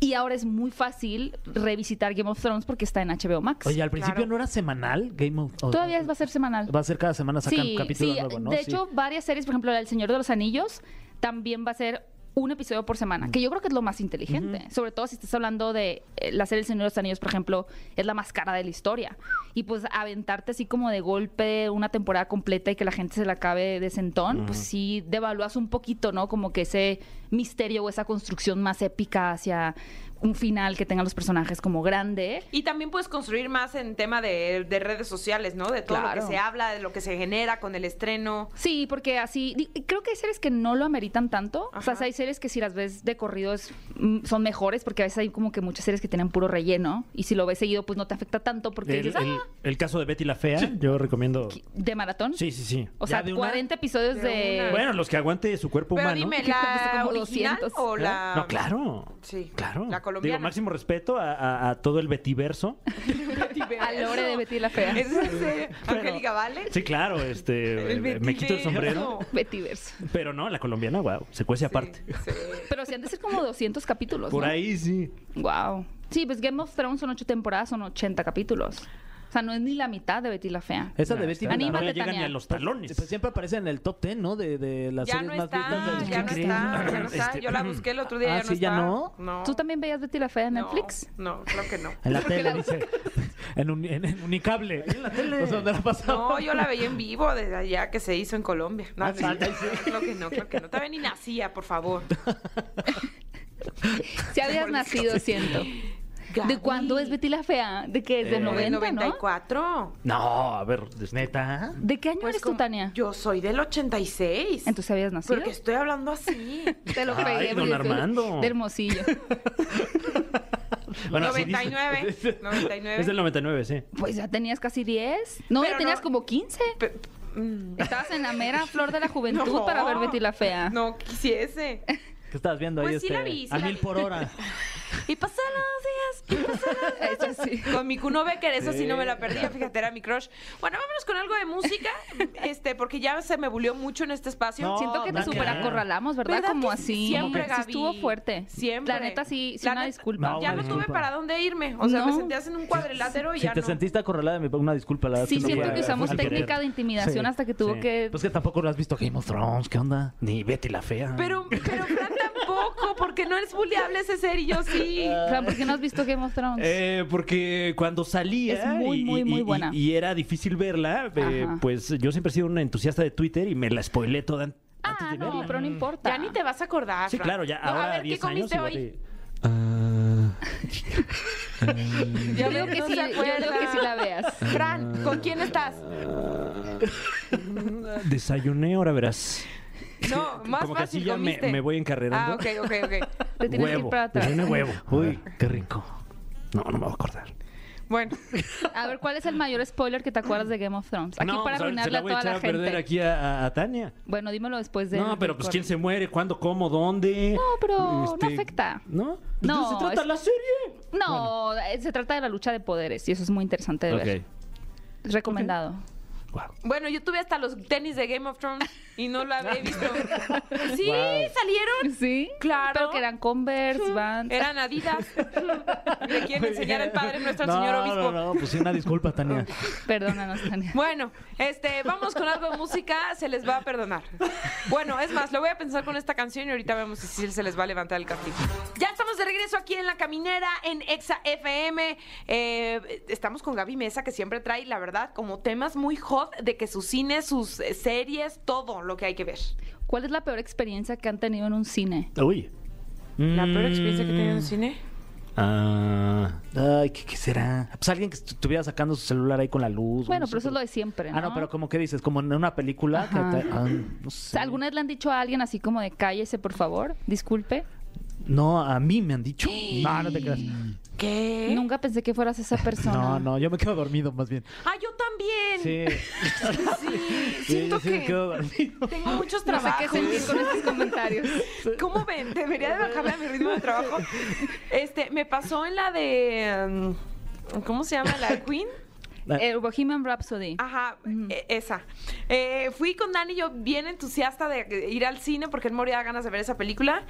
[SPEAKER 8] Y ahora es muy fácil revisitar Game of Thrones porque está en HBO Max.
[SPEAKER 7] Oye, al principio
[SPEAKER 2] Claro.
[SPEAKER 7] no era semanal Game of o-
[SPEAKER 8] Todavía va a ser semanal.
[SPEAKER 7] Va a ser cada semana sacan un capítulo
[SPEAKER 8] sí.
[SPEAKER 7] nuevo, ¿no?
[SPEAKER 8] De
[SPEAKER 7] Sí.
[SPEAKER 8] hecho, varias series, por ejemplo, la del Señor de los Anillos, también va a ser un episodio por semana, que yo creo que es lo más inteligente. Sobre todo si estás hablando de eh, la serie El Señor de los Anillos, por ejemplo, es la más cara de la historia. Y pues aventarte así como de golpe una temporada completa y que la gente se la acabe de sentón, pues sí devalúas un poquito, ¿no? Como que ese misterio o esa construcción más épica hacia un final que tengan los personajes como grande.
[SPEAKER 2] Y también puedes construir más en tema de, de redes sociales, ¿no? De todo lo
[SPEAKER 8] Claro.
[SPEAKER 2] que se habla, de lo que se genera con el estreno.
[SPEAKER 8] Sí, porque así. di- Creo que hay series que no lo ameritan tanto. O
[SPEAKER 2] Ajá.
[SPEAKER 8] sea, hay series que si las ves de corrido es- mm, son mejores, porque a veces hay como que muchas series que tienen puro relleno. Y si lo ves seguido, pues no te afecta tanto porque
[SPEAKER 3] El,
[SPEAKER 8] dices,
[SPEAKER 3] el-
[SPEAKER 8] "Ah,
[SPEAKER 3] el caso de Betty la Fea, yo recomiendo.
[SPEAKER 8] de maratón.
[SPEAKER 3] Sí, sí, sí.
[SPEAKER 7] ¿Ya
[SPEAKER 8] O sea,
[SPEAKER 7] de una?
[SPEAKER 8] 40 episodios
[SPEAKER 2] De
[SPEAKER 8] de.
[SPEAKER 2] una.
[SPEAKER 3] Bueno, los que aguante su cuerpo
[SPEAKER 2] Pero
[SPEAKER 3] humano.
[SPEAKER 2] dime,
[SPEAKER 8] Creo que son
[SPEAKER 2] ¿la
[SPEAKER 8] como
[SPEAKER 2] original
[SPEAKER 8] 200,
[SPEAKER 2] o la...?
[SPEAKER 3] No, claro.
[SPEAKER 2] Sí.
[SPEAKER 3] Claro.
[SPEAKER 2] La colombiana.
[SPEAKER 3] Digo, máximo respeto a, a- a todo el betiverso.
[SPEAKER 8] A Lore de Betty la Fea.
[SPEAKER 2] ¿Es ese Angélica Vale?
[SPEAKER 3] Sí, claro, este.
[SPEAKER 2] El
[SPEAKER 3] eh, me quito el
[SPEAKER 2] betiverso.
[SPEAKER 3] sombrero.
[SPEAKER 8] Betiverse.
[SPEAKER 3] Pero no, la colombiana, wow, se cuece aparte.
[SPEAKER 2] Sí.
[SPEAKER 8] Pero sí han de ser como 200 capítulos.
[SPEAKER 3] Por ahí sí.
[SPEAKER 8] Wow. Sí, pues Game of Thrones son 8 temporadas, son 80 capítulos. O sea, no es ni la mitad de Betty la Fea.
[SPEAKER 7] Esa
[SPEAKER 3] No,
[SPEAKER 7] de Betty
[SPEAKER 3] está-
[SPEAKER 8] Anímate,
[SPEAKER 3] No le llegan ni
[SPEAKER 8] Tania.
[SPEAKER 3] a los talones.
[SPEAKER 7] Pues siempre aparece en el top 10, ¿no? De, de las
[SPEAKER 2] Ya
[SPEAKER 7] series
[SPEAKER 2] no
[SPEAKER 7] más
[SPEAKER 2] está,
[SPEAKER 7] vistas.
[SPEAKER 2] ya no
[SPEAKER 7] ¿Qué
[SPEAKER 2] está,
[SPEAKER 7] crees?
[SPEAKER 2] ya no está. Yo la busqué el otro día,
[SPEAKER 7] Ah,
[SPEAKER 2] ya no
[SPEAKER 7] sí, ya
[SPEAKER 2] está.
[SPEAKER 7] no.
[SPEAKER 8] ¿Tú también veías Betty la Fea en
[SPEAKER 2] No,
[SPEAKER 8] Netflix?
[SPEAKER 2] No, creo que no.
[SPEAKER 7] En la tele, dice. En, un, en, en Unicable. en la tele. No sé dónde la pasaba.
[SPEAKER 2] No, yo la veía en vivo desde allá que se hizo en Colombia. No, no, Creo que no, creo que no. Todavía ni nacía, por favor.
[SPEAKER 8] Si habías nacido, siento. ¿De cuándo es Betty la Fea? ¿De qué es? ¿De
[SPEAKER 3] Eh,
[SPEAKER 8] 90,
[SPEAKER 2] Del
[SPEAKER 8] no?
[SPEAKER 2] 94.
[SPEAKER 3] No, a ver, este,
[SPEAKER 7] Neta.
[SPEAKER 8] ¿De qué año
[SPEAKER 2] Pues
[SPEAKER 8] eres
[SPEAKER 2] como-
[SPEAKER 8] tú, Tania?
[SPEAKER 2] Yo soy del 86.
[SPEAKER 8] Entonces habías nacido.
[SPEAKER 2] Porque estoy hablando así.
[SPEAKER 8] Te lo
[SPEAKER 3] Ay,
[SPEAKER 8] pegué.
[SPEAKER 3] don
[SPEAKER 8] porque-
[SPEAKER 3] Armando.
[SPEAKER 8] De Hermosillo.
[SPEAKER 3] Bueno, así dice.
[SPEAKER 2] 99. 99.
[SPEAKER 3] Es del 99, sí.
[SPEAKER 8] Pues ya tenías casi 10. No,
[SPEAKER 2] Pero
[SPEAKER 8] ya tenías
[SPEAKER 2] no-
[SPEAKER 8] como 15.
[SPEAKER 2] Pe- mm,
[SPEAKER 8] Estabas en la mera flor de la juventud
[SPEAKER 2] no.
[SPEAKER 8] para ver Betty la Fea.
[SPEAKER 2] No quisiese.
[SPEAKER 7] ¿Qué estabas viendo ahí?
[SPEAKER 2] Pues sí
[SPEAKER 7] este,
[SPEAKER 2] la vi, sí
[SPEAKER 7] a
[SPEAKER 2] la
[SPEAKER 7] mil
[SPEAKER 2] vi.
[SPEAKER 7] por hora.
[SPEAKER 2] Y pasan los días, y pasan los
[SPEAKER 8] Eso sí.
[SPEAKER 2] Con mi Kuno Becker, eso sí. no me la perdía, fíjate, era mi crush. Bueno, vámonos con algo de música, este, porque ya se me bulió mucho en este espacio.
[SPEAKER 7] No,
[SPEAKER 8] Siento que te
[SPEAKER 7] nada que ver.
[SPEAKER 8] super acorralamos, ¿verdad?
[SPEAKER 2] ¿Verdad
[SPEAKER 8] Como
[SPEAKER 2] que
[SPEAKER 8] así.
[SPEAKER 2] Siempre,
[SPEAKER 8] Sí estuvo
[SPEAKER 2] Gaby?
[SPEAKER 8] fuerte.
[SPEAKER 2] Siempre.
[SPEAKER 8] La neta, sí, sí
[SPEAKER 2] La
[SPEAKER 8] una
[SPEAKER 2] neta-
[SPEAKER 8] disculpa.
[SPEAKER 7] No,
[SPEAKER 2] ya
[SPEAKER 7] una
[SPEAKER 2] no tuve
[SPEAKER 7] disculpa.
[SPEAKER 2] para dónde irme. O sea, me
[SPEAKER 8] No.
[SPEAKER 2] sentías en un cuadrilátero y
[SPEAKER 7] Si
[SPEAKER 2] ya
[SPEAKER 7] te
[SPEAKER 2] no.
[SPEAKER 7] sentiste acorralada, me una disculpa. La verdad
[SPEAKER 8] Sí,
[SPEAKER 7] es que no
[SPEAKER 8] siento
[SPEAKER 7] fue-
[SPEAKER 8] que usamos
[SPEAKER 7] fue al
[SPEAKER 8] técnica
[SPEAKER 7] querer.
[SPEAKER 8] de intimidación
[SPEAKER 7] Sí,
[SPEAKER 8] hasta que tuvo
[SPEAKER 3] sí.
[SPEAKER 8] que...
[SPEAKER 7] Pues que tampoco lo has visto Game of Thrones. ¿Qué onda?
[SPEAKER 3] Ni Betty la Fea.
[SPEAKER 2] Pero, pero Fran tampoco, porque no eres buleable ese ser y yo sí.
[SPEAKER 8] Fran, ¿por qué no has visto Game of Thrones?
[SPEAKER 3] Eh, porque cuando salía
[SPEAKER 8] Es muy,
[SPEAKER 3] y-
[SPEAKER 8] muy,
[SPEAKER 3] y,
[SPEAKER 8] muy
[SPEAKER 3] y-
[SPEAKER 8] buena.
[SPEAKER 3] y era difícil verla, eh,
[SPEAKER 8] Ajá.
[SPEAKER 3] pues yo siempre he sido un entusiasta de Twitter y me la spoilé toda an- antes
[SPEAKER 8] ah,
[SPEAKER 3] de
[SPEAKER 8] no,
[SPEAKER 3] verla.
[SPEAKER 8] pero no importa.
[SPEAKER 2] Ya ni te vas a acordar.
[SPEAKER 3] Sí,
[SPEAKER 2] Fran.
[SPEAKER 3] claro, ya
[SPEAKER 2] No,
[SPEAKER 3] ahora
[SPEAKER 2] a ver,
[SPEAKER 3] 10
[SPEAKER 2] ¿qué comiste
[SPEAKER 3] años.
[SPEAKER 2] hoy?
[SPEAKER 8] Yo digo que
[SPEAKER 2] no
[SPEAKER 8] sí,
[SPEAKER 2] se
[SPEAKER 8] yo digo que
[SPEAKER 2] acuerda.
[SPEAKER 8] sí la veas.
[SPEAKER 2] Fran, ¿con quién estás?
[SPEAKER 3] igual y- Desayuné, ahora verás.
[SPEAKER 2] No, más
[SPEAKER 3] Como que
[SPEAKER 2] fácil
[SPEAKER 3] así ya me,
[SPEAKER 2] comiste.
[SPEAKER 3] me voy encarrerando.
[SPEAKER 2] Ah, ok, ok, ok.
[SPEAKER 8] Te tienes que ir
[SPEAKER 3] huevo.
[SPEAKER 8] para atrás.
[SPEAKER 3] desayuné huevo.
[SPEAKER 7] Uy, qué rico.
[SPEAKER 3] No, no me voy a acordar.
[SPEAKER 2] Bueno,
[SPEAKER 8] A ver, ¿cuál es el mayor spoiler que te acuerdas de Game of Thrones? Aquí
[SPEAKER 3] no,
[SPEAKER 8] para
[SPEAKER 3] pues ahorita se
[SPEAKER 8] arruinarle
[SPEAKER 3] la
[SPEAKER 8] a
[SPEAKER 3] voy a
[SPEAKER 8] toda
[SPEAKER 3] echar
[SPEAKER 8] la
[SPEAKER 3] a perder
[SPEAKER 8] gente.
[SPEAKER 3] aquí a, a- a Tania.
[SPEAKER 8] Bueno, dímelo después de.
[SPEAKER 3] No, pero pues quién se muere, cuándo, cómo, dónde. Este,
[SPEAKER 8] No, pero no afecta.
[SPEAKER 3] ¿No? Pues
[SPEAKER 8] No,
[SPEAKER 3] de eso se trata
[SPEAKER 8] es-
[SPEAKER 3] la serie.
[SPEAKER 8] No, eh, se trata de la lucha de poderes y eso es muy interesante de ver. Recomendado.
[SPEAKER 2] bueno, yo tuve hasta los tenis de Game of Thrones y no lo había visto. Sí, salieron.
[SPEAKER 8] ¿Sí?
[SPEAKER 2] Claro.
[SPEAKER 8] Pero que eran Converse, Vans.
[SPEAKER 2] Eran Adidas. Le quieren enseñar al Padre Nuestro al
[SPEAKER 4] No,
[SPEAKER 2] Señor Obispo.
[SPEAKER 4] no, no, pues sí, una disculpa, Tania.
[SPEAKER 8] Perdónanos, Tania.
[SPEAKER 2] Bueno, este, vamos con algo de música, se les va a perdonar. Bueno, es más, lo voy a pensar con esta canción y ahorita vemos si sí se les va a levantar el castigo. Ya estamos de regreso aquí en La Caminera, en Exa FM. Eh, estamos con Gaby Mesa, que siempre trae, la verdad, como temas muy hot de que sus cines, sus eh, series, todo lo que hay que ver.
[SPEAKER 8] ¿Cuál es la peor experiencia que han tenido en un cine?
[SPEAKER 3] Uy.
[SPEAKER 2] ¿La peor
[SPEAKER 3] Mm,
[SPEAKER 2] experiencia que he tenido en cine?
[SPEAKER 3] Ah.
[SPEAKER 4] Ay, ¿qué, qué será? Pues alguien que estu- estuviera sacando su celular ahí con la luz.
[SPEAKER 8] Bueno,
[SPEAKER 4] no sé,
[SPEAKER 8] pero eso es lo de siempre, ¿no?
[SPEAKER 4] Ah, no, pero como que dices, como en una película. que
[SPEAKER 8] Ajá.
[SPEAKER 4] te- ah, no
[SPEAKER 8] O
[SPEAKER 4] sé.
[SPEAKER 8] sea, ¿Alguna vez le han dicho a alguien así como de cállese, por favor? Disculpe.
[SPEAKER 4] No, a mí me han dicho. No, no te creas.
[SPEAKER 2] ¿Qué?
[SPEAKER 8] Nunca pensé que fueras esa persona.
[SPEAKER 4] No, no, yo me quedo dormido más bien.
[SPEAKER 2] Ah, yo también.
[SPEAKER 4] Sí.
[SPEAKER 2] Sí,
[SPEAKER 4] Sí,
[SPEAKER 2] siento
[SPEAKER 4] yo sí me
[SPEAKER 2] que
[SPEAKER 4] quedo dormido.
[SPEAKER 2] tengo muchos
[SPEAKER 8] No sé
[SPEAKER 2] trabajos.
[SPEAKER 8] qué sentir con estos comentarios.
[SPEAKER 2] ¿Cómo ven? Debería de bajarle a mi ritmo de trabajo. Este, me pasó en la de. mm, ¿Cómo se llama? La de Queen.
[SPEAKER 8] Eh, Bohemian Rhapsody.
[SPEAKER 2] Ajá, e- esa. Eh, fui con Dani, yo bien entusiasta de ir al cine porque él moría de ganas de ver esa película.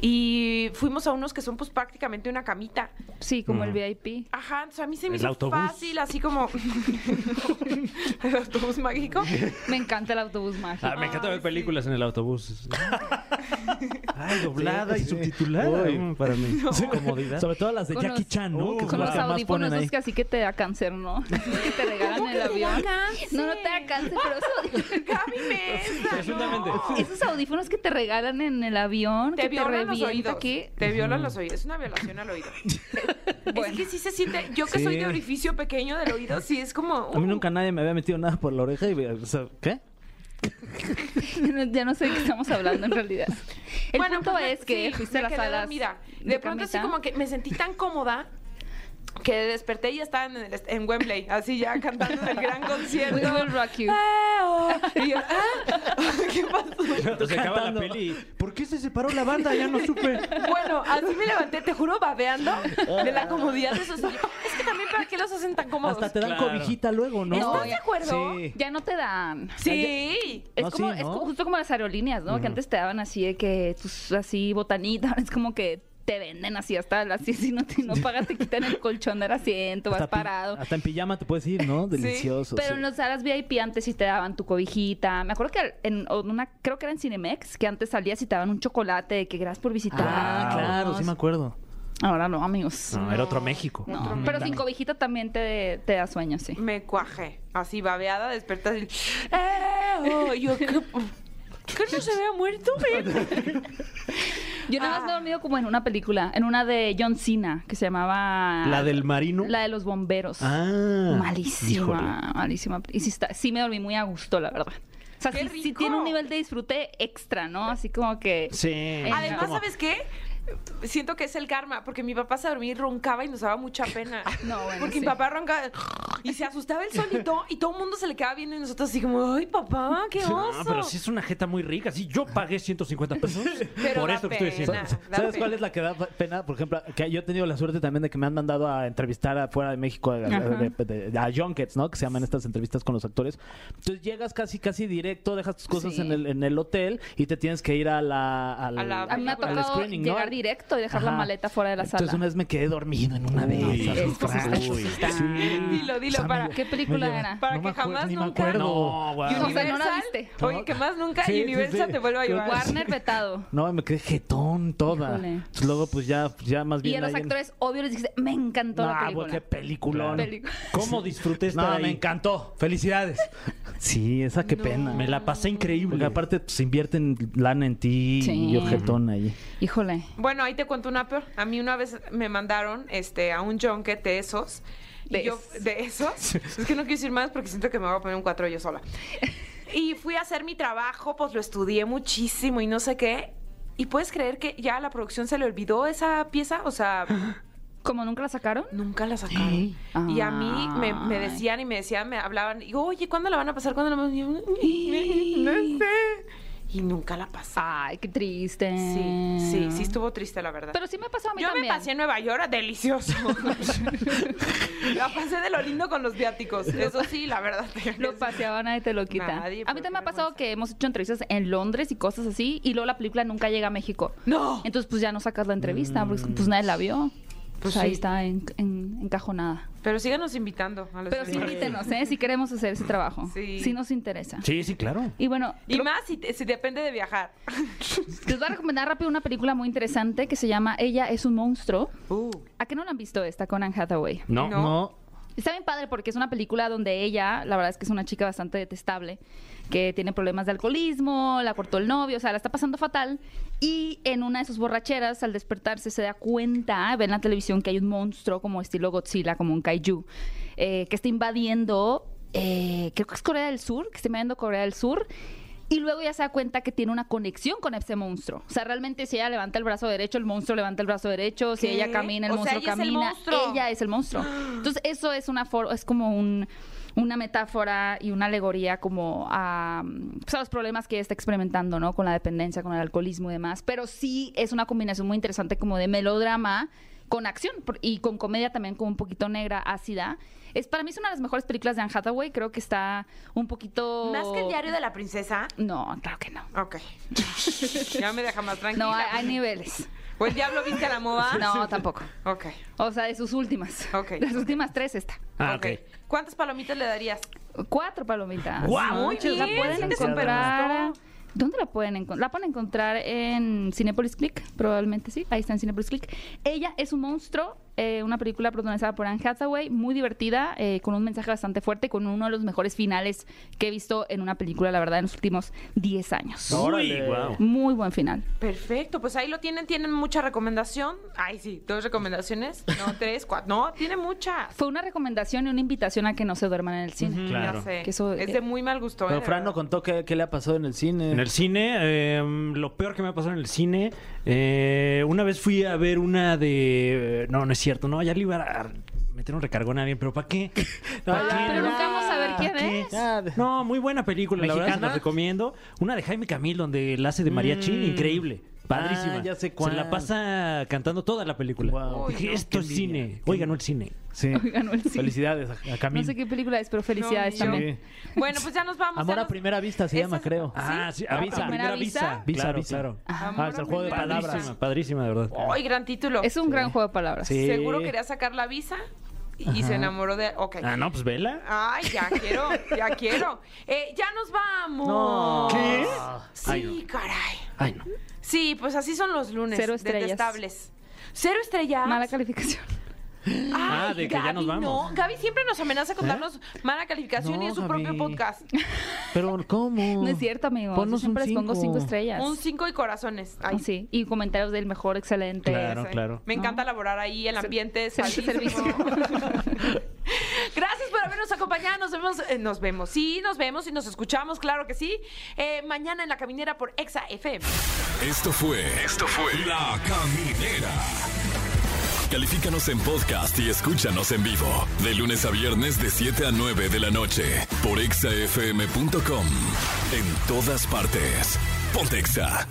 [SPEAKER 2] Y fuimos a unos que son pues prácticamente una camita.
[SPEAKER 8] Sí, como el VIP.
[SPEAKER 2] Ajá, entonces a mí se me
[SPEAKER 3] El
[SPEAKER 2] hizo
[SPEAKER 3] autobús.
[SPEAKER 2] fácil, así como el autobús mágico.
[SPEAKER 8] Me encanta el autobús mágico.
[SPEAKER 3] Ah, me encanta ver películas en el autobús.
[SPEAKER 4] "Ah,
[SPEAKER 3] Ay, doblada
[SPEAKER 4] Sí,
[SPEAKER 3] y
[SPEAKER 4] sí.
[SPEAKER 3] subtitulada.
[SPEAKER 4] Uy.
[SPEAKER 3] mm, Para mí. Sí, comodidad.
[SPEAKER 4] Sobre todo las de
[SPEAKER 8] Con
[SPEAKER 4] Jackie
[SPEAKER 8] los-
[SPEAKER 4] Chan, ¿no?
[SPEAKER 3] Uh,
[SPEAKER 4] que son
[SPEAKER 8] Con
[SPEAKER 4] las
[SPEAKER 8] los
[SPEAKER 4] que más
[SPEAKER 8] audífonos
[SPEAKER 4] ponen ahí.
[SPEAKER 8] esos que así que te da cáncer, ¿no? que te regalan el
[SPEAKER 2] que te da
[SPEAKER 8] avión.
[SPEAKER 2] cáncer?
[SPEAKER 8] No, no te da cáncer, pero eso-
[SPEAKER 2] Gaby Mesa.
[SPEAKER 3] Presuntamente.
[SPEAKER 2] no.
[SPEAKER 8] esos audífonos que te regalan en el avión,
[SPEAKER 2] Te
[SPEAKER 8] que te
[SPEAKER 2] violan los
[SPEAKER 8] revienta
[SPEAKER 2] oídos.
[SPEAKER 8] aquí.
[SPEAKER 2] Te violan los oídos. Es una violación al oído. Es que sí se siente. Yo que soy de orificio pequeño del oído, sí es como.
[SPEAKER 4] A mí nunca nadie me había metido nada por la oreja y... o sea, ¿Qué?
[SPEAKER 8] No, ya no sé de qué estamos hablando en realidad. El
[SPEAKER 2] Bueno,
[SPEAKER 8] punto
[SPEAKER 2] pues, me-
[SPEAKER 8] es que
[SPEAKER 2] sí,
[SPEAKER 8] fuiste
[SPEAKER 2] me
[SPEAKER 8] a las
[SPEAKER 2] quedé
[SPEAKER 8] salas.
[SPEAKER 2] dormida. De pronto así como que me sentí tan cómoda que desperté y ya estaba en, el est- en Wembley, así ya cantando en el gran concierto.
[SPEAKER 8] We will rock you.
[SPEAKER 2] Ah, oh. Y yo, ah, ¿qué pasó?
[SPEAKER 3] Entonces Pues se acaba la
[SPEAKER 4] Cantando.
[SPEAKER 3] peli. ¿Por qué se separó la banda? Ya no supe.
[SPEAKER 2] Bueno, así me levanté, te juro, babeando de la comodidad de esos. Es que también, ¿para qué los hacen tan cómodos?
[SPEAKER 4] Hasta te dan
[SPEAKER 3] Claro.
[SPEAKER 4] cobijita luego, ¿no?
[SPEAKER 2] ¿Estás
[SPEAKER 8] de
[SPEAKER 2] acuerdo?
[SPEAKER 4] Sí.
[SPEAKER 8] Ya no te dan.
[SPEAKER 2] Sí.
[SPEAKER 8] Es,
[SPEAKER 4] No,
[SPEAKER 8] como,
[SPEAKER 4] Ah, sí,
[SPEAKER 8] es
[SPEAKER 4] ¿no?
[SPEAKER 8] co- justo como las aerolíneas, ¿no? Que antes te daban así de que tus así botanitas, ahora es como que te venden así hasta las si no, te- no pagas, te quitan el colchón del asiento, vas
[SPEAKER 4] Hasta pi-
[SPEAKER 8] parado.
[SPEAKER 4] Hasta en pijama te puedes ir, ¿no? Delicioso.
[SPEAKER 8] Pero
[SPEAKER 4] sí.
[SPEAKER 8] en los salas VIP antes sí te daban tu cobijita. Me acuerdo que en una, creo que era en Cinemex, que antes salías y te daban un chocolate de que gracias por visitar.
[SPEAKER 4] Ah, claro, sí me Ah, acuerdo.
[SPEAKER 8] Ahora no, amigos.
[SPEAKER 3] No, era otro México.
[SPEAKER 8] No, pero sin cobijita también te, te da sueño, sí.
[SPEAKER 2] me cuajé, así babeada, desperté así. ¡Eh! oh", y yo, ¿qué? ¿Qué no se había muerto? eh?"
[SPEAKER 8] Yo nada más me he
[SPEAKER 2] Ah.
[SPEAKER 8] dormido como en una película, en una de John Cena, que se llamaba...
[SPEAKER 3] ¿La del marino?
[SPEAKER 8] La de los bomberos.
[SPEAKER 3] Ah.
[SPEAKER 8] malísima,
[SPEAKER 3] híjole.
[SPEAKER 8] malísima. Y sí, está- sí me dormí muy a gusto, la verdad. O sea,
[SPEAKER 2] ¡Qué
[SPEAKER 8] sí, sí
[SPEAKER 2] rico!
[SPEAKER 8] tiene un nivel de disfrute extra, ¿no? Así como que...
[SPEAKER 3] Sí.
[SPEAKER 2] Además,
[SPEAKER 8] como-
[SPEAKER 2] ¿sabes qué? Siento que es el karma, porque mi papá se dormía y roncaba y nos daba mucha pena.
[SPEAKER 8] No, bueno,
[SPEAKER 2] Porque
[SPEAKER 8] sí.
[SPEAKER 2] mi papá roncaba y se asustaba él solito y todo el mundo se le quedaba viendo y nosotros así como, ¡ay, papá, qué
[SPEAKER 3] No,
[SPEAKER 2] oso!
[SPEAKER 3] pero sí es una jeta muy rica. Sí, yo pagué 150 pesos
[SPEAKER 2] Pero
[SPEAKER 3] por
[SPEAKER 2] da
[SPEAKER 3] esto que estoy diciendo.
[SPEAKER 2] pena. Da
[SPEAKER 4] ¿Sabes
[SPEAKER 2] pena.
[SPEAKER 4] cuál es la que da pena? Por ejemplo, que yo he tenido la suerte también de que me han mandado a entrevistar afuera de México, a,
[SPEAKER 8] Ajá.
[SPEAKER 4] de- de- de- a junkets, ¿no? Que se llaman estas entrevistas con los actores. Entonces llegas casi, casi directo, dejas tus cosas
[SPEAKER 8] Sí.
[SPEAKER 4] en, el, en el hotel y te tienes que ir a la, al,
[SPEAKER 2] A la-
[SPEAKER 8] A mí me ha
[SPEAKER 4] al
[SPEAKER 8] tocado
[SPEAKER 4] screening, ¿no?
[SPEAKER 8] llegar directo y dejar la
[SPEAKER 4] Ajá.
[SPEAKER 8] maleta fuera de la sala.
[SPEAKER 4] Entonces una vez me quedé dormido en una de
[SPEAKER 3] Uy,
[SPEAKER 4] esas.
[SPEAKER 8] es que sí está-
[SPEAKER 4] Uy.
[SPEAKER 8] sí está-
[SPEAKER 2] Dilo, dilo,
[SPEAKER 4] Pues,
[SPEAKER 2] para,
[SPEAKER 4] amigo,
[SPEAKER 8] ¿Qué película
[SPEAKER 4] me lleva-
[SPEAKER 8] era?
[SPEAKER 2] para
[SPEAKER 4] no
[SPEAKER 2] que
[SPEAKER 4] me acuerdo,
[SPEAKER 2] jamás
[SPEAKER 4] ni me
[SPEAKER 2] nunca...
[SPEAKER 4] acuerdo.
[SPEAKER 3] No, guau.
[SPEAKER 8] O sea, no la
[SPEAKER 2] Universal,
[SPEAKER 8] viste.
[SPEAKER 2] Oye, que más nunca
[SPEAKER 4] Sí, sí,
[SPEAKER 2] Universal
[SPEAKER 4] sí.
[SPEAKER 2] te vuelva a
[SPEAKER 4] Creo
[SPEAKER 2] llevar.
[SPEAKER 4] que sí.
[SPEAKER 8] Warner vetado.
[SPEAKER 4] No, me quedé jetón toda.
[SPEAKER 8] Híjole.
[SPEAKER 4] Entonces, Luego, pues ya, ya más bien.
[SPEAKER 8] Y a los
[SPEAKER 4] ahí en-
[SPEAKER 8] actores, obvio, les dijiste, me encantó la
[SPEAKER 4] Ah,
[SPEAKER 8] película.
[SPEAKER 4] pues, qué peliculón.
[SPEAKER 8] Pelicu-
[SPEAKER 3] ¿Cómo disfruté estar
[SPEAKER 4] No,
[SPEAKER 3] ahí?
[SPEAKER 4] me encantó. Felicidades. Sí, esa qué pena.
[SPEAKER 3] Me la pasé
[SPEAKER 4] Porque
[SPEAKER 3] increíble.
[SPEAKER 4] aparte pues, invierten lana en ti
[SPEAKER 8] Sí.
[SPEAKER 4] y objetón ahí.
[SPEAKER 8] Híjole.
[SPEAKER 2] Bueno, ahí te cuento una peor. A mí una vez me mandaron este, a un junket de esos. y
[SPEAKER 8] De
[SPEAKER 2] yo-
[SPEAKER 8] esos.
[SPEAKER 2] de esos. es que no quiero decir más porque siento que me voy a poner un cuatro yo sola. Y fui a hacer mi trabajo, pues lo estudié muchísimo y no sé qué. ¿Y puedes creer que ya a la producción se le olvidó esa pieza? O sea,
[SPEAKER 8] ¿Como nunca la sacaron?
[SPEAKER 2] Nunca la sacaron. Y a mí me, me decían y me decían, me hablaban, y, oye, ¿cuándo la van a pasar? ¿Cuándo la van a pasar? Y yo, No sé. Y nunca la pasaron.
[SPEAKER 8] Ay, qué triste.
[SPEAKER 2] Sí, sí, sí estuvo triste, la verdad.
[SPEAKER 8] Pero sí me pasó a mí
[SPEAKER 2] Yo
[SPEAKER 8] también.
[SPEAKER 2] me pasé en Nueva York, ah, delicioso. la pasé de lo lindo con los viáticos. Eso sí, la verdad.
[SPEAKER 8] Lo paseaba, nadie te lo quita.
[SPEAKER 2] Nadie,
[SPEAKER 8] a
[SPEAKER 2] pero
[SPEAKER 8] mí
[SPEAKER 2] qué
[SPEAKER 8] también me ha pasado
[SPEAKER 2] vergüenza.
[SPEAKER 8] que hemos hecho entrevistas en Londres y cosas así, y luego la película nunca llega a México.
[SPEAKER 2] No.
[SPEAKER 8] Entonces, pues ya no sacas la entrevista, porque pues nadie la vio. Pues,
[SPEAKER 2] sí.
[SPEAKER 8] ahí está en- en- encajonada.
[SPEAKER 2] Pero síganos invitando a los
[SPEAKER 8] Pero sí
[SPEAKER 2] eventos.
[SPEAKER 8] invítenos, ¿eh? Si queremos hacer ese trabajo.
[SPEAKER 2] Pues Sí.
[SPEAKER 8] Sí nos interesa.
[SPEAKER 3] Sí, sí, claro.
[SPEAKER 8] Y bueno,
[SPEAKER 2] Y más si, te- si depende de viajar.
[SPEAKER 8] les voy a recomendar rápido una película muy interesante que se llama Ella es un monstruo.
[SPEAKER 2] Uh,
[SPEAKER 8] ¿A qué no la han visto esta con Anne Hathaway?
[SPEAKER 3] No.
[SPEAKER 2] No.
[SPEAKER 8] Está bien padre porque es una película donde ella, la verdad es que es una chica bastante detestable, que tiene problemas de alcoholismo, la cortó el novio, o sea, la está pasando fatal. Y en una de sus borracheras, al despertarse, se da cuenta, ve en la televisión que hay un monstruo como estilo Godzilla, como un kaiju, eh, que está invadiendo, eh, creo que es Corea del Sur, que está invadiendo Corea del Sur. Y luego ya se da cuenta que tiene una conexión con ese monstruo. O sea, realmente si ella levanta el brazo derecho, el monstruo levanta el brazo derecho. Si
[SPEAKER 2] ¿Qué?
[SPEAKER 8] ella camina, el
[SPEAKER 2] O sea,
[SPEAKER 8] monstruo
[SPEAKER 2] ella es el
[SPEAKER 8] camina.
[SPEAKER 2] monstruo.
[SPEAKER 8] Ella es el monstruo. Entonces, eso es una for- es como un- una metáfora y una alegoría como a, pues, a los problemas que ella está experimentando, ¿no? Con la dependencia, con el alcoholismo y demás. Pero sí es una combinación muy interesante como de melodrama con acción por- y con comedia también como un poquito negra, ácida. Es, para mí es una de las mejores películas de Anne Hathaway. Creo que está un poquito...
[SPEAKER 2] Más que el diario de la princesa.
[SPEAKER 8] No, claro que no.
[SPEAKER 2] Ok. ya me deja más tranquila.
[SPEAKER 8] No, hay, hay niveles.
[SPEAKER 2] ¿O el diablo viste a la moda?
[SPEAKER 8] No, tampoco.
[SPEAKER 2] Ok.
[SPEAKER 8] O sea, de sus últimas.
[SPEAKER 2] Ok.
[SPEAKER 8] Las últimas tres está.
[SPEAKER 3] Ah, ok. Ah,
[SPEAKER 2] ¿Cuántas palomitas le darías?
[SPEAKER 8] Cuatro
[SPEAKER 4] Oh,
[SPEAKER 8] palomitas.
[SPEAKER 3] ¡Guau!
[SPEAKER 8] No,
[SPEAKER 2] Muy
[SPEAKER 8] chicos, Ah, La
[SPEAKER 2] bien, sí
[SPEAKER 8] pueden
[SPEAKER 2] te
[SPEAKER 8] encontrar.
[SPEAKER 2] supergustó.
[SPEAKER 8] ¿Dónde la pueden encontrar? La pueden encontrar en Cinepolis Click, probablemente sí. Ahí está en Cinepolis Click. Ella es un monstruo, eh, una película protagonizada por Anne Hathaway, muy divertida, eh, con un mensaje bastante fuerte, con uno de los mejores finales que he visto en una película, la verdad, en los últimos 10 años.
[SPEAKER 3] Uy, wow.
[SPEAKER 8] Muy buen final.
[SPEAKER 2] Perfecto, pues ahí lo tienen, tienen mucha recomendación. Ay, sí, dos recomendaciones. No, tres, cuatro. No, tiene muchas.
[SPEAKER 8] Fue una recomendación y una invitación a que no se duerman en el cine.
[SPEAKER 3] Claro.
[SPEAKER 2] Mm, Ya sé.
[SPEAKER 8] Que eso-
[SPEAKER 2] es de muy mal gusto. ¿eh?
[SPEAKER 4] Pero
[SPEAKER 2] de
[SPEAKER 4] Fran no
[SPEAKER 2] verdad.
[SPEAKER 4] contó qué, qué le ha pasado en el cine.
[SPEAKER 3] En el cine, eh, lo peor que me ha pasado en el cine, eh, una vez fui a ver una de... eh, No, no es cierto, no, ya le iba a meter un recargón a alguien, pero ¿para qué? ¿Pa'
[SPEAKER 8] Ah,
[SPEAKER 3] qué?
[SPEAKER 8] pero nunca vamos a ver quién
[SPEAKER 3] ¿Qué?
[SPEAKER 8] es.
[SPEAKER 4] Ah, de-
[SPEAKER 3] No, muy buena película, la verdad, se
[SPEAKER 4] ¿Mexicana? Mm.
[SPEAKER 3] la recomiendo. Una de Jaime Camil, donde la hace de mariachi, increíble. Padrísima.
[SPEAKER 4] Ah, ya sé
[SPEAKER 3] Se la
[SPEAKER 4] cuál.
[SPEAKER 3] pasa cantando toda la película.
[SPEAKER 4] Guau.
[SPEAKER 2] Uy,
[SPEAKER 3] Dije,
[SPEAKER 2] no,
[SPEAKER 3] esto
[SPEAKER 4] qué
[SPEAKER 3] es
[SPEAKER 4] envidia,
[SPEAKER 3] cine.
[SPEAKER 4] qué
[SPEAKER 3] Hoy ganó el cine.
[SPEAKER 4] Sí.
[SPEAKER 8] Ganó el cine.
[SPEAKER 4] Felicidades a, a Camil.
[SPEAKER 8] No sé qué película es, pero felicidades
[SPEAKER 2] No, ni yo.
[SPEAKER 8] también.
[SPEAKER 2] Bueno, pues ya nos vamos.
[SPEAKER 4] Amor
[SPEAKER 2] ya
[SPEAKER 4] a
[SPEAKER 2] nos-
[SPEAKER 4] primera vista se
[SPEAKER 2] Esa
[SPEAKER 4] llama,
[SPEAKER 2] es-
[SPEAKER 4] creo.
[SPEAKER 3] Ah, sí,
[SPEAKER 8] ¿La
[SPEAKER 3] a visa,
[SPEAKER 8] primera
[SPEAKER 3] primera
[SPEAKER 8] visa?
[SPEAKER 3] visa.
[SPEAKER 4] Visa,
[SPEAKER 3] claro,
[SPEAKER 4] visa.
[SPEAKER 3] claro.
[SPEAKER 2] Amor
[SPEAKER 4] Ah, es el juego de
[SPEAKER 2] a primera
[SPEAKER 4] palabras.
[SPEAKER 2] vista.
[SPEAKER 3] Padrísima, padrísima, de verdad.
[SPEAKER 2] Ay, gran título.
[SPEAKER 8] Es un gran juego de palabras.
[SPEAKER 4] Sí.
[SPEAKER 2] Seguro quería sacar la visa y se enamoró de. Ok.
[SPEAKER 3] Ah, no, pues vela.
[SPEAKER 2] Ay, ya quiero, ya quiero. Eh, ya nos vamos.
[SPEAKER 4] No. ¿Qué?
[SPEAKER 2] Sí, caray.
[SPEAKER 3] Ay, no.
[SPEAKER 2] Sí, pues así son los lunes.
[SPEAKER 8] Cero estrellas.
[SPEAKER 2] Detestables. Cero estrellas.
[SPEAKER 8] Mala calificación.
[SPEAKER 2] Ay,
[SPEAKER 3] Ah, de que ya
[SPEAKER 2] Gaby,
[SPEAKER 3] nos vamos. ¿Eh?
[SPEAKER 2] No. Gaby siempre nos amenaza con darnos mala calificación
[SPEAKER 4] No,
[SPEAKER 2] y en su
[SPEAKER 4] Gaby.
[SPEAKER 2] propio podcast.
[SPEAKER 4] Pero ¿cómo?
[SPEAKER 8] No es cierto, amigo. Yo
[SPEAKER 4] Ponnos
[SPEAKER 8] siempre
[SPEAKER 4] un
[SPEAKER 8] les pongo
[SPEAKER 4] cinco.
[SPEAKER 8] cinco estrellas.
[SPEAKER 2] Un 5 y corazones. Ay,
[SPEAKER 8] Sí, y comentarios del mejor, excelente.
[SPEAKER 3] Claro,
[SPEAKER 2] Sí.
[SPEAKER 3] claro.
[SPEAKER 2] Me encanta laborar ahí, el ambiente es
[SPEAKER 8] servicio,
[SPEAKER 2] padrísimo. Gracias por habernos acompañado. Nos vemos, eh, nos vemos. Sí, nos vemos y nos escuchamos, claro que sí. Eh, mañana en la caminera por Exa FM.
[SPEAKER 1] Esto fue. Esto fue. La Caminera. Califícanos en podcast y escúchanos en vivo. De lunes a viernes, de 7 a 9 de la noche. Por exafm.com. En todas partes. Pontexa.